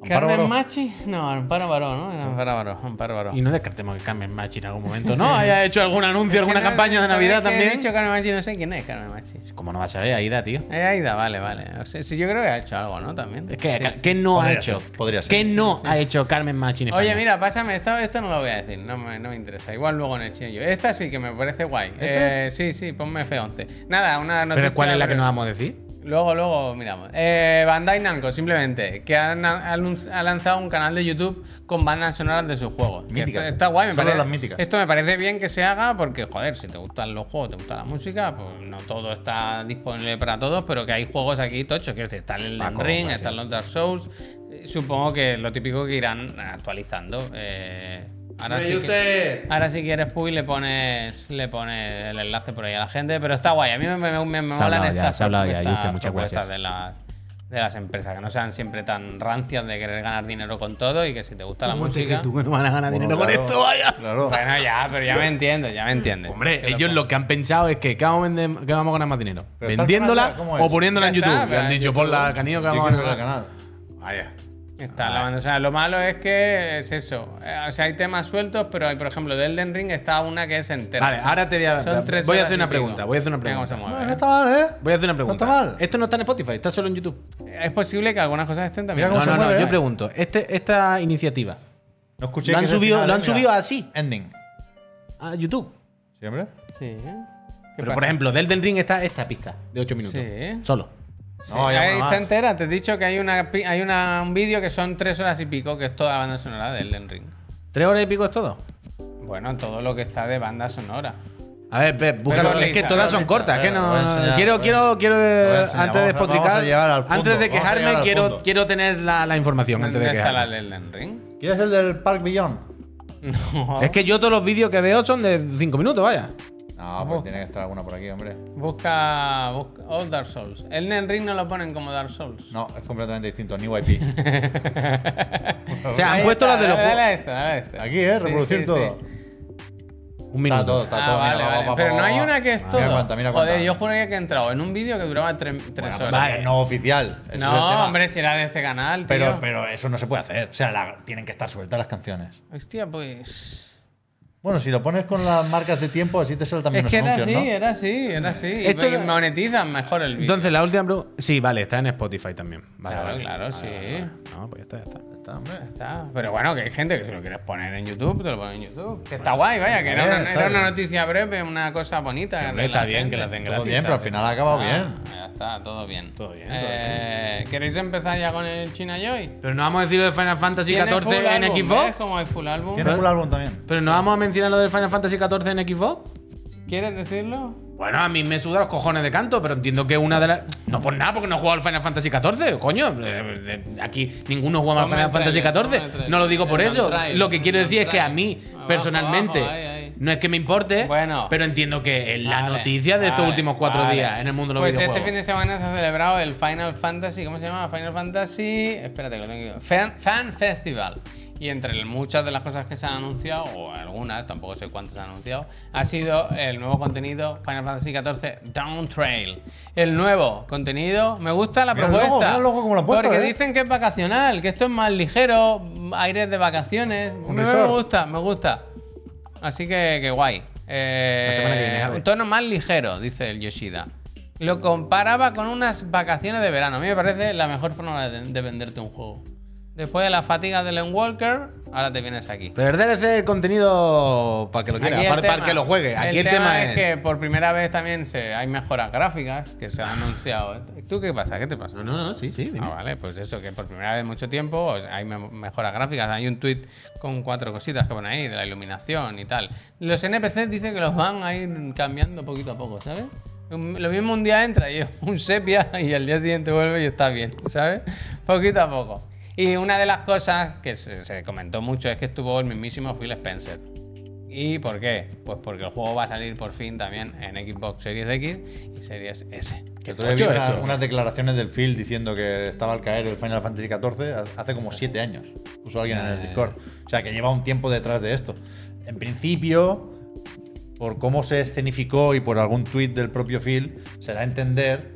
Speaker 2: Amparo
Speaker 1: ¿Carmen
Speaker 2: Baró.
Speaker 1: Machi? No, Amparo Baró, ¿no? Amparo Baró, Amparo Baró.
Speaker 4: Y no descartemos que cambien Machi en algún momento, ¿no? Haya hecho algún anuncio, alguna
Speaker 1: No,
Speaker 4: campaña de
Speaker 1: ¿sabes
Speaker 4: Navidad
Speaker 1: qué he
Speaker 4: también.
Speaker 1: dicho Carmen Machi? No sé quién es Carmen Machi.
Speaker 4: Como no vas a ver, Aida, tío.
Speaker 1: Eh, Aida, vale, vale. O sea, sí, yo creo que ha hecho algo, ¿no? También.
Speaker 4: Es que,
Speaker 1: Sí, sí.
Speaker 4: ¿qué no ha
Speaker 2: Podría
Speaker 4: hecho?
Speaker 2: ser, podría ser,
Speaker 4: ¿Qué
Speaker 2: sí,
Speaker 4: no ha hecho Carmen Machi en España?
Speaker 1: Oye, mira, pásame esto, esto no lo voy a decir, no me, no me interesa. Igual luego en el chino yo. Esta sí que me parece guay. Eh, sí, sí, ponme F11. Nada, una noticia.
Speaker 4: ¿Pero cuál es la que
Speaker 1: breve.
Speaker 4: nos vamos a decir?
Speaker 1: Luego, luego miramos. Eh, Bandai Namco, simplemente, que han, anun- ha lanzado un canal de YouTube con bandas sonoras de sus juegos. Que
Speaker 2: Míticas.
Speaker 1: Está, está guay, me
Speaker 2: Solo
Speaker 1: parece.
Speaker 2: las míticas.
Speaker 1: Esto me parece bien que se haga porque, joder, si te gustan los juegos, te gusta la música, pues no todo está disponible para todos, pero que hay juegos aquí tochos. Quiero decir, está el Elden
Speaker 4: Paco,
Speaker 1: Ring,
Speaker 2: pues
Speaker 4: gracias.
Speaker 1: están los Dark Souls. Eh, Supongo que lo típico que irán actualizando. Eh, ahora sí que- Ahora si quieres Puy le pones le pones el enlace por ahí a la gente, pero está guay. A mí me, me, me, me
Speaker 4: Se
Speaker 1: molan
Speaker 4: ha hablado ya,
Speaker 1: estas
Speaker 4: se ha hablado ya,
Speaker 1: propuestas-
Speaker 4: Yuste, muchas
Speaker 1: propuestas
Speaker 4: gracias.
Speaker 1: de las de las empresas que no sean siempre tan rancias de querer ganar dinero con todo y que si te gusta la música.
Speaker 4: no van a ganar
Speaker 2: Bueno, claro, Claro.
Speaker 1: Bueno, ya, pero ya me entiendo, ya me entiendes.
Speaker 4: Hombre,
Speaker 1: Que lo
Speaker 4: ellos lo que han pensado es que ¿qué vamos a, vender- qué vamos a ganar más dinero?
Speaker 2: Pero está el
Speaker 4: ¿Vendiéndola
Speaker 2: canal ya, ¿cómo es?
Speaker 4: o poniéndola en
Speaker 1: Ya
Speaker 4: YouTube?
Speaker 1: está,
Speaker 4: Que han
Speaker 1: en
Speaker 4: dicho,
Speaker 1: YouTube.
Speaker 4: por la canillo que
Speaker 2: Yo
Speaker 4: vamos a
Speaker 2: quiero ver el
Speaker 4: ganar.
Speaker 2: canal.
Speaker 4: Vaya. Ah.
Speaker 1: Está la banda sonora. Lo malo es que es eso. Eh, O sea, hay temas sueltos, pero hay, por ejemplo, de Elden Ring está una que es entera.
Speaker 4: Vale, ahora te voy a.
Speaker 1: Son tres
Speaker 4: Voy a
Speaker 1: horas
Speaker 4: hacer
Speaker 1: y
Speaker 4: una
Speaker 1: pico.
Speaker 4: pregunta. Voy a hacer una
Speaker 1: Mira cómo se
Speaker 4: pregunta.
Speaker 1: mueve.
Speaker 2: Bueno, no está mal, ¿eh?
Speaker 4: Voy a hacer una pregunta.
Speaker 2: está mal.
Speaker 4: Esto no está en Spotify, está solo en YouTube.
Speaker 1: Es posible que algunas cosas estén también.
Speaker 2: Mira
Speaker 4: No,
Speaker 2: se
Speaker 4: no, no.
Speaker 2: mueve,
Speaker 4: Yo
Speaker 2: eh?
Speaker 4: pregunto, este- esta iniciativa
Speaker 2: No escuché
Speaker 4: Lo
Speaker 2: que
Speaker 4: han
Speaker 2: es el
Speaker 4: subido-
Speaker 2: final,
Speaker 4: lo
Speaker 2: eh,
Speaker 4: han
Speaker 2: mira.
Speaker 4: subido así.
Speaker 2: Ending.
Speaker 4: a ah, YouTube.
Speaker 2: ¿Siempre?
Speaker 1: Sí, ¿eh? ¿Qué
Speaker 4: Pero
Speaker 1: pasa?
Speaker 4: por ejemplo, del Elden Ring está esta pista de 8 minutos.
Speaker 1: Sí.
Speaker 4: Solo.
Speaker 1: Sí,
Speaker 2: No, ya
Speaker 1: ahí
Speaker 2: una
Speaker 1: está
Speaker 2: más.
Speaker 1: entera. Te he dicho que hay, una, pi- hay una, un vídeo que son tres horas y pico, que es toda la banda sonora de Elden Ring.
Speaker 4: ¿Tres horas y pico es todo?
Speaker 1: Bueno, todo lo que está de banda sonora.
Speaker 4: A ver, Pep, búscalo.
Speaker 1: Pero
Speaker 4: es que
Speaker 1: lista,
Speaker 4: todas son
Speaker 2: lista.
Speaker 4: cortas. que
Speaker 2: Venga,
Speaker 4: no,
Speaker 2: voy a enseñar,
Speaker 4: quiero,
Speaker 2: voy a-
Speaker 4: quiero, quiero, de-
Speaker 2: voy a enseñar,
Speaker 4: antes de
Speaker 2: vamos a- vamos a
Speaker 4: despotricar,
Speaker 2: llegar al fondo,
Speaker 4: antes
Speaker 2: vamos
Speaker 4: de
Speaker 2: a llegar
Speaker 4: quejarme,
Speaker 2: al
Speaker 4: quiero,
Speaker 2: fondo.
Speaker 4: quiero tener la, la información antes
Speaker 1: ¿Dónde
Speaker 4: de
Speaker 1: está la
Speaker 4: quejarme.
Speaker 1: de Elden Ring? ¿Eh?
Speaker 2: ¿Quieres el del Park Beyond?
Speaker 1: No.
Speaker 4: Es que yo todos los vídeos que veo son de 5 minutos, vaya.
Speaker 2: No, pues tiene que estar alguna por aquí, hombre.
Speaker 1: Busca, busca All Dark Souls. Elden Ring no lo ponen como Dark Souls.
Speaker 2: No, es completamente distinto. New IP.
Speaker 4: O sea, han
Speaker 1: Ahí
Speaker 4: puesto
Speaker 1: está,
Speaker 4: las de los
Speaker 1: dale,
Speaker 4: juegos.
Speaker 1: dale a esta, dale a esta.
Speaker 2: Aquí, ¿eh?
Speaker 1: Sí,
Speaker 2: Reproducir
Speaker 1: sí,
Speaker 2: todo.
Speaker 1: sí.
Speaker 4: Un
Speaker 2: Está todo,
Speaker 4: minuto.
Speaker 2: está
Speaker 1: Ah,
Speaker 2: todo.
Speaker 1: vale,
Speaker 2: mira, va,
Speaker 1: vale.
Speaker 2: va, va,
Speaker 1: Pero
Speaker 2: va,
Speaker 1: no hay
Speaker 2: va.
Speaker 1: una que es todo.
Speaker 2: Mira cuánta, mira cuánta.
Speaker 1: Joder, yo juraría que he entrado en un vídeo que duraba tre- tres
Speaker 2: Bueno, pues,
Speaker 1: horas.
Speaker 2: es que no oficial. Ese es el
Speaker 1: no,
Speaker 2: tema.
Speaker 1: hombre, si era de este canal, tío.
Speaker 2: Pero, pero eso no se puede hacer. O sea, la- tienen que estar sueltas las canciones.
Speaker 1: Hostia, pues.
Speaker 2: Bueno, si lo pones con las marcas de tiempo, así te saltan
Speaker 1: Es
Speaker 2: menos
Speaker 1: que era
Speaker 2: anuncios,
Speaker 1: así, eh.
Speaker 2: ¿no?
Speaker 1: era así, era así. Y-
Speaker 4: Esto
Speaker 1: y
Speaker 4: era-
Speaker 1: monetizan mejor el vídeo.
Speaker 4: Entonces, la última pregunta. Sí, vale, está en Spotify también. Vale,
Speaker 1: Claro,
Speaker 4: vale.
Speaker 1: claro,
Speaker 4: Vale,
Speaker 1: sí.
Speaker 4: vale, vale. No, pues ya está, ya está.
Speaker 2: Está, hombre.
Speaker 1: Está. Pero bueno, que hay gente que si lo quieres poner en YouTube, te lo ponen en YouTube. Que está guay, vaya, que era
Speaker 2: Bien,
Speaker 1: una,
Speaker 2: está
Speaker 1: era una
Speaker 2: bien.
Speaker 1: noticia breve, una cosa bonita. de
Speaker 4: hombre, está bien
Speaker 1: gente.
Speaker 4: que la tenga.
Speaker 2: Todo
Speaker 4: Gratis,
Speaker 2: bien, pero al final ha acabado bien.
Speaker 1: Ah, Ya está, todo bien.
Speaker 4: Todo bien,
Speaker 1: Eh, ¿Queréis empezar ya con el China Joy?
Speaker 4: Pero no vamos a decir lo de Final Fantasy
Speaker 1: ¿Tiene full
Speaker 4: 14 en
Speaker 1: álbum, ¿ves
Speaker 4: Xbox.
Speaker 1: cómo hay full álbum?
Speaker 2: Tiene full álbum también.
Speaker 4: Pero no vamos a mencionar lo del Final Fantasy 14 en Xbox.
Speaker 1: ¿Quieres decirlo?
Speaker 4: Bueno, a mí me suda los cojones de canto, pero entiendo que una de las. No por nada, porque no he jugado al Final Fantasy XIV, coño. Eh, eh, Aquí ninguno juega al
Speaker 1: Ponme el
Speaker 4: Final Fantasy
Speaker 1: trailer, ponme el
Speaker 4: XIV.
Speaker 1: trailer.
Speaker 4: No lo digo por
Speaker 1: El
Speaker 4: eso.
Speaker 1: trailer,
Speaker 4: Lo que quiero
Speaker 1: el
Speaker 4: decir es que a
Speaker 1: trailer.
Speaker 4: mí,
Speaker 1: Abajo,
Speaker 4: personalmente,
Speaker 1: abajo, ahí, ahí.
Speaker 4: no es que me importe,
Speaker 1: Bueno.
Speaker 4: pero entiendo que es la
Speaker 1: Vale,
Speaker 4: noticia de estos
Speaker 1: vale,
Speaker 4: últimos cuatro
Speaker 1: vale.
Speaker 4: días en el mundo de los
Speaker 1: Pues
Speaker 4: videojuegos.
Speaker 1: este fin de semana se ha celebrado el Final Fantasy, ¿cómo se llama? Final Fantasy, espérate que lo tengo aquí. Fan, Fan Festival. Y entre muchas de las cosas que se han anunciado, o algunas, tampoco sé cuántas se han anunciado, ha sido el nuevo contenido Final Fantasy XIV Down Trail. El nuevo contenido, me gusta la
Speaker 2: Mira el logo,
Speaker 1: propuesta.
Speaker 2: mira el logo como lo han puesto,
Speaker 1: porque
Speaker 2: ¿eh?
Speaker 1: dicen que es vacacional, que esto es más ligero, aires de vacaciones.
Speaker 2: Un
Speaker 1: me, me
Speaker 2: resort.
Speaker 1: gusta, me gusta. Así que, que guay. Eh,
Speaker 4: La semana que viene, Javi.
Speaker 1: un tono más ligero, dice el Yoshida. Lo comparaba con unas vacaciones de verano. A mí me parece la mejor forma de, de venderte un juego. Después de la fatiga de Len Walker, ahora te vienes aquí.
Speaker 4: Pero el DLC el contenido para que lo quiera,
Speaker 1: Aquí el
Speaker 4: para, para
Speaker 1: tema-
Speaker 4: que lo juegue. Aquí el, tema, es.
Speaker 1: que por primera vez también se, hay mejoras gráficas que se han anunciado. ¿Tú qué pasa? ¿Qué te pasa?
Speaker 4: No, no, no, sí, sí. dime.
Speaker 1: Ah, vale, pues eso, que por primera vez en mucho tiempo o sea, hay me- mejoras gráficas. Hay un tweet con cuatro cositas que ponen ahí, de la iluminación y tal. Los NPCs dicen que los van a ir cambiando poquito a poco, ¿sabes? Un- Lo mismo un día entra y es un sepia y al día siguiente vuelve y está bien, ¿sabes? Poquito a poco. Y una de las cosas que se, se comentó mucho es que estuvo el mismísimo Phil Spencer. ¿Y por qué? Pues porque el juego va a salir por fin también en Xbox Series X y Series S.
Speaker 2: Que todavía vi
Speaker 4: tocho
Speaker 2: una-
Speaker 4: esto.
Speaker 2: unas declaraciones del Phil diciendo que estaba al caer el Final Fantasy XIV ha- hace como siete años. Puso alguien en el Discord. O sea, que lleva un tiempo detrás de esto. En principio, por cómo se escenificó y por algún tweet del propio Phil, se da a entender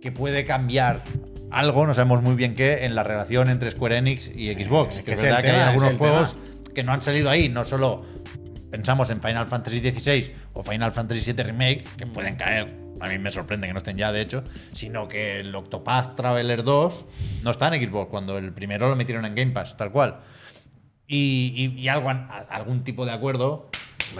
Speaker 2: que puede cambiar algo, no sabemos muy bien qué, en la relación entre Square Enix y Xbox. Eh,
Speaker 4: es
Speaker 2: que
Speaker 4: que
Speaker 2: es
Speaker 4: es
Speaker 2: verdad
Speaker 4: el
Speaker 2: que hay
Speaker 4: tema, es
Speaker 2: algunos
Speaker 4: el
Speaker 2: juegos que no han salido ahí, no solo pensamos en Final Fantasy XVI o Final Fantasy VII Remake, que pueden caer. A mí me sorprende que no estén ya, de hecho, sino que el Octopath Traveler 2 no está en Xbox, cuando el primero lo metieron en Game Pass, tal cual. Y, y- y algo, a- algún tipo de acuerdo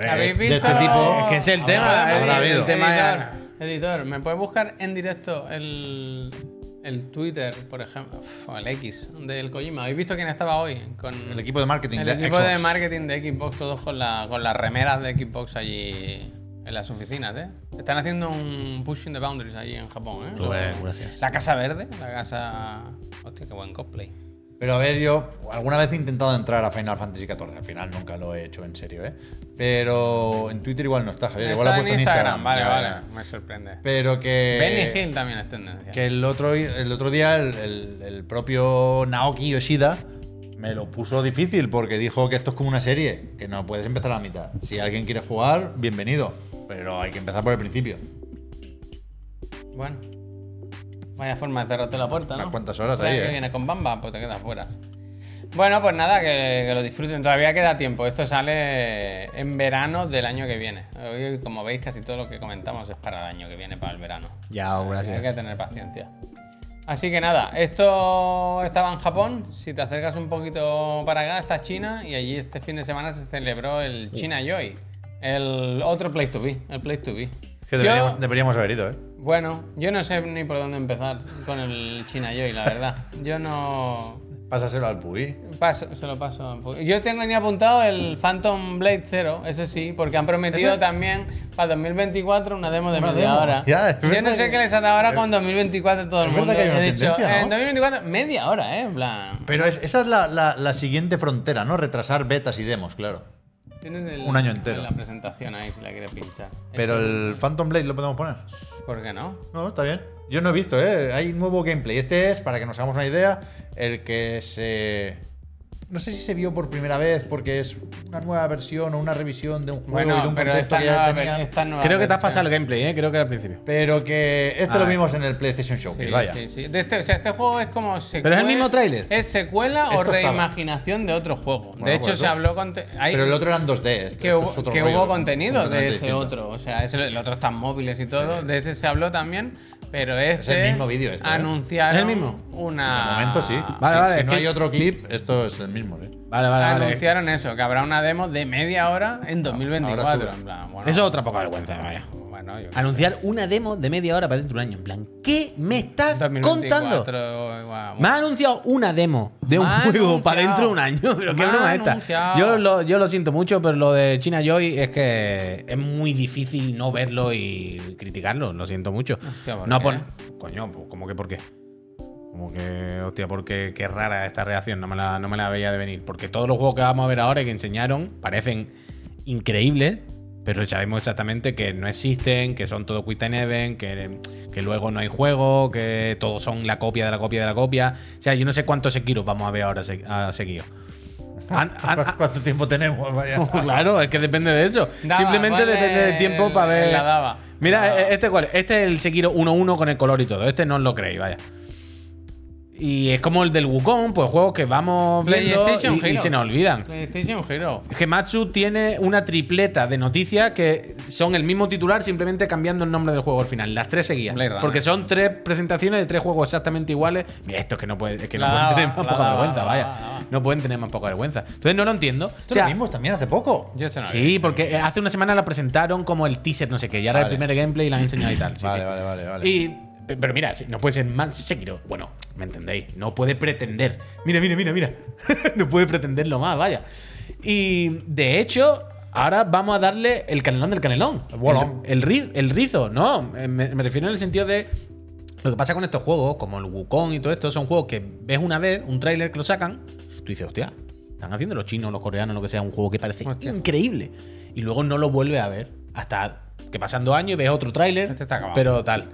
Speaker 2: eh,
Speaker 1: ¿Habéis
Speaker 2: de
Speaker 1: visto?
Speaker 2: este tipo.
Speaker 4: Es que es el
Speaker 1: Habrá-
Speaker 4: tema,
Speaker 1: habrá
Speaker 4: eh,
Speaker 1: habido.
Speaker 2: el
Speaker 1: Editor,
Speaker 4: tema ya-
Speaker 1: Editor, ¿me puedes buscar en directo el, el Twitter, por ejemplo, Uf, o el X del Kojima? ¿Habéis visto quién estaba hoy? Con
Speaker 2: El equipo de marketing
Speaker 1: el
Speaker 2: de
Speaker 1: equipo
Speaker 2: Xbox.
Speaker 1: de marketing de Xbox, todos con, la, con las remeras de Xbox allí en las oficinas, ¿eh? Están haciendo un pushing the boundaries allí en Japón, ¿eh?
Speaker 4: Pues, gracias.
Speaker 1: La Casa Verde, la Casa... Hostia, qué buen cosplay.
Speaker 2: Pero a ver, yo alguna vez he intentado entrar a Final Fantasy XIV, al final nunca lo he hecho en serio, ¿eh? Pero en Twitter igual no está, Javier, igual lo
Speaker 1: Está
Speaker 2: ha
Speaker 1: en
Speaker 2: puesto en Instagram.
Speaker 1: Instagram, vale,
Speaker 2: ya,
Speaker 1: vale,
Speaker 2: ya. Eh,
Speaker 1: me sorprende.
Speaker 2: Pero que.
Speaker 1: Benny Hill también es tendencia.
Speaker 2: Que el otro, el otro día el, el- el propio Naoki Yoshida me lo puso difícil porque dijo que esto es como una serie, que no puedes empezar a la mitad. Si alguien quiere jugar, bienvenido, pero hay que empezar por el principio.
Speaker 1: Bueno. Vaya forma de cerrarte la puerta, ¿no?
Speaker 2: Unas cuantas horas
Speaker 1: Claro,
Speaker 2: ahí,
Speaker 1: que
Speaker 2: eh.
Speaker 1: vienes con bamba, pues te quedas fuera. Bueno, pues nada, que, que lo disfruten. Todavía queda tiempo. Esto sale en verano del año que viene. Hoy, como veis, casi todo lo que comentamos es para el año que viene, para el verano.
Speaker 4: Ya, oh,
Speaker 1: Hay que
Speaker 4: gracias.
Speaker 1: tener paciencia. Así que nada, esto estaba en Japón. Si te acercas un poquito para acá, está China. Y allí este fin de semana se celebró el China Joy. El otro place to be. El place to be.
Speaker 2: Que
Speaker 1: Yo-
Speaker 2: deberíamos, deberíamos haber ido, ¿eh?
Speaker 1: bueno, yo no sé ni por dónde empezar con el China Joy, la verdad. Yo no.
Speaker 2: Pásaselo al Puy.
Speaker 1: Paso, se lo paso. a Pu- Yo tengo ni apuntado el Phantom Blade Zero, eso sí, porque han prometido
Speaker 2: ¿Ese?
Speaker 1: también para 2024 una demo de
Speaker 2: Una
Speaker 1: media
Speaker 2: demo.
Speaker 1: hora.
Speaker 2: Ya, es
Speaker 1: yo
Speaker 2: verdad
Speaker 1: no sé
Speaker 2: que-
Speaker 1: qué les ha dado ahora con 2024 todo el
Speaker 2: es verdad
Speaker 1: mundo.
Speaker 2: que hay una
Speaker 1: He dicho,
Speaker 2: tendencia, ¿no?
Speaker 1: en 2024, media hora, ¿eh? En plan.
Speaker 2: Pero es- esa es la, la- la siguiente frontera, ¿no? Retrasar betas y demos, claro.
Speaker 1: Tienes el-
Speaker 2: Un año entero.
Speaker 1: La presentación ahí, si la quieres pinchar.
Speaker 2: Pero
Speaker 1: Eso,
Speaker 2: el Phantom Blade lo podemos poner.
Speaker 1: ¿Por qué no?
Speaker 2: No, está bien. Yo no he visto, ¿eh? Hay nuevo gameplay. Este es, para que nos hagamos una idea, el que se no sé si se vio por primera vez porque es una nueva versión o una revisión de un juego y de
Speaker 1: Bueno,
Speaker 2: un
Speaker 1: pero
Speaker 2: concepto
Speaker 1: esta
Speaker 2: que ya
Speaker 1: nueva,
Speaker 2: tenían,
Speaker 1: ver- esta nueva
Speaker 4: Creo que te has
Speaker 1: versión.
Speaker 4: pasado el gameplay, ¿eh? Creo que al principio.
Speaker 2: pero que este lo
Speaker 4: Ah.
Speaker 2: vimos en el PlayStation Showcase,
Speaker 1: Sí,
Speaker 2: vaya.
Speaker 1: sí, sí. De este, o sea, este juego es como secuela.
Speaker 4: el mismo tráiler.
Speaker 1: Es secuela o
Speaker 2: Esto estaba.
Speaker 1: reimaginación de otro juego. de
Speaker 2: Bueno,
Speaker 1: hecho,
Speaker 2: pues
Speaker 1: se
Speaker 2: eso.
Speaker 1: habló con. te- hay-
Speaker 2: Pero el otro eran 2D. este-
Speaker 1: que
Speaker 2: esto
Speaker 1: hubo,
Speaker 2: es otro
Speaker 1: que
Speaker 2: rollo
Speaker 1: hubo contenido de
Speaker 2: completamente
Speaker 1: ese
Speaker 2: distinto.
Speaker 1: otro. O sea, ese- el otro está en móviles y todo. De ese se habló también. Pero este.
Speaker 2: mismo vídeo este, ¿eh?
Speaker 1: Anunciaron.
Speaker 4: ¿Es el mismo?
Speaker 1: Una.
Speaker 2: De momento sí.
Speaker 1: Ah.
Speaker 4: Vale,
Speaker 2: Si-
Speaker 4: vale,
Speaker 2: si
Speaker 4: es
Speaker 2: no
Speaker 4: que-
Speaker 2: hay otro clip, esto es el mismo. ¿eh?
Speaker 4: Vale, vale, vale.
Speaker 1: Anunciaron eso, que habrá una demo de media hora en 2024.
Speaker 2: sube.
Speaker 1: En plan, bueno,
Speaker 4: Eso es otra poca vergüenza, vaya.
Speaker 1: Bueno, yo qué
Speaker 4: Anunciar una demo de media hora para dentro de un año. En plan, ¿qué me
Speaker 1: sé.
Speaker 4: estás
Speaker 1: 2024,
Speaker 4: contando?
Speaker 1: guau,
Speaker 4: Me ha anunciado una demo de un
Speaker 1: Me ha
Speaker 4: juego
Speaker 1: anunciado.
Speaker 4: para dentro de un año. Pero qué
Speaker 1: Me ha
Speaker 4: broma es esta.
Speaker 1: anunciado.
Speaker 4: Yo lo, yo lo siento mucho, pero lo de China Joy es que es muy difícil no verlo y criticarlo. Lo siento mucho.
Speaker 1: Hostia, ¿por
Speaker 4: no
Speaker 1: qué?
Speaker 4: por- Coño, pues, ¿cómo que por qué? Como que, hostia, porque qué rara esta reacción, no me, la, no me la veía de venir. Porque todos los juegos que vamos a ver ahora y que enseñaron parecen increíbles, pero sabemos exactamente que no existen, que son todo quit and event, que, que luego no hay juego, que todos son la copia de la copia de la copia. O sea, yo no sé cuántos Sekiros vamos a ver ahora se- a seguido. Han- han-
Speaker 2: ¿Cu- ¿Cuánto tiempo tenemos? Vaya.
Speaker 4: claro, es que depende de eso.
Speaker 1: Daba,
Speaker 4: Simplemente
Speaker 1: ¿cuál
Speaker 4: depende del
Speaker 1: es
Speaker 4: tiempo
Speaker 1: el-
Speaker 4: para ver.
Speaker 1: la daba?
Speaker 4: Mira,
Speaker 1: La daba.
Speaker 4: eh, este cuál, es? este es el Sekiro 1-1 con el color y todo. Este no os lo creéis, vaya. Y es como el del Wukong, pues juegos que vamos viendo
Speaker 1: PlayStation
Speaker 4: y- y,
Speaker 1: Hero.
Speaker 4: se nos olvidan.
Speaker 1: PlayStation Hero.
Speaker 4: Gematsu tiene una tripleta de noticias que son el mismo titular, simplemente cambiando el nombre del juego al final. Las tres seguidas.
Speaker 1: Blade Runner.
Speaker 4: Porque son tres presentaciones de tres juegos exactamente iguales. Mira, esto es que no, puede, es que no
Speaker 1: La
Speaker 4: pueden
Speaker 1: daba,
Speaker 4: tener más
Speaker 1: la
Speaker 4: poca
Speaker 1: daba,
Speaker 4: vergüenza,
Speaker 1: la
Speaker 4: vaya.
Speaker 1: daba, la daba.
Speaker 4: No pueden tener más poca vergüenza. Entonces no lo entiendo.
Speaker 2: Esto
Speaker 4: O sea,
Speaker 2: lo vimos también hace poco.
Speaker 1: Yo esto no lo había
Speaker 4: Sí,
Speaker 1: visto.
Speaker 4: porque eh, hace una semana la presentaron como el teaser, no sé qué, y ahora
Speaker 2: Vale.
Speaker 4: el primer gameplay la han enseñado y tal. sí,
Speaker 2: Vale,
Speaker 4: sí.
Speaker 2: vale, vale, vale.
Speaker 4: Y, pe- pero mira, sí, no puede ser más Sekiro. Bueno, me entendéis, no puede pretender. Mira, mira, mira, mira. no puede pretenderlo más, vaya. Y de hecho, ahora vamos a darle el canelón del canelón.
Speaker 2: El bolón.
Speaker 4: El, el ri- el rizo, no. eh, Me, me refiero en el sentido de. Lo que pasa con estos juegos, como el Wukong y todo esto, son juegos que ves una vez, un tráiler que lo sacan, tú dices, hostia, están haciendo los chinos, los coreanos, lo que sea, un juego que parece increíble. Y luego no lo vuelves a ver hasta que pasan dos años y ves otro tráiler,
Speaker 1: Este está acabado.
Speaker 4: pero tal.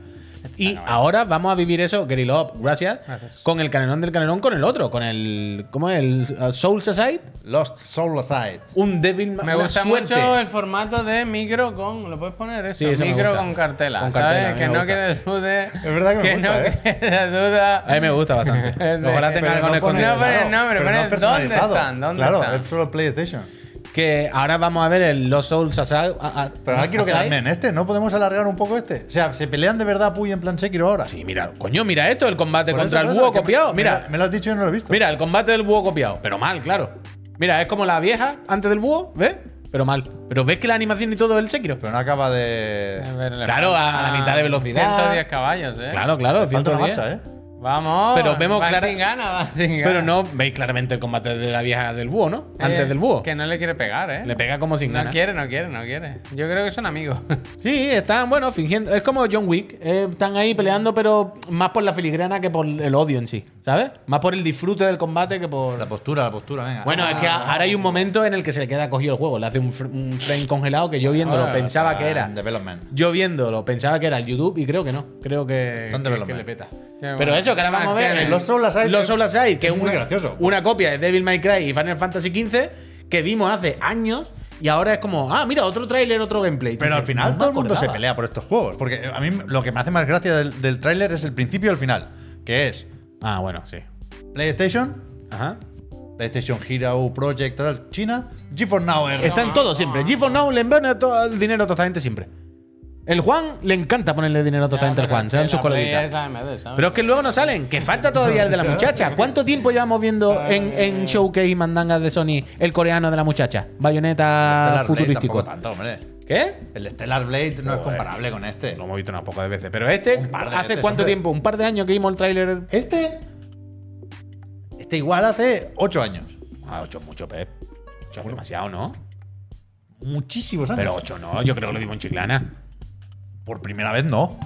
Speaker 4: y ahora vamos a vivir eso, Gary Love, gracias,
Speaker 1: Gracias.
Speaker 4: con el canelón del canelón, con el otro, con el, ¿cómo es? El uh, Soul Society,
Speaker 2: Lost Soul Aside.
Speaker 4: un Devil Ma-
Speaker 1: Me
Speaker 4: una
Speaker 1: gusta
Speaker 4: suerte.
Speaker 1: mucho el formato de micro con. ¿Lo puedes poner eso?
Speaker 4: Sí, eso me
Speaker 1: micro
Speaker 4: gusta.
Speaker 1: con cartela.
Speaker 4: Con
Speaker 1: ¿sabes?
Speaker 4: cartela, a mí
Speaker 1: que
Speaker 4: me
Speaker 1: no
Speaker 4: gusta.
Speaker 1: quede duda. Es
Speaker 2: verdad que me gusta,
Speaker 1: no
Speaker 2: ¿eh?
Speaker 1: queda duda.
Speaker 4: A mí me gusta bastante.
Speaker 1: de-
Speaker 4: Ojalá tenga
Speaker 1: pero
Speaker 4: algo
Speaker 1: no
Speaker 4: en
Speaker 1: pone-
Speaker 4: escondido.
Speaker 1: no pone- el nombre,
Speaker 2: pero no
Speaker 1: pone
Speaker 2: es
Speaker 1: dónde
Speaker 2: personalizado.
Speaker 1: están, dónde
Speaker 2: claro,
Speaker 1: están.
Speaker 2: es solo PlayStation.
Speaker 4: Que ahora vamos a ver el Lost Souls Aside. a- a-
Speaker 2: Pero ahora quiero
Speaker 4: Aside.
Speaker 2: quedarme en este. ¿No podemos alargar un poco este? O sea, se pelean de verdad Puy en plan Sekiro ahora.
Speaker 4: Sí, mira, coño, mira esto, el combate
Speaker 2: Por
Speaker 4: contra
Speaker 2: eso,
Speaker 4: el
Speaker 2: por eso,
Speaker 4: búho
Speaker 2: que me-
Speaker 4: copiado.
Speaker 2: me
Speaker 4: Mira,
Speaker 2: lo- Me lo has dicho y no lo he visto.
Speaker 4: mira, el combate del búho copiado. Pero mal, claro. Mira, es como la vieja antes del búho, ¿ves? Pero mal. Pero ves que la animación y todo es el Sekiro.
Speaker 2: Pero no acaba
Speaker 1: A
Speaker 2: de.
Speaker 1: ver, le
Speaker 4: Claro, a la
Speaker 1: faltan
Speaker 4: mitad de velocidad.
Speaker 1: 110 caballos, ¿eh?
Speaker 4: Claro, claro,
Speaker 2: Le falta una
Speaker 4: 110.
Speaker 2: marcha, ¿eh?
Speaker 1: Vamos.
Speaker 4: Pero vemos
Speaker 1: va
Speaker 4: clara-
Speaker 1: sin ganas, va sin ganas.
Speaker 4: Pero no veis claramente el combate de la vieja del búho, ¿no?
Speaker 1: Eh,
Speaker 4: Antes del búho.
Speaker 1: Que no le quiere pegar, ¿eh?
Speaker 4: Le pega como sin
Speaker 1: no
Speaker 4: ganas.
Speaker 1: quiere, no quiere, no quiere. Yo creo que son amigos.
Speaker 4: Sí, están, bueno, fingiendo. Es como John Wick. eh, están ahí peleando, pero más por la filigrana que por el odio en sí, ¿sabes? Más por el disfrute del combate que por. Ah.
Speaker 2: La postura, la postura, venga. Ah,
Speaker 4: Bueno, es que a- ahora hay un momento en el que se le queda cogido el juego. Le hace un, fr- un frame congelado que yo viéndolo
Speaker 1: Ah,
Speaker 4: pensaba que era.
Speaker 2: En development.
Speaker 4: Yo viéndolo pensaba que era el YouTube y creo que no. Creo que,
Speaker 2: Son
Speaker 4: que-
Speaker 2: development.
Speaker 4: que le peta.
Speaker 1: bueno.
Speaker 4: Pero eso, que ahora vamos a
Speaker 1: Ah,
Speaker 4: ver.
Speaker 1: que-
Speaker 2: Los Soul Aside-
Speaker 4: Los Soul Aside, que
Speaker 2: es
Speaker 4: es
Speaker 2: muy
Speaker 4: una,
Speaker 2: gracioso.
Speaker 4: una copia de Devil May Cry y Final Fantasy XV que vimos hace años y ahora es como, ah, mira, otro tráiler, otro gameplay.
Speaker 2: Pero
Speaker 4: Dices,
Speaker 2: al final
Speaker 4: no me
Speaker 2: todo el mundo se
Speaker 4: acordaba.
Speaker 2: pelea por estos juegos. Porque a mí lo que me hace más gracia del, del tráiler es el principio y el final. Que es
Speaker 4: Ah, bueno, sí.
Speaker 2: PlayStation,
Speaker 4: Ajá.
Speaker 2: PlayStation Hero Project, tal, China, GeForce Now R.
Speaker 4: Está en todo siempre. GeForce Now le envía todo el dinero a toda esta gente siempre. El Juan le encanta ponerle dinero a toda esta gente al Juan, se dan sus coloritas. Pero es que luego no salen, que falta todavía el de la muchacha. ¿Cuánto tiempo llevamos viendo en, en showcase y mandangas de Sony el coreano de la muchacha? Bayoneta
Speaker 2: Stellar
Speaker 4: futurístico.
Speaker 2: Blade tampoco tanto, hombre.
Speaker 4: ¿Qué?
Speaker 2: El Stellar Blade no es comparable con este.
Speaker 4: Lo hemos visto unas pocas veces, pero este,
Speaker 2: Un par de
Speaker 4: ¿hace
Speaker 2: veces,
Speaker 4: cuánto
Speaker 2: hombre.
Speaker 4: tiempo? ¿Un par de años que vimos el tráiler?
Speaker 2: Este. Este igual hace 8 años.
Speaker 4: Ah, ocho es mucho, Pep. Ocho es demasiado, ¿no?
Speaker 2: Muchísimos años.
Speaker 4: Pero ocho no, yo creo que lo vimos en Chiclana.
Speaker 2: por primera vez no.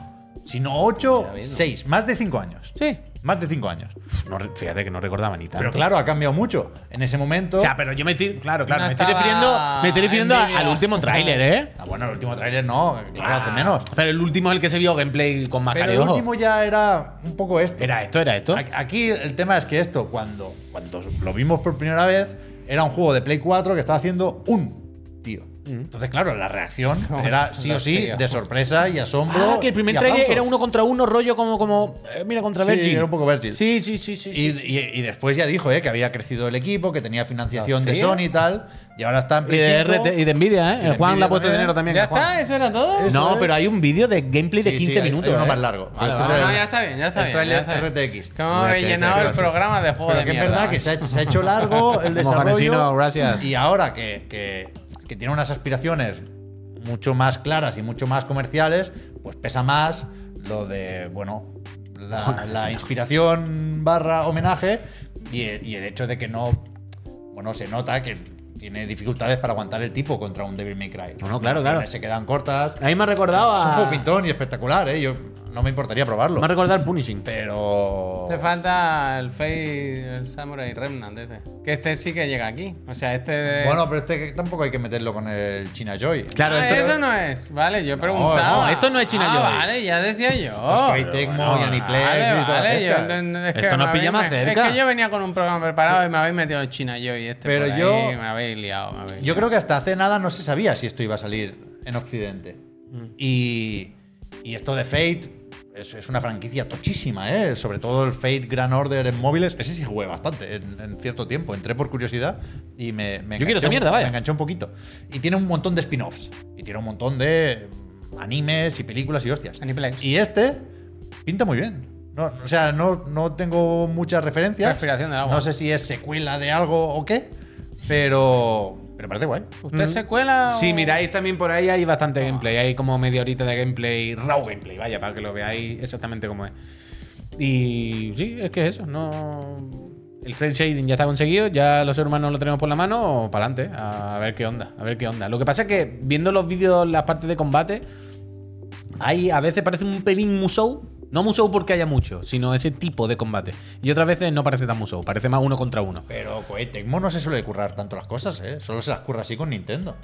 Speaker 2: Sino 8, 6. Más de 5 años.
Speaker 4: Sí.
Speaker 2: Más de cinco años.
Speaker 4: No re- fíjate que no recordaba ni tanto.
Speaker 2: Pero claro, ha cambiado mucho. En ese momento.
Speaker 4: O sea, pero yo me estoy. Claro, claro.
Speaker 1: No
Speaker 4: me estoy
Speaker 1: estaba
Speaker 4: refiriendo, me estoy refiriendo a-
Speaker 1: en
Speaker 4: al
Speaker 1: vídeo.
Speaker 4: último tráiler, ¿eh?
Speaker 2: Ah, bueno, el último tráiler no, claro,
Speaker 4: Ah.
Speaker 2: hace menos.
Speaker 4: Pero el último es el que se vio gameplay con más
Speaker 2: Pero el
Speaker 4: careojo.
Speaker 2: último ya era un poco este. esto.
Speaker 4: Era esto, era esto.
Speaker 2: A- Aquí el tema es que esto, cuando, cuando lo vimos por primera vez, era un juego de Play 4 que estaba haciendo un tío.
Speaker 4: Mm.
Speaker 2: Entonces, claro, la reacción era sí o
Speaker 1: Los
Speaker 2: sí
Speaker 1: tíos.
Speaker 2: de sorpresa y asombro.
Speaker 4: Ah, que el primer
Speaker 2: y
Speaker 4: tráiler
Speaker 2: aplausos.
Speaker 4: era uno contra uno, rollo como. como eh, mira, contra
Speaker 2: Sí,
Speaker 4: Virgil.
Speaker 2: era un poco Virgil.
Speaker 4: Sí, sí, sí, sí.
Speaker 2: Y,
Speaker 4: sí.
Speaker 2: y- y después ya dijo eh, que había crecido el equipo, que tenía financiación de
Speaker 1: Sí.
Speaker 2: Sony y tal. Y ahora está en
Speaker 4: Ah, Y
Speaker 2: Play
Speaker 4: de,
Speaker 2: 5.
Speaker 4: RT y de Nvidia, ¿eh?
Speaker 2: de
Speaker 4: El Juan le
Speaker 2: Nvidia
Speaker 4: ha puesto
Speaker 2: también.
Speaker 4: dinero también.
Speaker 1: ¿Ya
Speaker 4: el Juan.
Speaker 1: está? ¿Eso era todo?
Speaker 2: Eso
Speaker 4: No,
Speaker 2: es.
Speaker 4: pero hay un vídeo de gameplay de
Speaker 2: Sí,
Speaker 4: 15
Speaker 2: sí, hay-
Speaker 4: minutos.
Speaker 2: hay uno
Speaker 4: ¿eh?
Speaker 2: más largo.
Speaker 4: Vale,
Speaker 2: Este
Speaker 4: vale.
Speaker 2: es
Speaker 1: No,
Speaker 2: el-
Speaker 1: ya está bien, ya está
Speaker 2: el
Speaker 1: bien,
Speaker 2: tráiler
Speaker 1: ya está bien.
Speaker 2: RTX.
Speaker 1: ¿Cómo me he
Speaker 2: VHS,
Speaker 1: llenado el
Speaker 2: gracias.
Speaker 1: programa de juego
Speaker 2: Pero
Speaker 1: de
Speaker 2: que es
Speaker 1: mierda?
Speaker 2: verdad que se ha, se ha hecho largo el desarrollo.
Speaker 4: Mojanesino, gracias.
Speaker 2: Y ahora que, que- que tiene unas aspiraciones mucho más claras y mucho más comerciales, pues pesa más lo de, bueno, la, la inspiración barra homenaje y el, y el hecho de que no, bueno, se nota que tiene dificultades para aguantar el tipo contra un Devil May Cry.
Speaker 4: No, no, claro, claro.
Speaker 2: Se quedan cortas.
Speaker 4: Ahí me ha recordado
Speaker 2: Es un
Speaker 4: a.
Speaker 2: juego pintón y espectacular, ¿eh? Yo no me importaría probarlo.
Speaker 4: Me ha recordado al Punishing.
Speaker 2: Pero.
Speaker 4: Oh.
Speaker 1: Te falta el Fate el Samurai Remnant ese. Que este sí que llega aquí. O sea, este de...
Speaker 2: Bueno, pero este que tampoco hay que meterlo con el China Joy.
Speaker 4: Claro,
Speaker 1: Ah,
Speaker 4: esto-
Speaker 1: eso no es. Vale, yo preguntaba.
Speaker 2: no,
Speaker 4: esto no es China
Speaker 1: Ah,
Speaker 4: Joy.
Speaker 1: vale, ya decía yo. Ah,
Speaker 2: Pues que hay Tecmo y Aniplex y toda la pesca.
Speaker 4: Esto nos
Speaker 1: me
Speaker 4: pilla más
Speaker 1: habéis-
Speaker 4: cerca.
Speaker 1: Es que yo venía con un programa preparado y me habéis metido el China Joy. Este
Speaker 2: Pero
Speaker 1: por
Speaker 2: yo-
Speaker 1: ahí, me habéis liado. Me habéis
Speaker 2: Yo
Speaker 1: liado.
Speaker 2: creo que hasta hace nada no se sabía si esto iba a salir en Occidente.
Speaker 4: Mm.
Speaker 2: Y, y esto de Fate es, es una franquicia tochísima, ¿eh? Sobre todo el Fate Grand Order en móviles. Ese sí jugué bastante en, en cierto tiempo. Entré por curiosidad y me, me,
Speaker 4: Yo quiero esta
Speaker 2: un-
Speaker 4: mierda, vaya.
Speaker 2: me enganché un poquito. Y tiene un montón de spin-offs. Y tiene un montón de animes y películas y hostias.
Speaker 1: Aniplex.
Speaker 2: Y este pinta muy bien. No, o sea, no, no tengo muchas referencias.
Speaker 1: Respiración del agua.
Speaker 2: No sé si es secuela de algo o qué, pero, pero parece guay.
Speaker 1: ¿Usted se cuela? o-
Speaker 4: Si miráis también por Mm. ahí hay bastante gameplay. Hay como media horita de gameplay, raw gameplay, vaya, para que lo veáis exactamente cómo es. Y sí, es que es eso, no. El cel shading ya está conseguido, ya los seres humanos lo tenemos por la mano, para adelante, a ver qué onda, a ver qué onda. Lo que pasa es que viendo los vídeos, las partes de combate, hay a veces parece un pelín musou, no musou porque haya mucho, sino ese tipo de combate. Y otras veces no parece tan musou, parece más uno contra uno.
Speaker 2: Pero, coe, Tecmo no se suele currar tanto las cosas, ¿eh? Solo se las curra así con Nintendo.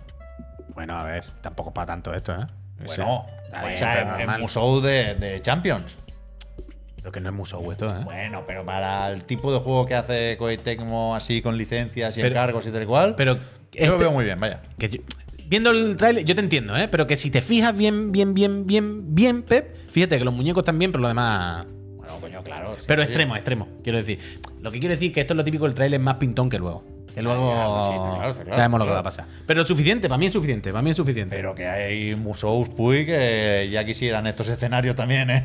Speaker 4: Bueno, a ver, tampoco es para tanto esto, ¿eh?
Speaker 2: Bueno, pues,
Speaker 4: Está bien,
Speaker 2: o sea,
Speaker 4: pero
Speaker 2: en- en,
Speaker 4: normal.
Speaker 2: Musou de, de Champions.
Speaker 4: Lo que no es musou esto, ¿eh?
Speaker 2: Bueno, pero para el tipo de juego que hace Koei Tecmo así con licencias y
Speaker 4: Pero-
Speaker 2: encargos y tal y cual,
Speaker 4: Pero
Speaker 2: yo lo
Speaker 4: este-
Speaker 2: veo muy bien, vaya.
Speaker 4: que yo- viendo el tráiler, yo te entiendo, ¿eh? Pero que si te fijas bien, bien, bien, bien, bien, Pep, fíjate que los muñecos están bien, pero lo demás.
Speaker 2: Bueno, coño, claro. sí,
Speaker 4: Pero
Speaker 2: sí.
Speaker 4: extremo, extremo, quiero decir. Lo que quiero decir es que esto es lo típico del tráiler más pintón que luego. Que luego
Speaker 2: Ah, ya, sí, está claro, está claro,
Speaker 4: sabemos lo que
Speaker 2: claro.
Speaker 4: va a pasar. Pero suficiente, para mí es suficiente, para mí es suficiente.
Speaker 2: Pero que hay Musou Puy que ya quisieran estos escenarios también, ¿eh?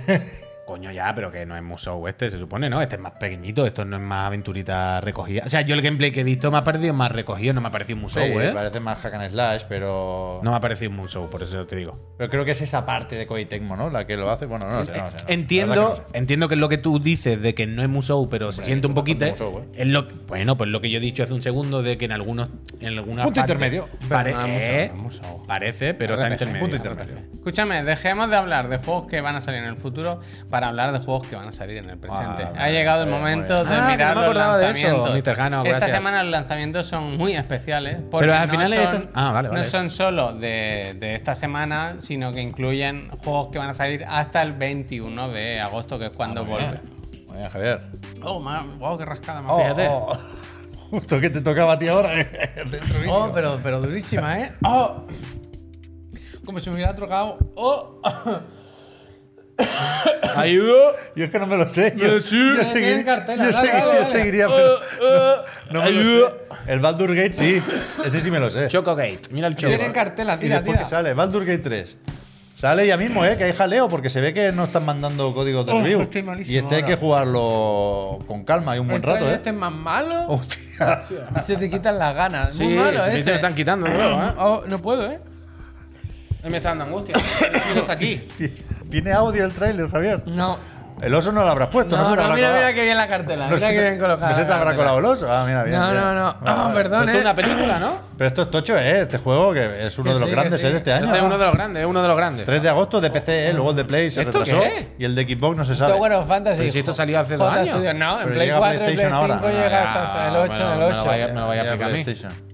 Speaker 4: Coño, ya, pero que no es Musou este, se supone, ¿no? Este es más pequeñito, esto no es más aventurita recogida. O sea, yo el gameplay que he visto me ha parecido más recogido, no me ha parecido un Musou,
Speaker 2: Sí,
Speaker 4: ¿eh?
Speaker 2: Parece más hack and slash, pero.
Speaker 4: No me ha parecido un Musou, por eso te digo.
Speaker 2: Pero creo que es esa parte de Koei Tecmo, ¿no? La que lo hace. Bueno, no lo sé. No, lo sé, no. La
Speaker 4: Eh, Entiendo,
Speaker 2: verdad que no sé.
Speaker 4: entiendo que lo que tú dices de que no es Musou, pero se siente un poquito.
Speaker 2: bastante Musou,
Speaker 4: es lo, bueno, pues lo que yo he dicho hace un segundo de que en algunos. En algunas
Speaker 2: Punto
Speaker 4: partes
Speaker 2: intermedio.
Speaker 4: pare-
Speaker 1: Pero no es
Speaker 4: eh,
Speaker 1: Musou, no es Musou.
Speaker 4: parece, pero está
Speaker 1: RPG,
Speaker 4: intermedio.
Speaker 2: punto intermedio.
Speaker 1: Escúchame, dejemos de hablar de juegos que van a salir en el futuro para hablar de juegos que van a salir en el presente.
Speaker 2: Ah,
Speaker 1: ha
Speaker 2: vale,
Speaker 1: llegado el
Speaker 2: vale,
Speaker 1: momento
Speaker 2: vale.
Speaker 1: de
Speaker 4: Ah, que
Speaker 1: mirar
Speaker 4: no me
Speaker 1: los
Speaker 4: acordaba de eso,
Speaker 1: lanzamientos.
Speaker 4: Mr. Gano,
Speaker 1: Esta
Speaker 4: gracias.
Speaker 1: semana los lanzamientos son muy especiales. porque
Speaker 4: Pero al final
Speaker 1: no son,
Speaker 4: estas- ah, vale, vale,
Speaker 1: no
Speaker 4: eso.
Speaker 1: son solo de, de esta semana, sino que incluyen juegos que van a salir hasta el 21 de agosto, que es cuando
Speaker 4: Ah,
Speaker 2: Muy bien.
Speaker 1: vuelve.
Speaker 2: Muy bien, Javier.
Speaker 1: Oh, ma- wow, qué rascada, ma,
Speaker 2: Oh,
Speaker 1: fíjate. Oh,
Speaker 2: oh. Justo que te tocaba a ti ahora. eh, dentro vídeo.
Speaker 1: pero, pero durísima, ¿eh? Oh. Como si me hubiera trocado. Oh.
Speaker 4: Ayudo.
Speaker 2: Yo es que no me lo sé. Yo,
Speaker 4: Pero sí.
Speaker 2: yo,
Speaker 1: Pero tienen cartela,
Speaker 2: yo
Speaker 1: dale,
Speaker 2: seguiría-
Speaker 1: dale, Uh,
Speaker 2: yo
Speaker 1: dale.
Speaker 2: seguiría, pero no me lo sé. El Baldur Gate sí. Ese sí me lo sé.
Speaker 4: Choco Gate. Mira el choco.
Speaker 1: Tienen cartela,
Speaker 2: y
Speaker 1: tira,
Speaker 2: después
Speaker 1: tira.
Speaker 2: que sale, Baldur Gate 3. Sale ya mismo, ¿eh? Que hay jaleo porque se ve que no están mandando códigos de
Speaker 1: Oh,
Speaker 2: review.
Speaker 1: estoy malísimo
Speaker 2: y este hay
Speaker 1: ahora.
Speaker 2: que jugarlo con calma y un buen
Speaker 1: El
Speaker 2: rato,
Speaker 1: trailer
Speaker 2: ¿eh?
Speaker 1: Este es más malo.
Speaker 2: Hostia.
Speaker 1: Se te quitan las ganas.
Speaker 4: Sí,
Speaker 1: Muy malo,
Speaker 4: se me-
Speaker 1: este.
Speaker 4: se lo están quitando de nuevo, ¿eh?
Speaker 1: Oh, no puedo, ¿eh?
Speaker 4: Me está dando angustia. El está aquí.
Speaker 2: Ti- Tiene audio el tráiler, Javier.
Speaker 1: No.
Speaker 2: El oso no lo habrás puesto, no,
Speaker 1: No,
Speaker 2: se te
Speaker 1: no,
Speaker 2: habrá
Speaker 1: mira,
Speaker 2: colado.
Speaker 1: mira qué bien la cartela.
Speaker 2: No
Speaker 1: mira
Speaker 2: se
Speaker 1: qué
Speaker 2: te-
Speaker 1: bien colocada.
Speaker 2: No se
Speaker 1: la
Speaker 2: te habrá
Speaker 1: cartela.
Speaker 2: colado el oso. Ah, mira, bien.
Speaker 1: No,
Speaker 2: bien.
Speaker 1: no, no.
Speaker 2: Vale,
Speaker 1: Ah,
Speaker 2: vale.
Speaker 1: perdón,
Speaker 4: Esto
Speaker 1: eh.
Speaker 4: es una película, ¿no?
Speaker 2: Pero esto es tocho, ¿eh? Este juego que es uno
Speaker 1: Que
Speaker 2: de los
Speaker 1: sí, que
Speaker 2: grandes
Speaker 1: sí.
Speaker 2: ¿eh? de este año.
Speaker 4: Este es uno de los grandes, es uno de los grandes.
Speaker 2: 3 de agosto de PC, ¿eh? luego el de Play se
Speaker 4: ¿Esto
Speaker 2: retrasó.
Speaker 4: qué?
Speaker 2: Y el de Xbox no se sabe.
Speaker 1: Esto bueno, Fantasy.
Speaker 4: Pero si esto
Speaker 1: jo-
Speaker 4: salió hace dos
Speaker 1: Jota
Speaker 4: años.
Speaker 1: Studios. No, en
Speaker 2: Pero
Speaker 1: Play
Speaker 2: llega
Speaker 1: 4, en Play 5
Speaker 2: PlayStation ahora.
Speaker 1: llega
Speaker 4: Ah,
Speaker 1: hasta el 8,
Speaker 4: me
Speaker 1: el
Speaker 4: lo- me lo
Speaker 1: 8.
Speaker 4: vaya- me lo vaya a
Speaker 2: Eh, Ya,
Speaker 4: aplicar a mí.
Speaker 2: PlayStation.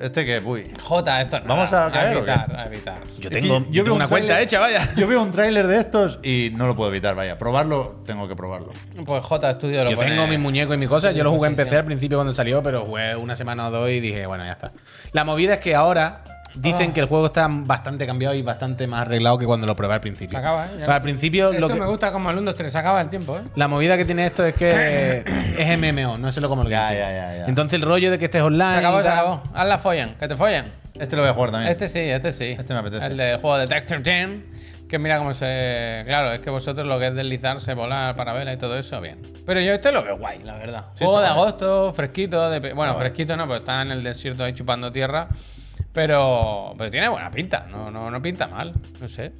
Speaker 2: Este que, uy.
Speaker 1: Jota, esto no.
Speaker 2: ¿Vamos a caer o qué?
Speaker 1: evitar, a evitar.
Speaker 4: Yo
Speaker 2: Es que
Speaker 4: tengo, yo
Speaker 2: yo
Speaker 4: tengo
Speaker 2: veo
Speaker 4: una
Speaker 2: un
Speaker 4: cuenta
Speaker 2: trailer-
Speaker 4: hecha, vaya.
Speaker 2: Yo veo un tráiler de estos y no lo puedo evitar, vaya. Probarlo, tengo que probarlo.
Speaker 1: Pues J Studio lo
Speaker 4: Yo
Speaker 1: pone-
Speaker 4: tengo mis muñecos y mis cosas. Yo lo jugué en PC al principio cuando salió, pero jugué una semana o dos y dije, bueno, ya está. La movida es que ahora
Speaker 1: Ah.
Speaker 4: dicen que el juego está bastante cambiado y bastante más arreglado que cuando lo probé al
Speaker 1: Se
Speaker 4: principio.
Speaker 1: acaba, ¿eh? Ya.
Speaker 4: al principio,
Speaker 1: Esto
Speaker 4: lo que,
Speaker 1: me gusta como alumnos 3, se acaba el tiempo, ¿eh?
Speaker 4: la movida que tiene esto es que es MMO, no sé lo como lo que
Speaker 2: Ya,
Speaker 4: dice.
Speaker 2: ya, ya, ya.
Speaker 4: Entonces el rollo de que estés online.
Speaker 1: Se
Speaker 4: y
Speaker 1: acabó, se
Speaker 4: tal-
Speaker 1: acabó. Haz la follan, que te follan.
Speaker 2: Este lo voy a jugar también.
Speaker 1: Este sí, este sí.
Speaker 2: Este me apetece.
Speaker 1: El del juego de Dexter Jam. Que mira cómo se. Claro, es que vosotros lo que es deslizarse, volar, parabela y todo eso, bien. Pero yo este lo veo guay, la verdad.
Speaker 2: Sí,
Speaker 1: Juego de
Speaker 2: está guay.
Speaker 1: agosto, fresquito. de pe- Bueno, fresquito no, pues está en el desierto ahí chupando tierra. Pero. Pero tiene buena pinta, no, no, no pinta mal. No sé.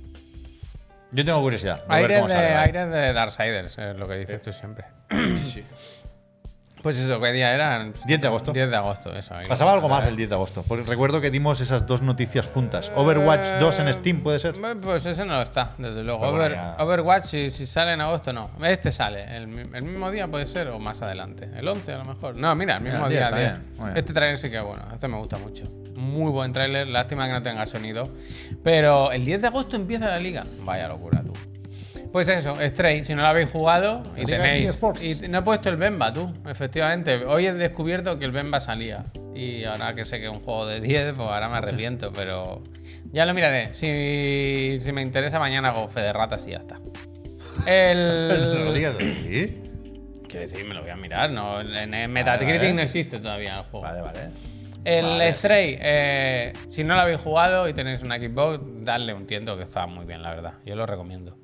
Speaker 2: Yo tengo curiosidad. de ver
Speaker 1: Aires
Speaker 2: cómo
Speaker 1: de,
Speaker 2: sale, vaya.
Speaker 1: aires de Darksiders, es lo que dices tú siempre. Pues eso, ¿qué día era?
Speaker 2: 10 de agosto.
Speaker 1: 10 de agosto, eso. ahí.
Speaker 2: Pasaba algo más el 10 de agosto. Porque recuerdo que dimos esas dos noticias juntas. Overwatch 2 en Steam, ¿puede ser?
Speaker 1: Eh, Pues ese no lo está, desde luego.
Speaker 2: Pero
Speaker 1: Over-
Speaker 2: bueno, ya-
Speaker 1: Overwatch, si, si sale en agosto, no. Este sale, el, mi- el mismo día puede ser, o más adelante. El 11 a lo mejor. No, mira, el mismo
Speaker 2: el
Speaker 1: día.
Speaker 2: 10
Speaker 1: 10.
Speaker 2: también, muy bien.
Speaker 1: Este trailer sí que es bueno, este me gusta mucho. Muy buen trailer, lástima que no tenga sonido. Pero el 10 de agosto empieza la liga. Vaya locura, tú. Pues eso, Stray, si no lo habéis jugado y
Speaker 2: Liga de
Speaker 1: tenéis.
Speaker 2: eSports.
Speaker 1: Y te- no he puesto el Bemba, tú, efectivamente. Hoy he descubierto que el Bemba salía. Y ahora que sé que es un juego de 10, pues ahora me arrepiento, pero. Ya lo miraré. Si, si me interesa, mañana hago fe de ratas y ya está.
Speaker 2: No lo
Speaker 1: El.
Speaker 2: digas así.
Speaker 1: Quiero decir, me lo voy a mirar, ¿no? En en Metacritic
Speaker 2: Vale, vale.
Speaker 1: no existe todavía el juego.
Speaker 2: Vale, vale.
Speaker 1: El
Speaker 2: Vale.
Speaker 1: Stray, eh, si no lo habéis jugado y tenéis una Xbox, darle un tiento que está muy bien, la verdad. Yo lo recomiendo.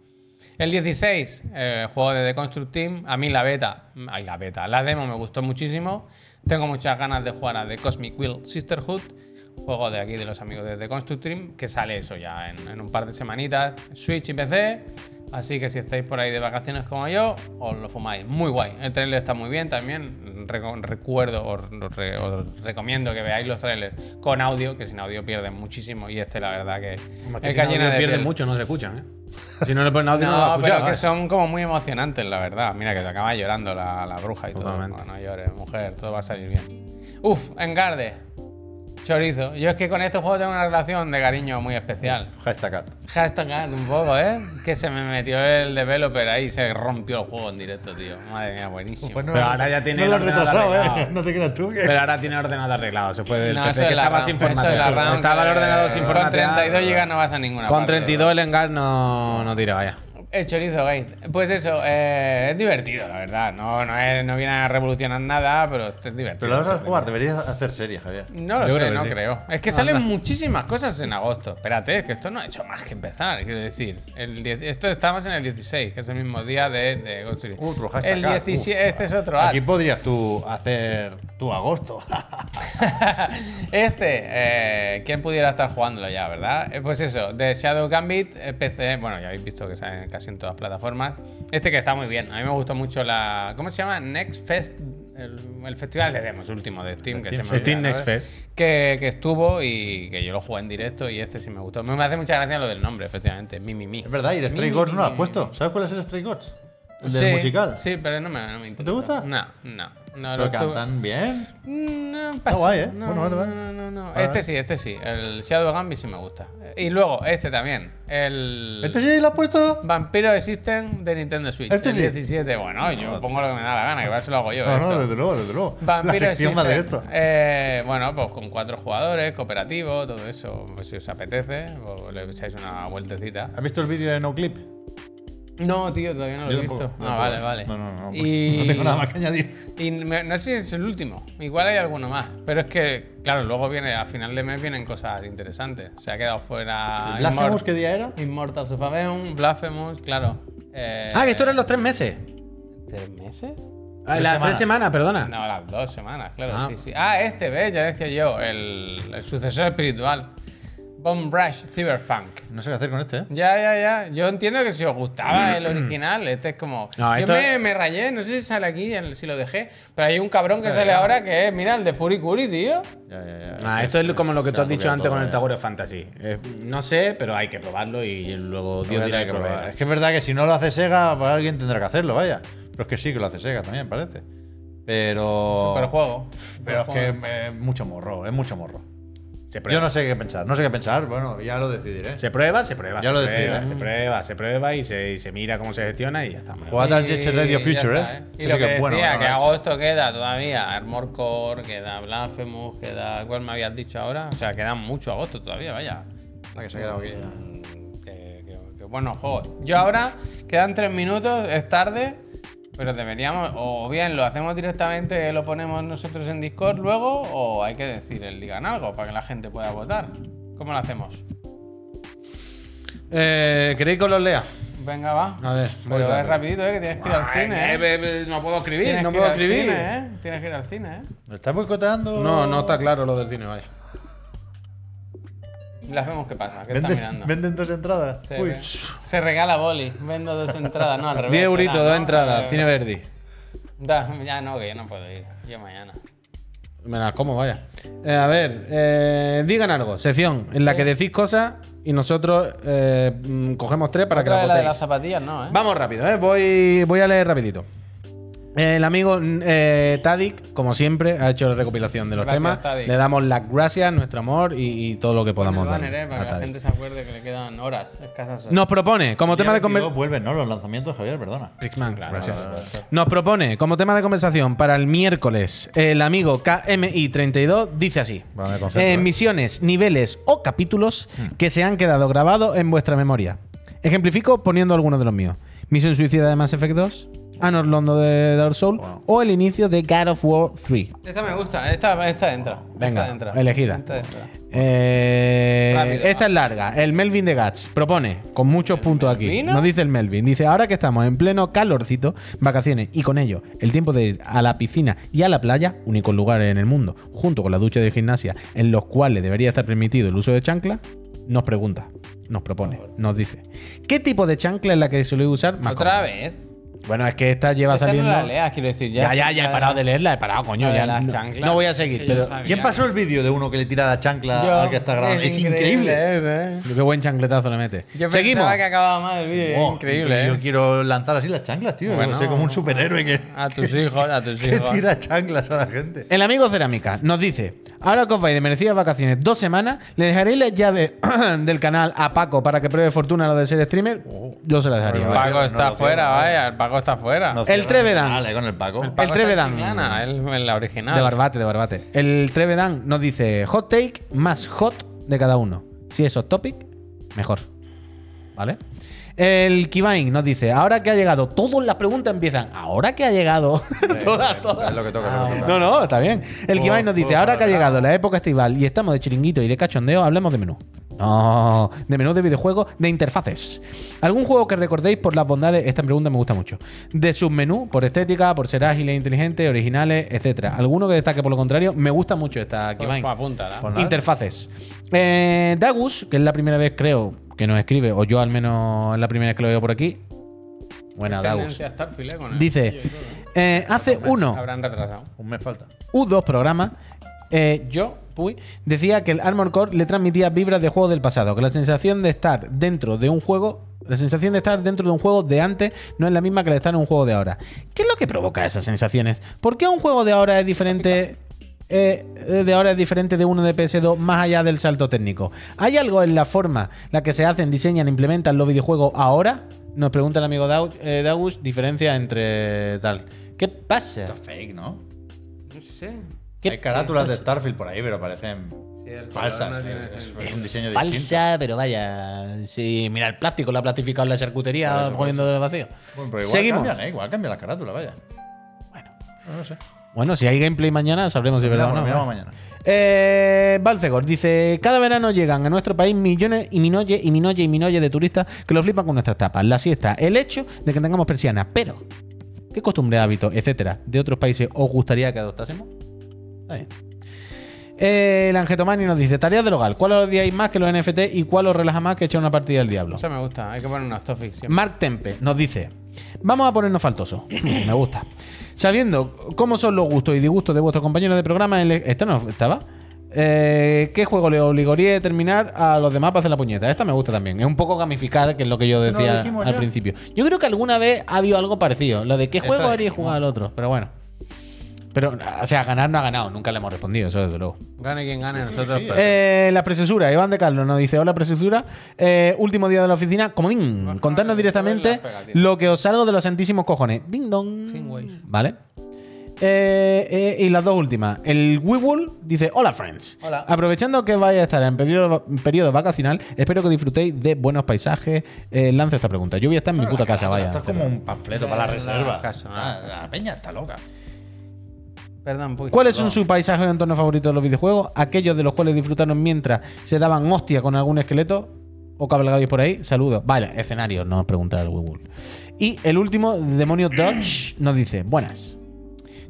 Speaker 1: El 16, eh, juego de The Construct Team. A mí la beta, ay, la beta, la demo me gustó muchísimo. Tengo muchas ganas de jugar a The Cosmic Will Sisterhood, juego de aquí de los amigos de The Construct Team, que sale eso ya en, en un par de semanitas. Switch y PC. Así que si estáis por ahí de vacaciones como yo, os lo fumáis. Muy guay. El trailer está muy bien también. Reco- Recuerdo, os, os re- os recomiendo que veáis los trailers con audio, que sin audio pierden muchísimo. Y este, la verdad, que
Speaker 4: Además que
Speaker 1: es
Speaker 4: si no,
Speaker 1: gallina de
Speaker 4: pierden
Speaker 1: piel.
Speaker 4: mucho, no se escuchan, ¿eh? Si no le ponen audio, no, lo eh. va a
Speaker 1: No,
Speaker 4: escuchar,
Speaker 1: pero que
Speaker 4: vaya.
Speaker 1: son como muy emocionantes, la verdad. Mira, que te acaba llorando la, la bruja y todo.
Speaker 4: Totalmente.
Speaker 1: No, no llores, mujer, todo va a salir bien. Uf, Engarde. Chorizo. Yo es que con este juego tengo una relación de cariño muy especial.
Speaker 2: Hashtag cat.
Speaker 1: Hashtag ad un poco, ¿eh? Que se me metió el developer ahí y se rompió el juego en directo, tío. Madre mía, buenísimo.
Speaker 2: Pues no-
Speaker 4: Pero ahora ya tiene
Speaker 2: No lo
Speaker 4: el
Speaker 2: has retrasado,
Speaker 4: ordenador
Speaker 2: ¿eh? No te creas tú que.
Speaker 4: Pero ahora tiene ordenador arreglado. Se fue del
Speaker 1: No,
Speaker 4: PC,
Speaker 1: eso
Speaker 4: que
Speaker 1: es la
Speaker 4: estaba
Speaker 1: RAM,
Speaker 4: sin
Speaker 1: eso es la
Speaker 4: formatear.
Speaker 1: RAM,
Speaker 4: Estaba el
Speaker 1: que
Speaker 4: ordenador sin
Speaker 1: Con
Speaker 4: formatear.
Speaker 1: 32 gigas no vas a ninguna
Speaker 4: Con
Speaker 1: parte,
Speaker 4: 32 el Engar no, no tira, vaya.
Speaker 1: El chorizo gate. Pues eso, eh, es divertido, la verdad. No, no, es- no viene a revolucionar nada, pero es divertido.
Speaker 2: Pero la vas a jugar, deberías hacer serie, Javier.
Speaker 1: No lo
Speaker 4: Yo
Speaker 1: sé,
Speaker 4: creo que
Speaker 1: no
Speaker 4: sí.
Speaker 1: creo. Es que salen muchísimas cosas en agosto. Espérate, es que esto no ha hecho más que empezar. Quiero decir, el die- esto estamos en el 16, que es el mismo día de, de Ghost Recon.
Speaker 2: Otro hashtag.
Speaker 1: El
Speaker 2: ad.
Speaker 1: 17,
Speaker 2: Uf,
Speaker 1: este es otro ad.
Speaker 2: Aquí podrías tú hacer tu agosto.
Speaker 1: Este, eh, ¿quién pudiera estar jugándolo ya, verdad? Eh, Pues eso, de Shadow Gambit, eh, PC, bueno, ya habéis visto que sale casi en todas las plataformas. Este que está muy bien, a mí me gustó mucho la. ¿Cómo se llama? Next Fest, el, el festival de demos último de Steam. Que se me olvida,
Speaker 4: Steam Next
Speaker 1: ¿no?
Speaker 4: Fest.
Speaker 1: Que, que estuvo y que yo lo jugué en directo y este sí me gustó. Me me hace mucha gracia lo del nombre, efectivamente, Mi Mi Mi.
Speaker 2: Es verdad, y el Stray
Speaker 1: Mi,
Speaker 2: Gods
Speaker 1: mi,
Speaker 2: no lo has
Speaker 1: mi.
Speaker 2: puesto. ¿Sabes cuál es el Stray Gods? El
Speaker 1: Sí,
Speaker 2: del musical.
Speaker 1: Sí, pero no me, no me interesa.
Speaker 2: gusta?
Speaker 1: No, no. no
Speaker 2: Pero
Speaker 1: lo tuve-
Speaker 2: cantan bien.
Speaker 1: Mm, No,
Speaker 2: Está guay, ¿eh?
Speaker 1: No,
Speaker 2: Bueno, vale, vale.
Speaker 1: no, no, no.
Speaker 2: Vale,
Speaker 1: Este
Speaker 2: vale.
Speaker 1: sí, este sí. El Shadow Gambit sí me gusta. Y luego, este también. El
Speaker 2: ¿Este sí lo has puesto?
Speaker 1: Vampiro Existen de Nintendo Switch.
Speaker 2: Este
Speaker 1: el
Speaker 2: sí.
Speaker 1: 17. Bueno, yo pongo lo que me da la gana, que igual se lo hago yo.
Speaker 2: No, no,
Speaker 1: esto.
Speaker 2: desde luego, desde luego.
Speaker 1: Vampiro
Speaker 2: la sección va de
Speaker 1: Existen.
Speaker 2: esto.
Speaker 1: Eh, bueno, pues con cuatro jugadores, cooperativo, todo eso. Pues si os apetece, pues le echáis una vueltecita.
Speaker 2: ¿Has visto el vídeo de NoClip?
Speaker 1: No, tío, todavía no lo
Speaker 2: Yo
Speaker 1: he
Speaker 2: tampoco,
Speaker 1: visto.
Speaker 2: yo
Speaker 1: ah,
Speaker 2: tampoco.
Speaker 1: vale, vale.
Speaker 2: No, no, no.
Speaker 1: Y-
Speaker 2: No tengo nada más que añadir.
Speaker 1: Y me- no sé si es el último, igual hay alguno más. Pero es que, claro, luego viene, a final de mes vienen cosas interesantes. Se ha quedado fuera.
Speaker 2: ¿Blasphemous
Speaker 1: Immor-
Speaker 2: qué día era?
Speaker 1: Immortals of Aveum, Blasphemous, claro. Eh,
Speaker 4: Ah, que esto eran los tres meses.
Speaker 1: ¿Tres meses?
Speaker 4: Ah,
Speaker 2: Tres
Speaker 4: las
Speaker 2: semanas.
Speaker 4: tres semanas, perdona.
Speaker 1: No, las dos semanas, claro.
Speaker 4: Ah.
Speaker 1: Sí, sí. Ah, este, ve, ya decía yo, el, el sucesor espiritual. Bomb Rush Cyberpunk.
Speaker 2: No sé qué hacer con este, ¿eh?
Speaker 1: Ya, ya, ya. Yo entiendo que si os gustaba el original, este es como.
Speaker 4: No,
Speaker 1: yo
Speaker 4: esto-
Speaker 1: me, me rayé, no sé si sale aquí, ya no- si lo dejé. Pero hay un cabrón que sale ahora que es, mira, el de Fury Curi, tío.
Speaker 2: Ya, ya, ya.
Speaker 4: Ah, esto es como lo que
Speaker 2: Se
Speaker 4: tú
Speaker 2: ha
Speaker 4: has dicho
Speaker 2: copiado
Speaker 4: antes
Speaker 2: todo,
Speaker 4: con el
Speaker 2: ya.
Speaker 4: Tower of Fantasy. Eh, no sé, pero hay que probarlo y luego
Speaker 2: Lo voy
Speaker 4: Dios
Speaker 2: a
Speaker 4: dirá
Speaker 2: tener
Speaker 4: que
Speaker 2: que probar.
Speaker 4: probaré.
Speaker 2: ¿eh? Es que es verdad que si no lo hace Sega, pues alguien tendrá que hacerlo, vaya. Pero es que sí que lo hace Sega también, parece. Pero.
Speaker 1: Superjuego.
Speaker 2: Oh. Pero es que
Speaker 1: Superjuego.
Speaker 2: eh, es mucho morro, es mucho morro.
Speaker 4: Se prueba.
Speaker 2: Yo no sé qué pensar, no sé qué pensar, bueno, ya lo decidiré.
Speaker 4: Se prueba, se prueba.
Speaker 2: Ya
Speaker 4: se
Speaker 2: lo
Speaker 4: prueba,
Speaker 2: decidirá.
Speaker 4: Se prueba, se prueba y se, y se mira cómo se gestiona y ya está.
Speaker 2: Jugad al Jet Set Radio
Speaker 1: ya
Speaker 2: Future,
Speaker 1: está,
Speaker 2: ¿eh? Esto
Speaker 1: Y
Speaker 2: sí
Speaker 1: lo que,
Speaker 2: es bueno,
Speaker 1: decía,
Speaker 2: bueno,
Speaker 1: que
Speaker 2: bueno.
Speaker 1: agosto queda todavía Armor Core, queda Blasphemous, queda... ¿Cuál me habías dicho ahora? O sea, queda mucho agosto todavía, vaya.
Speaker 2: La Ah, que se ha quedado aquí.
Speaker 1: Mm, Que, que- que buenos juegos. Yo ahora, quedan tres minutos, es tarde, pero deberíamos, o bien lo hacemos directamente, lo ponemos nosotros en Discord luego, o hay que decir el digan algo para que la gente pueda votar. ¿Cómo lo hacemos?
Speaker 4: Eh, ¿Queréis que los lea?
Speaker 1: Venga, va.
Speaker 4: A ver,
Speaker 1: pero
Speaker 4: voy
Speaker 1: es
Speaker 4: rápido.
Speaker 1: rapidito, ¿eh? que tienes que ir al cine, ¿eh?
Speaker 4: no puedo escribir,
Speaker 1: Tienes
Speaker 4: no
Speaker 1: que ir
Speaker 4: puedo
Speaker 1: al
Speaker 4: escribir.
Speaker 1: cine, ¿eh? Tienes que ir al cine, ¿eh?
Speaker 2: ¿Lo estás boicoteando?
Speaker 4: No, no está claro lo del cine, vaya.
Speaker 1: Le hacemos qué pasa, qué está
Speaker 2: ¿Vendes,
Speaker 1: mirando.
Speaker 2: ¿Venden dos entradas?
Speaker 1: Se,
Speaker 2: Uy.
Speaker 1: ve- se regala boli, vendo dos entradas, no al revés.
Speaker 4: 10 euritos,
Speaker 1: será,
Speaker 4: dos
Speaker 1: ¿no?
Speaker 4: entradas,
Speaker 1: Eh,
Speaker 4: cine verdi.
Speaker 1: da- ya no, que yo no puedo ir, yo mañana.
Speaker 4: Me las como, vaya. Eh, a ver, eh, digan algo, sección en la que decís cosas y nosotros eh, mm, cogemos tres para
Speaker 1: Otra
Speaker 4: que
Speaker 1: de la
Speaker 4: las
Speaker 1: de las
Speaker 4: votéis.
Speaker 1: zapatillas no, ¿eh?
Speaker 4: Vamos rápido, ¿eh? voy, voy a leer rapidito. El amigo mm, eh, Tadic, como siempre, ha hecho la recopilación de los
Speaker 1: Gracias,
Speaker 4: temas.
Speaker 1: Tadic.
Speaker 4: Le damos las gracias, nuestro amor y, y todo lo que
Speaker 1: Pon
Speaker 4: podamos
Speaker 1: el banner,
Speaker 4: darle
Speaker 1: ¿eh? Para
Speaker 4: a
Speaker 1: que la
Speaker 4: Tadic.
Speaker 1: gente se acuerde que le quedan horas escasas. horas.
Speaker 4: Nos propone, como tema de
Speaker 2: Día 22
Speaker 4: conversación.
Speaker 2: Vuelven, ¿no? Los lanzamientos, Javier, perdona.
Speaker 4: gracias. Nos propone, como tema de conversación para el miércoles, el amigo KMI32 dice así:
Speaker 2: Bueno, me concentro,
Speaker 4: Eh,
Speaker 2: eh.
Speaker 4: Misiones, niveles o capítulos que se han quedado grabados en vuestra memoria. Ejemplifico poniendo algunos de los míos: Misión Suicida de Mass Effect 2, Anor Londo de Dark Souls o el inicio de God of War 3.
Speaker 1: Esta me gusta, esta, esta entra.
Speaker 4: Venga,
Speaker 1: esta entra.
Speaker 4: elegida.
Speaker 1: Esta entra.
Speaker 4: Eh,
Speaker 1: Rápido,
Speaker 4: esta
Speaker 1: va.
Speaker 4: es larga. El Melvin de Gats propone, con muchos puntos aquí.
Speaker 1: Melvino?
Speaker 4: Nos dice el Melvin. Dice, ahora que estamos en pleno calorcito, vacaciones y con ello el tiempo de ir a la piscina y a la playa, únicos lugares en el mundo, junto con la ducha de gimnasia, en los cuales debería estar permitido el uso de chancla, nos pregunta, nos propone, nos dice, ¿qué tipo de chancla es la que suele usar más
Speaker 1: Otra
Speaker 4: cómoda?
Speaker 1: vez.
Speaker 4: Bueno, es que esta lleva
Speaker 1: Esta
Speaker 4: saliendo...
Speaker 1: no la leas, quiero decir. Ya,
Speaker 4: ya, ya, ya he parado de leerla, he parado, coño.
Speaker 1: La de
Speaker 4: Ya,
Speaker 1: las
Speaker 4: no-
Speaker 1: chanclas.
Speaker 4: no voy a seguir,
Speaker 1: Que yo
Speaker 4: pero...
Speaker 1: sabía.
Speaker 2: ¿Quién pasó el vídeo de uno que le tira la chancla
Speaker 1: Yo-
Speaker 2: al que está grabando? Es increíble.
Speaker 1: ese, ¿eh?
Speaker 4: Qué buen chancletazo le mete.
Speaker 1: Yo
Speaker 4: Seguimos.
Speaker 1: pensaba que acababa mal el vídeo.
Speaker 2: Oh,
Speaker 1: increíble,
Speaker 2: Yo
Speaker 1: ¿eh?
Speaker 2: quiero lanzar así las chanclas, tío.
Speaker 1: Bueno,
Speaker 2: no sé, como un superhéroe que,
Speaker 1: A tus hijos, a tus
Speaker 2: que
Speaker 1: hijos.
Speaker 2: tira chanclas a la gente.
Speaker 4: El amigo Cerámica nos dice: Ahora que os vais de merecidas vacaciones dos semanas, le dejaréis las llaves del canal a Paco para que pruebe fortuna lo de ser streamer. Yo se la dejaría.
Speaker 1: El
Speaker 4: vaya.
Speaker 1: Paco
Speaker 2: No
Speaker 1: está
Speaker 2: lo cierro,
Speaker 1: fuera,
Speaker 2: no.
Speaker 1: vaya. El Paco está fuera.
Speaker 2: No
Speaker 1: Ah, El
Speaker 2: cierran
Speaker 4: Trevedan.
Speaker 2: Dale, con el Paco.
Speaker 1: Paco está en
Speaker 4: Trevedan.
Speaker 1: Chiclana, el- el- la original.
Speaker 4: De barbate, de barbate. El Trevedan nos dice: Hot take más hot de cada uno. Si es hot topic, mejor. ¿Vale? El Kivain nos dice: Ahora que ha llegado, todas las preguntas empiezan. Ahora que ha llegado, todas, todas.
Speaker 2: Es lo que toca, es lo que toca.
Speaker 4: No, no, está bien. El
Speaker 2: Puedo-
Speaker 4: Kibain nos dice,
Speaker 2: puedo
Speaker 4: ahora que ha
Speaker 2: parar.
Speaker 4: llegado la época estival y estamos de chiringuito y de cachondeo, hablemos de menú. No, de menú de videojuegos, de interfaces. ¿Algún juego que recordéis por las bondades? Esta pregunta me gusta mucho. De sus menús, por estética, por ser ágiles, inteligentes, originales, etcétera. ¿Alguno que destaque por lo contrario? Me gusta mucho esta
Speaker 1: Pues,
Speaker 4: Kibain.
Speaker 1: pues, apúntala.
Speaker 2: Pues nada.
Speaker 4: Interfaces. Eh, Dagus, que es la primera vez creo que nos escribe, o yo al menos es la primera vez que lo veo por aquí. Buena, Dagus.
Speaker 1: Tendencia Starfield, ¿eh? Con el
Speaker 4: Dice,
Speaker 1: cuchillo y todo, ¿eh?
Speaker 4: eh, hace uno
Speaker 1: Habrán retrasado.
Speaker 2: Un mes falta.
Speaker 4: U2 programa, eh, yo, Puy, decía que el Armor Core le transmitía vibras de juegos del pasado, que la sensación de estar dentro de un juego, la sensación de estar dentro de un juego de antes no es la misma que la de estar en un juego de ahora. ¿Qué es lo que provoca esas sensaciones? ¿Por qué un juego de ahora es diferente? eh, eh, de ahora es diferente de uno de PS2 más allá del salto técnico. ¿Hay algo en la forma la que se hacen, diseñan, implementan los videojuegos ahora? Nos pregunta el amigo Dau- eh, Dagus, diferencia entre tal. ¿Qué pasa?
Speaker 2: fake, ¿no?
Speaker 1: No sé.
Speaker 4: ¿Qué
Speaker 2: Hay carátulas de
Speaker 4: pasa?
Speaker 2: Starfield por ahí, pero parecen
Speaker 1: Sí, el
Speaker 2: falsas.
Speaker 1: color no tiene
Speaker 2: es,
Speaker 1: sentido.
Speaker 2: es un diseño
Speaker 4: falsa,
Speaker 2: distinto.
Speaker 4: pero vaya. Sí, mira el plástico, la ha plastificado en la
Speaker 2: Por
Speaker 4: charcutería
Speaker 2: eso, por
Speaker 4: poniendo del vacío.
Speaker 2: Bueno, pero igual
Speaker 4: Seguimos.
Speaker 2: cambian, ¿eh? Igual cambian las carátulas, vaya.
Speaker 4: Bueno, si hay gameplay mañana, sabremos si es verdad o
Speaker 2: Miramos,
Speaker 4: no.
Speaker 2: miramos
Speaker 4: ¿no?
Speaker 2: mañana.
Speaker 4: Eh, Balcegor dice: Cada verano llegan a nuestro país millones y minoye y minoye y minoye de turistas que lo flipan con nuestras tapas, la siesta, el hecho de que tengamos persianas, pero ¿qué costumbres, hábitos, etcétera, de otros países os gustaría que adoptásemos? Está bien. Eh, el Angetomani nos dice: Tareas del hogar. ¿Cuál os odiáis más que los NFT y cuál os relaja más que echar una partida al diablo?
Speaker 1: Eso me gusta, hay que poner unos topics siempre.
Speaker 4: Mark Tempe nos dice: Vamos a ponernos faltosos. Me gusta. Sabiendo cómo son los gustos y disgustos de vuestros compañeros de programa, el- esta no estaba. Eh, ¿Qué juego le obligaría a terminar a los demás para hacer la puñeta? Esta me gusta también. Es un poco gamificar, que es lo que yo
Speaker 2: lo
Speaker 4: decía
Speaker 2: dijimos
Speaker 4: al
Speaker 2: ya.
Speaker 4: principio. Yo creo que alguna vez ha habido algo parecido. Lo de qué
Speaker 1: Esto
Speaker 4: juego
Speaker 1: lo
Speaker 4: haría
Speaker 1: dijimos.
Speaker 4: jugar al otro. Pero bueno. Pero, o sea, ganar no ha ganado. Nunca le hemos respondido, eso desde luego.
Speaker 1: Gane quien gane, nosotros. pero-
Speaker 4: Eh, la presesura, Iván de Carlos nos dice: Hola, presesura. Eh, último día de la oficina, comodín.
Speaker 1: Bajar,
Speaker 4: Contadnos directamente
Speaker 1: las pegatinas.
Speaker 4: lo que os salgo de los santísimos cojones. Ding dong.
Speaker 1: Kingways.
Speaker 4: Vale. Eh, eh, y las dos últimas. El Webull dice: Hola, friends.
Speaker 1: Hola.
Speaker 4: Aprovechando que vais a estar en periodo, en periodo vacacional, espero que disfrutéis de buenos paisajes. Eh, lanzo esta pregunta. Yo voy a estar en mi puta casa, vaya.
Speaker 2: Esto es como un panfleto
Speaker 1: Sí,
Speaker 2: para la
Speaker 1: no,
Speaker 2: reserva.
Speaker 1: caso, no.
Speaker 2: Ah, La peña está loca.
Speaker 1: Perdón, Puy.
Speaker 4: ¿Cuáles son sus paisajes o entornos favoritos de los videojuegos? Aquellos de los cuales disfrutaron mientras se daban hostia con algún esqueleto o cabalgabais por ahí. Saludos. Vale, escenario, no os preguntar el Google. Y el último, Demonio Dodge, nos dice: Buenas.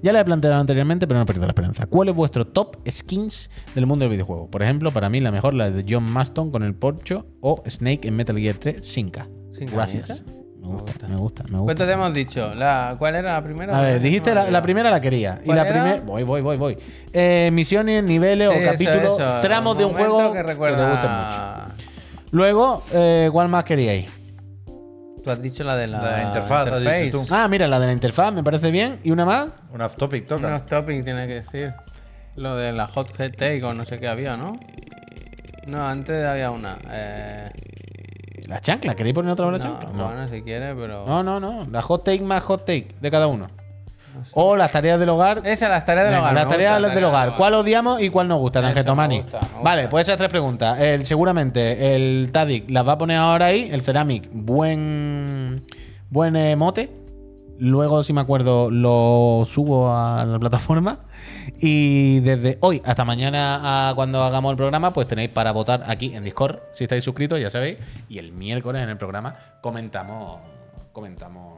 Speaker 4: Ya la he planteado anteriormente, pero no he perdido la esperanza. ¿Cuál es vuestro top skins del mundo del videojuego? Por ejemplo, para mí la mejor, la de John Marston con el Porcho o Snake en Metal Gear 3 sin K.
Speaker 1: ¿Sin K,
Speaker 4: Gracias.
Speaker 1: Misa?
Speaker 4: Me gusta, me gusta, me gusta.
Speaker 1: ¿Cuánto Pues te hemos dicho? La- ¿Cuál era la primera?
Speaker 4: A ver, dijiste la, la primera la quería. Y
Speaker 1: ¿Cuál
Speaker 4: la
Speaker 1: era?
Speaker 4: primera. Voy, voy, voy, voy. Eh, misiones, niveles
Speaker 1: Sí,
Speaker 4: o
Speaker 1: eso,
Speaker 4: capítulos,
Speaker 1: eso.
Speaker 4: tramos de un
Speaker 1: momento
Speaker 4: juego
Speaker 1: que
Speaker 4: que,
Speaker 1: recuerda.
Speaker 4: te gusten mucho. Luego, eh, ¿cuál más queríais?
Speaker 1: Tú has dicho la de la,
Speaker 2: La de la interfaz, has
Speaker 1: interface.
Speaker 2: dicho tú.
Speaker 4: Ah, mira, la de la interfaz, me parece bien. ¿Y una más?
Speaker 2: Un off topic toca.
Speaker 1: Unos toppings tiene que decir. Lo de la hot take o no sé qué había, ¿no? No, antes había una. Eh,
Speaker 4: La chancla, ¿queréis poner otra vez la
Speaker 1: no,
Speaker 4: chancla? No.
Speaker 1: bueno, si quiere, pero.
Speaker 4: no, no, no. La hot take más hot take de cada uno. O las tareas del hogar.
Speaker 1: Esa, las tareas del
Speaker 4: Venga,
Speaker 1: hogar.
Speaker 4: Las
Speaker 1: me gusta,
Speaker 4: tareas del hogar. ¿Cuál odiamos y cuál nos gusta,
Speaker 1: Eso,
Speaker 4: Tangetomani?
Speaker 1: me gusta, me gusta.
Speaker 4: Vale, pues esas tres preguntas. El- seguramente el Tadic las va a poner ahora ahí. El Ceramic, buen, buen eh, mote. Luego, si me acuerdo, lo subo a la plataforma. Y desde hoy hasta mañana, a cuando hagamos el programa, pues tenéis para votar aquí en Discord. Si estáis suscritos, ya sabéis. Y el miércoles en el programa comentamos, comentamos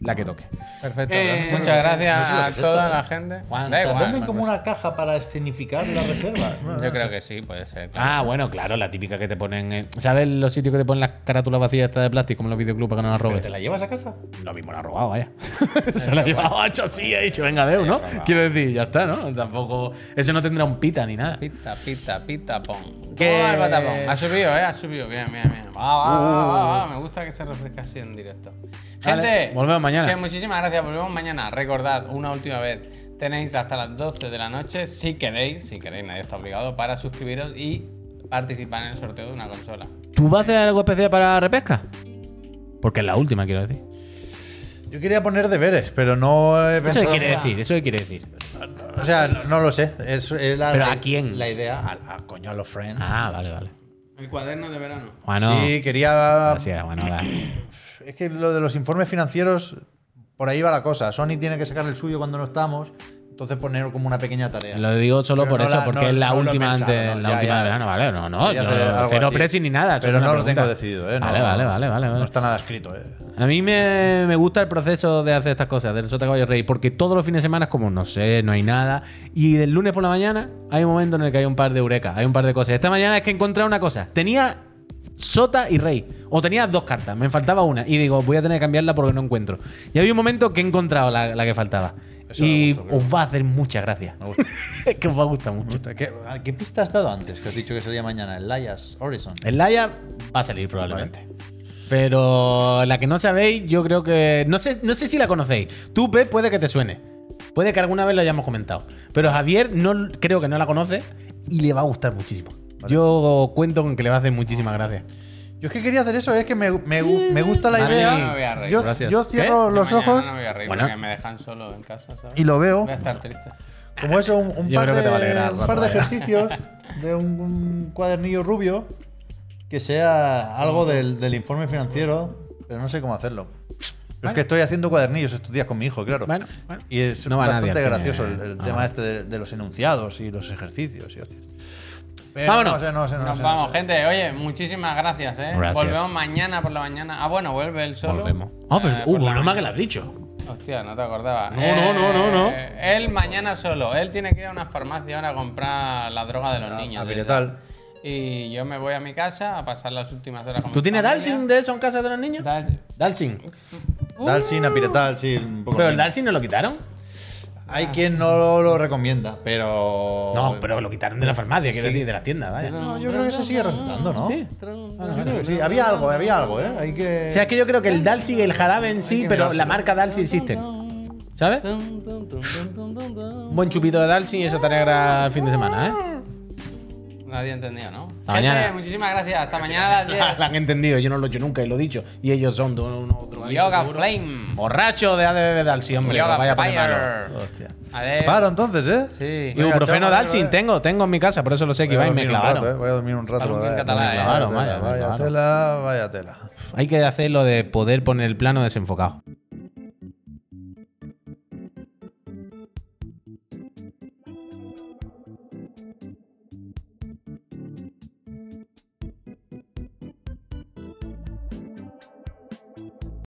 Speaker 4: la que toque.
Speaker 1: Perfecto.
Speaker 4: Eh,
Speaker 1: Muchas
Speaker 2: no sé lo que
Speaker 1: gracias
Speaker 2: es
Speaker 1: a
Speaker 2: esto,
Speaker 1: toda
Speaker 2: eh.
Speaker 1: la gente.
Speaker 4: Juan,
Speaker 1: da
Speaker 4: te
Speaker 1: igual. pues,
Speaker 2: Venden como una caja para escenificar la reserva.
Speaker 1: Yo creo que sí, puede ser. claro.
Speaker 4: Ah, bueno, claro, la típica que te ponen. eh, ¿Sabes los sitios que te ponen las carátulas vacías estas de plástico en los videoclubs para que no las
Speaker 2: ¿Pero ¿Te
Speaker 4: robes?
Speaker 2: la llevas a casa?
Speaker 4: Lo mismo la ha robado, vaya. Se la ha llevado hecho así, ha dicho, venga, Deu, ¿no? Quiero decir, ya está, ¿no? Tampoco. Eso no tendrá un pita ni nada.
Speaker 1: Pita, pita, pita, pon.
Speaker 4: Que-
Speaker 1: Toma el batapón. Ha subido, eh, ha subido. Bien, bien, bien. Va, va, va, va, va. Me gusta que se refresca así en directo.
Speaker 4: Vale,
Speaker 1: Gente,
Speaker 4: Uh. volvemos mañana.
Speaker 1: Que muchísimas gracias. Volvemos mañana. Recordad, una última vez. Tenéis hasta las 12 de la noche, si queréis, si queréis, nadie está obligado, para suscribiros y participar en el sorteo de una consola.
Speaker 4: ¿Tú vas a hacer algo especial para repesca? Porque es la última, quiero decir.
Speaker 2: Yo quería poner deberes, pero no he
Speaker 4: ¿Eso
Speaker 2: pensado.
Speaker 4: qué quiere decir? ¿Eso qué quiere decir?
Speaker 2: O sea, no, no lo sé. Es, es la,
Speaker 4: ¿Pero a quién?
Speaker 2: La idea. A, a- coño, a los friends.
Speaker 4: Ah, vale, vale.
Speaker 1: El cuaderno de verano.
Speaker 4: Bueno,
Speaker 2: Sí, quería.
Speaker 4: gracias, bueno, hola.
Speaker 2: Es que lo de los informes financieros, por ahí va la cosa. Sony tiene que sacar el suyo cuando no estamos. Entonces poner como una pequeña tarea.
Speaker 4: Lo digo solo
Speaker 2: Pero
Speaker 4: por
Speaker 2: no
Speaker 4: eso,
Speaker 2: la-
Speaker 4: porque
Speaker 2: no-
Speaker 4: es la
Speaker 2: no lo he
Speaker 4: última
Speaker 2: pensado,
Speaker 4: antes,
Speaker 2: no,
Speaker 4: la
Speaker 2: ya,
Speaker 4: última
Speaker 2: ya.
Speaker 4: de verano, vale, no, no,
Speaker 2: Quería
Speaker 4: yo
Speaker 2: hacer algo
Speaker 4: cero
Speaker 2: así.
Speaker 4: pressing ni nada. solo
Speaker 2: Pero
Speaker 4: una
Speaker 2: no lo
Speaker 4: pregunta.
Speaker 2: tengo decidido, ¿eh? No,
Speaker 4: Vale, vale, vale, vale, vale.
Speaker 2: No está nada escrito, ¿eh?
Speaker 4: A mí me, me gusta el proceso de hacer estas cosas, del Sota Caballo Rey, porque todos los fines de semana es como, no sé, no hay nada. Y del lunes por la mañana hay un momento en el que hay un par de eureka, hay un par de cosas. Esta mañana es que he encontrado una cosa. Tenía Sota y Rey, o tenía dos cartas, me faltaba una. Y digo, voy a tener que cambiarla porque no encuentro. Y había un momento que he encontrado la, la que faltaba.
Speaker 2: Eso me
Speaker 4: Y
Speaker 2: gusta, creo.
Speaker 4: os va a hacer muchas gracias.
Speaker 2: Me gusta.
Speaker 4: es que os va a gustar mucho.
Speaker 2: ¿Qué, a qué pista has dado antes? Que has dicho que salía mañana, el Lias Horizon.
Speaker 4: El Laia va a salir probablemente. Pero la que no sabéis, yo creo que. No sé, no sé si la conocéis. Tú, Pep, puede que te suene. Puede que alguna vez lo hayamos comentado. Pero Javier no, creo que no la conoce y le va a gustar muchísimo. Yo cuento con que le va a hacer muchísimas gracias.
Speaker 2: Yo es que quería hacer eso, es que me, me gu- me gusta la
Speaker 1: Vale,
Speaker 2: idea.
Speaker 1: no me voy a reír,
Speaker 2: yo,
Speaker 4: gracias.
Speaker 2: yo cierro
Speaker 1: Yo
Speaker 2: los
Speaker 1: mañana
Speaker 2: ojos
Speaker 1: No me voy a reír
Speaker 4: Bueno.
Speaker 1: porque me dejan solo en casa, ¿sabes?
Speaker 2: y lo veo.
Speaker 1: Voy a estar triste.
Speaker 2: Como eso, un, un
Speaker 4: Yo
Speaker 2: par,
Speaker 4: creo que
Speaker 2: de,
Speaker 4: te va a alegrar,
Speaker 2: un
Speaker 4: Rafa,
Speaker 2: par de
Speaker 4: vaya.
Speaker 2: ejercicios de un, un cuadernillo rubio que sea algo del, del informe financiero, pero no sé cómo hacerlo. Pero es que estoy haciendo cuadernillos estos días con mi hijo, claro.
Speaker 4: Bueno, bueno.
Speaker 2: Y es
Speaker 4: No va nadie
Speaker 2: bastante
Speaker 4: al cine,
Speaker 2: gracioso el,
Speaker 4: eh.
Speaker 2: el
Speaker 4: Ah,
Speaker 2: tema
Speaker 4: vale.
Speaker 2: este de, de los enunciados y los ejercicios. Y hostias. Pero
Speaker 4: Vámonos.
Speaker 2: No sé, no sé, no
Speaker 1: Nos
Speaker 2: sé, no
Speaker 1: vamos,
Speaker 2: sé.
Speaker 1: gente. Oye, muchísimas gracias, ¿eh?
Speaker 4: Gracias.
Speaker 1: Volvemos mañana por la mañana. Ah, bueno, vuelve el solo.
Speaker 4: Volvemos. Ah, pero-
Speaker 1: Eh,
Speaker 4: uh,
Speaker 1: por la
Speaker 4: menos mal
Speaker 1: mañana.
Speaker 4: que lo has dicho.
Speaker 1: Hostia, no te acordaba. Eh,
Speaker 4: No, no, no, no, no.
Speaker 1: Él mañana solo. Él tiene que ir a una farmacia ahora a comprar la droga de los niños.
Speaker 2: a
Speaker 1: de
Speaker 2: Piretal.
Speaker 1: esa. Y yo me voy a mi casa a pasar las últimas horas con
Speaker 4: ¿Tú
Speaker 1: mi
Speaker 4: tienes
Speaker 1: familia.
Speaker 4: Dalsing de eso en casa de los niños?
Speaker 1: Dals-
Speaker 4: Dalsing.
Speaker 2: Dalsin, a Piretal,
Speaker 1: Uh.
Speaker 2: sí, un poco.
Speaker 4: Pero
Speaker 2: lo
Speaker 4: el
Speaker 2: mismo.
Speaker 4: Dalsing no lo quitaron.
Speaker 2: Hay quien no lo recomienda, Ah,
Speaker 1: Oh,
Speaker 2: pero.
Speaker 4: No, pero lo quitaron de la farmacia, quiero decir, de las tiendas, vaya.
Speaker 2: No, yo creo que se sigue recetando, Ah, ¿no?
Speaker 4: Sí.
Speaker 2: Yo creo que sí. Había algo, había algo, ¿eh? Hay que.
Speaker 4: O sea, es que yo creo que el Dalsing y el jarabe en sí, pero la marca Dalsing existe. ¿Sabes? Un buen chupito de Dalsing y eso te alegra el fin de semana, ¿eh?
Speaker 1: Nadie entendido, ¿no? Gente,
Speaker 4: mañana.
Speaker 1: muchísimas gracias. Hasta mañana a las
Speaker 4: La han entendido, yo no lo he hecho nunca y lo he dicho. Y ellos son de uno otro.
Speaker 1: 10. Yoga Flame.
Speaker 4: Borracho de ADB Dalsing, hombre.
Speaker 1: Yoga
Speaker 4: lo vaya a poner
Speaker 1: Fire.
Speaker 4: malo. Hostia.
Speaker 1: Adiós.
Speaker 2: Paro entonces, ¿eh?
Speaker 1: Sí.
Speaker 4: Y un profeno
Speaker 2: chao,
Speaker 4: Dalsing,
Speaker 2: vale,
Speaker 4: tengo, tengo en mi casa, por eso lo sé que
Speaker 2: Voy a
Speaker 4: iba y
Speaker 2: dormir
Speaker 4: me
Speaker 2: un rato,
Speaker 4: clavaron.
Speaker 2: ¿eh? Voy a dormir un rato.
Speaker 1: Algún
Speaker 2: vaya,
Speaker 1: catalán,
Speaker 2: vaya
Speaker 1: ¿eh?
Speaker 2: tela,
Speaker 4: Claro, vaya,
Speaker 2: Vaya
Speaker 4: claro.
Speaker 2: tela, vaya tela.
Speaker 4: Hay que hacer lo de poder poner el plano desenfocado.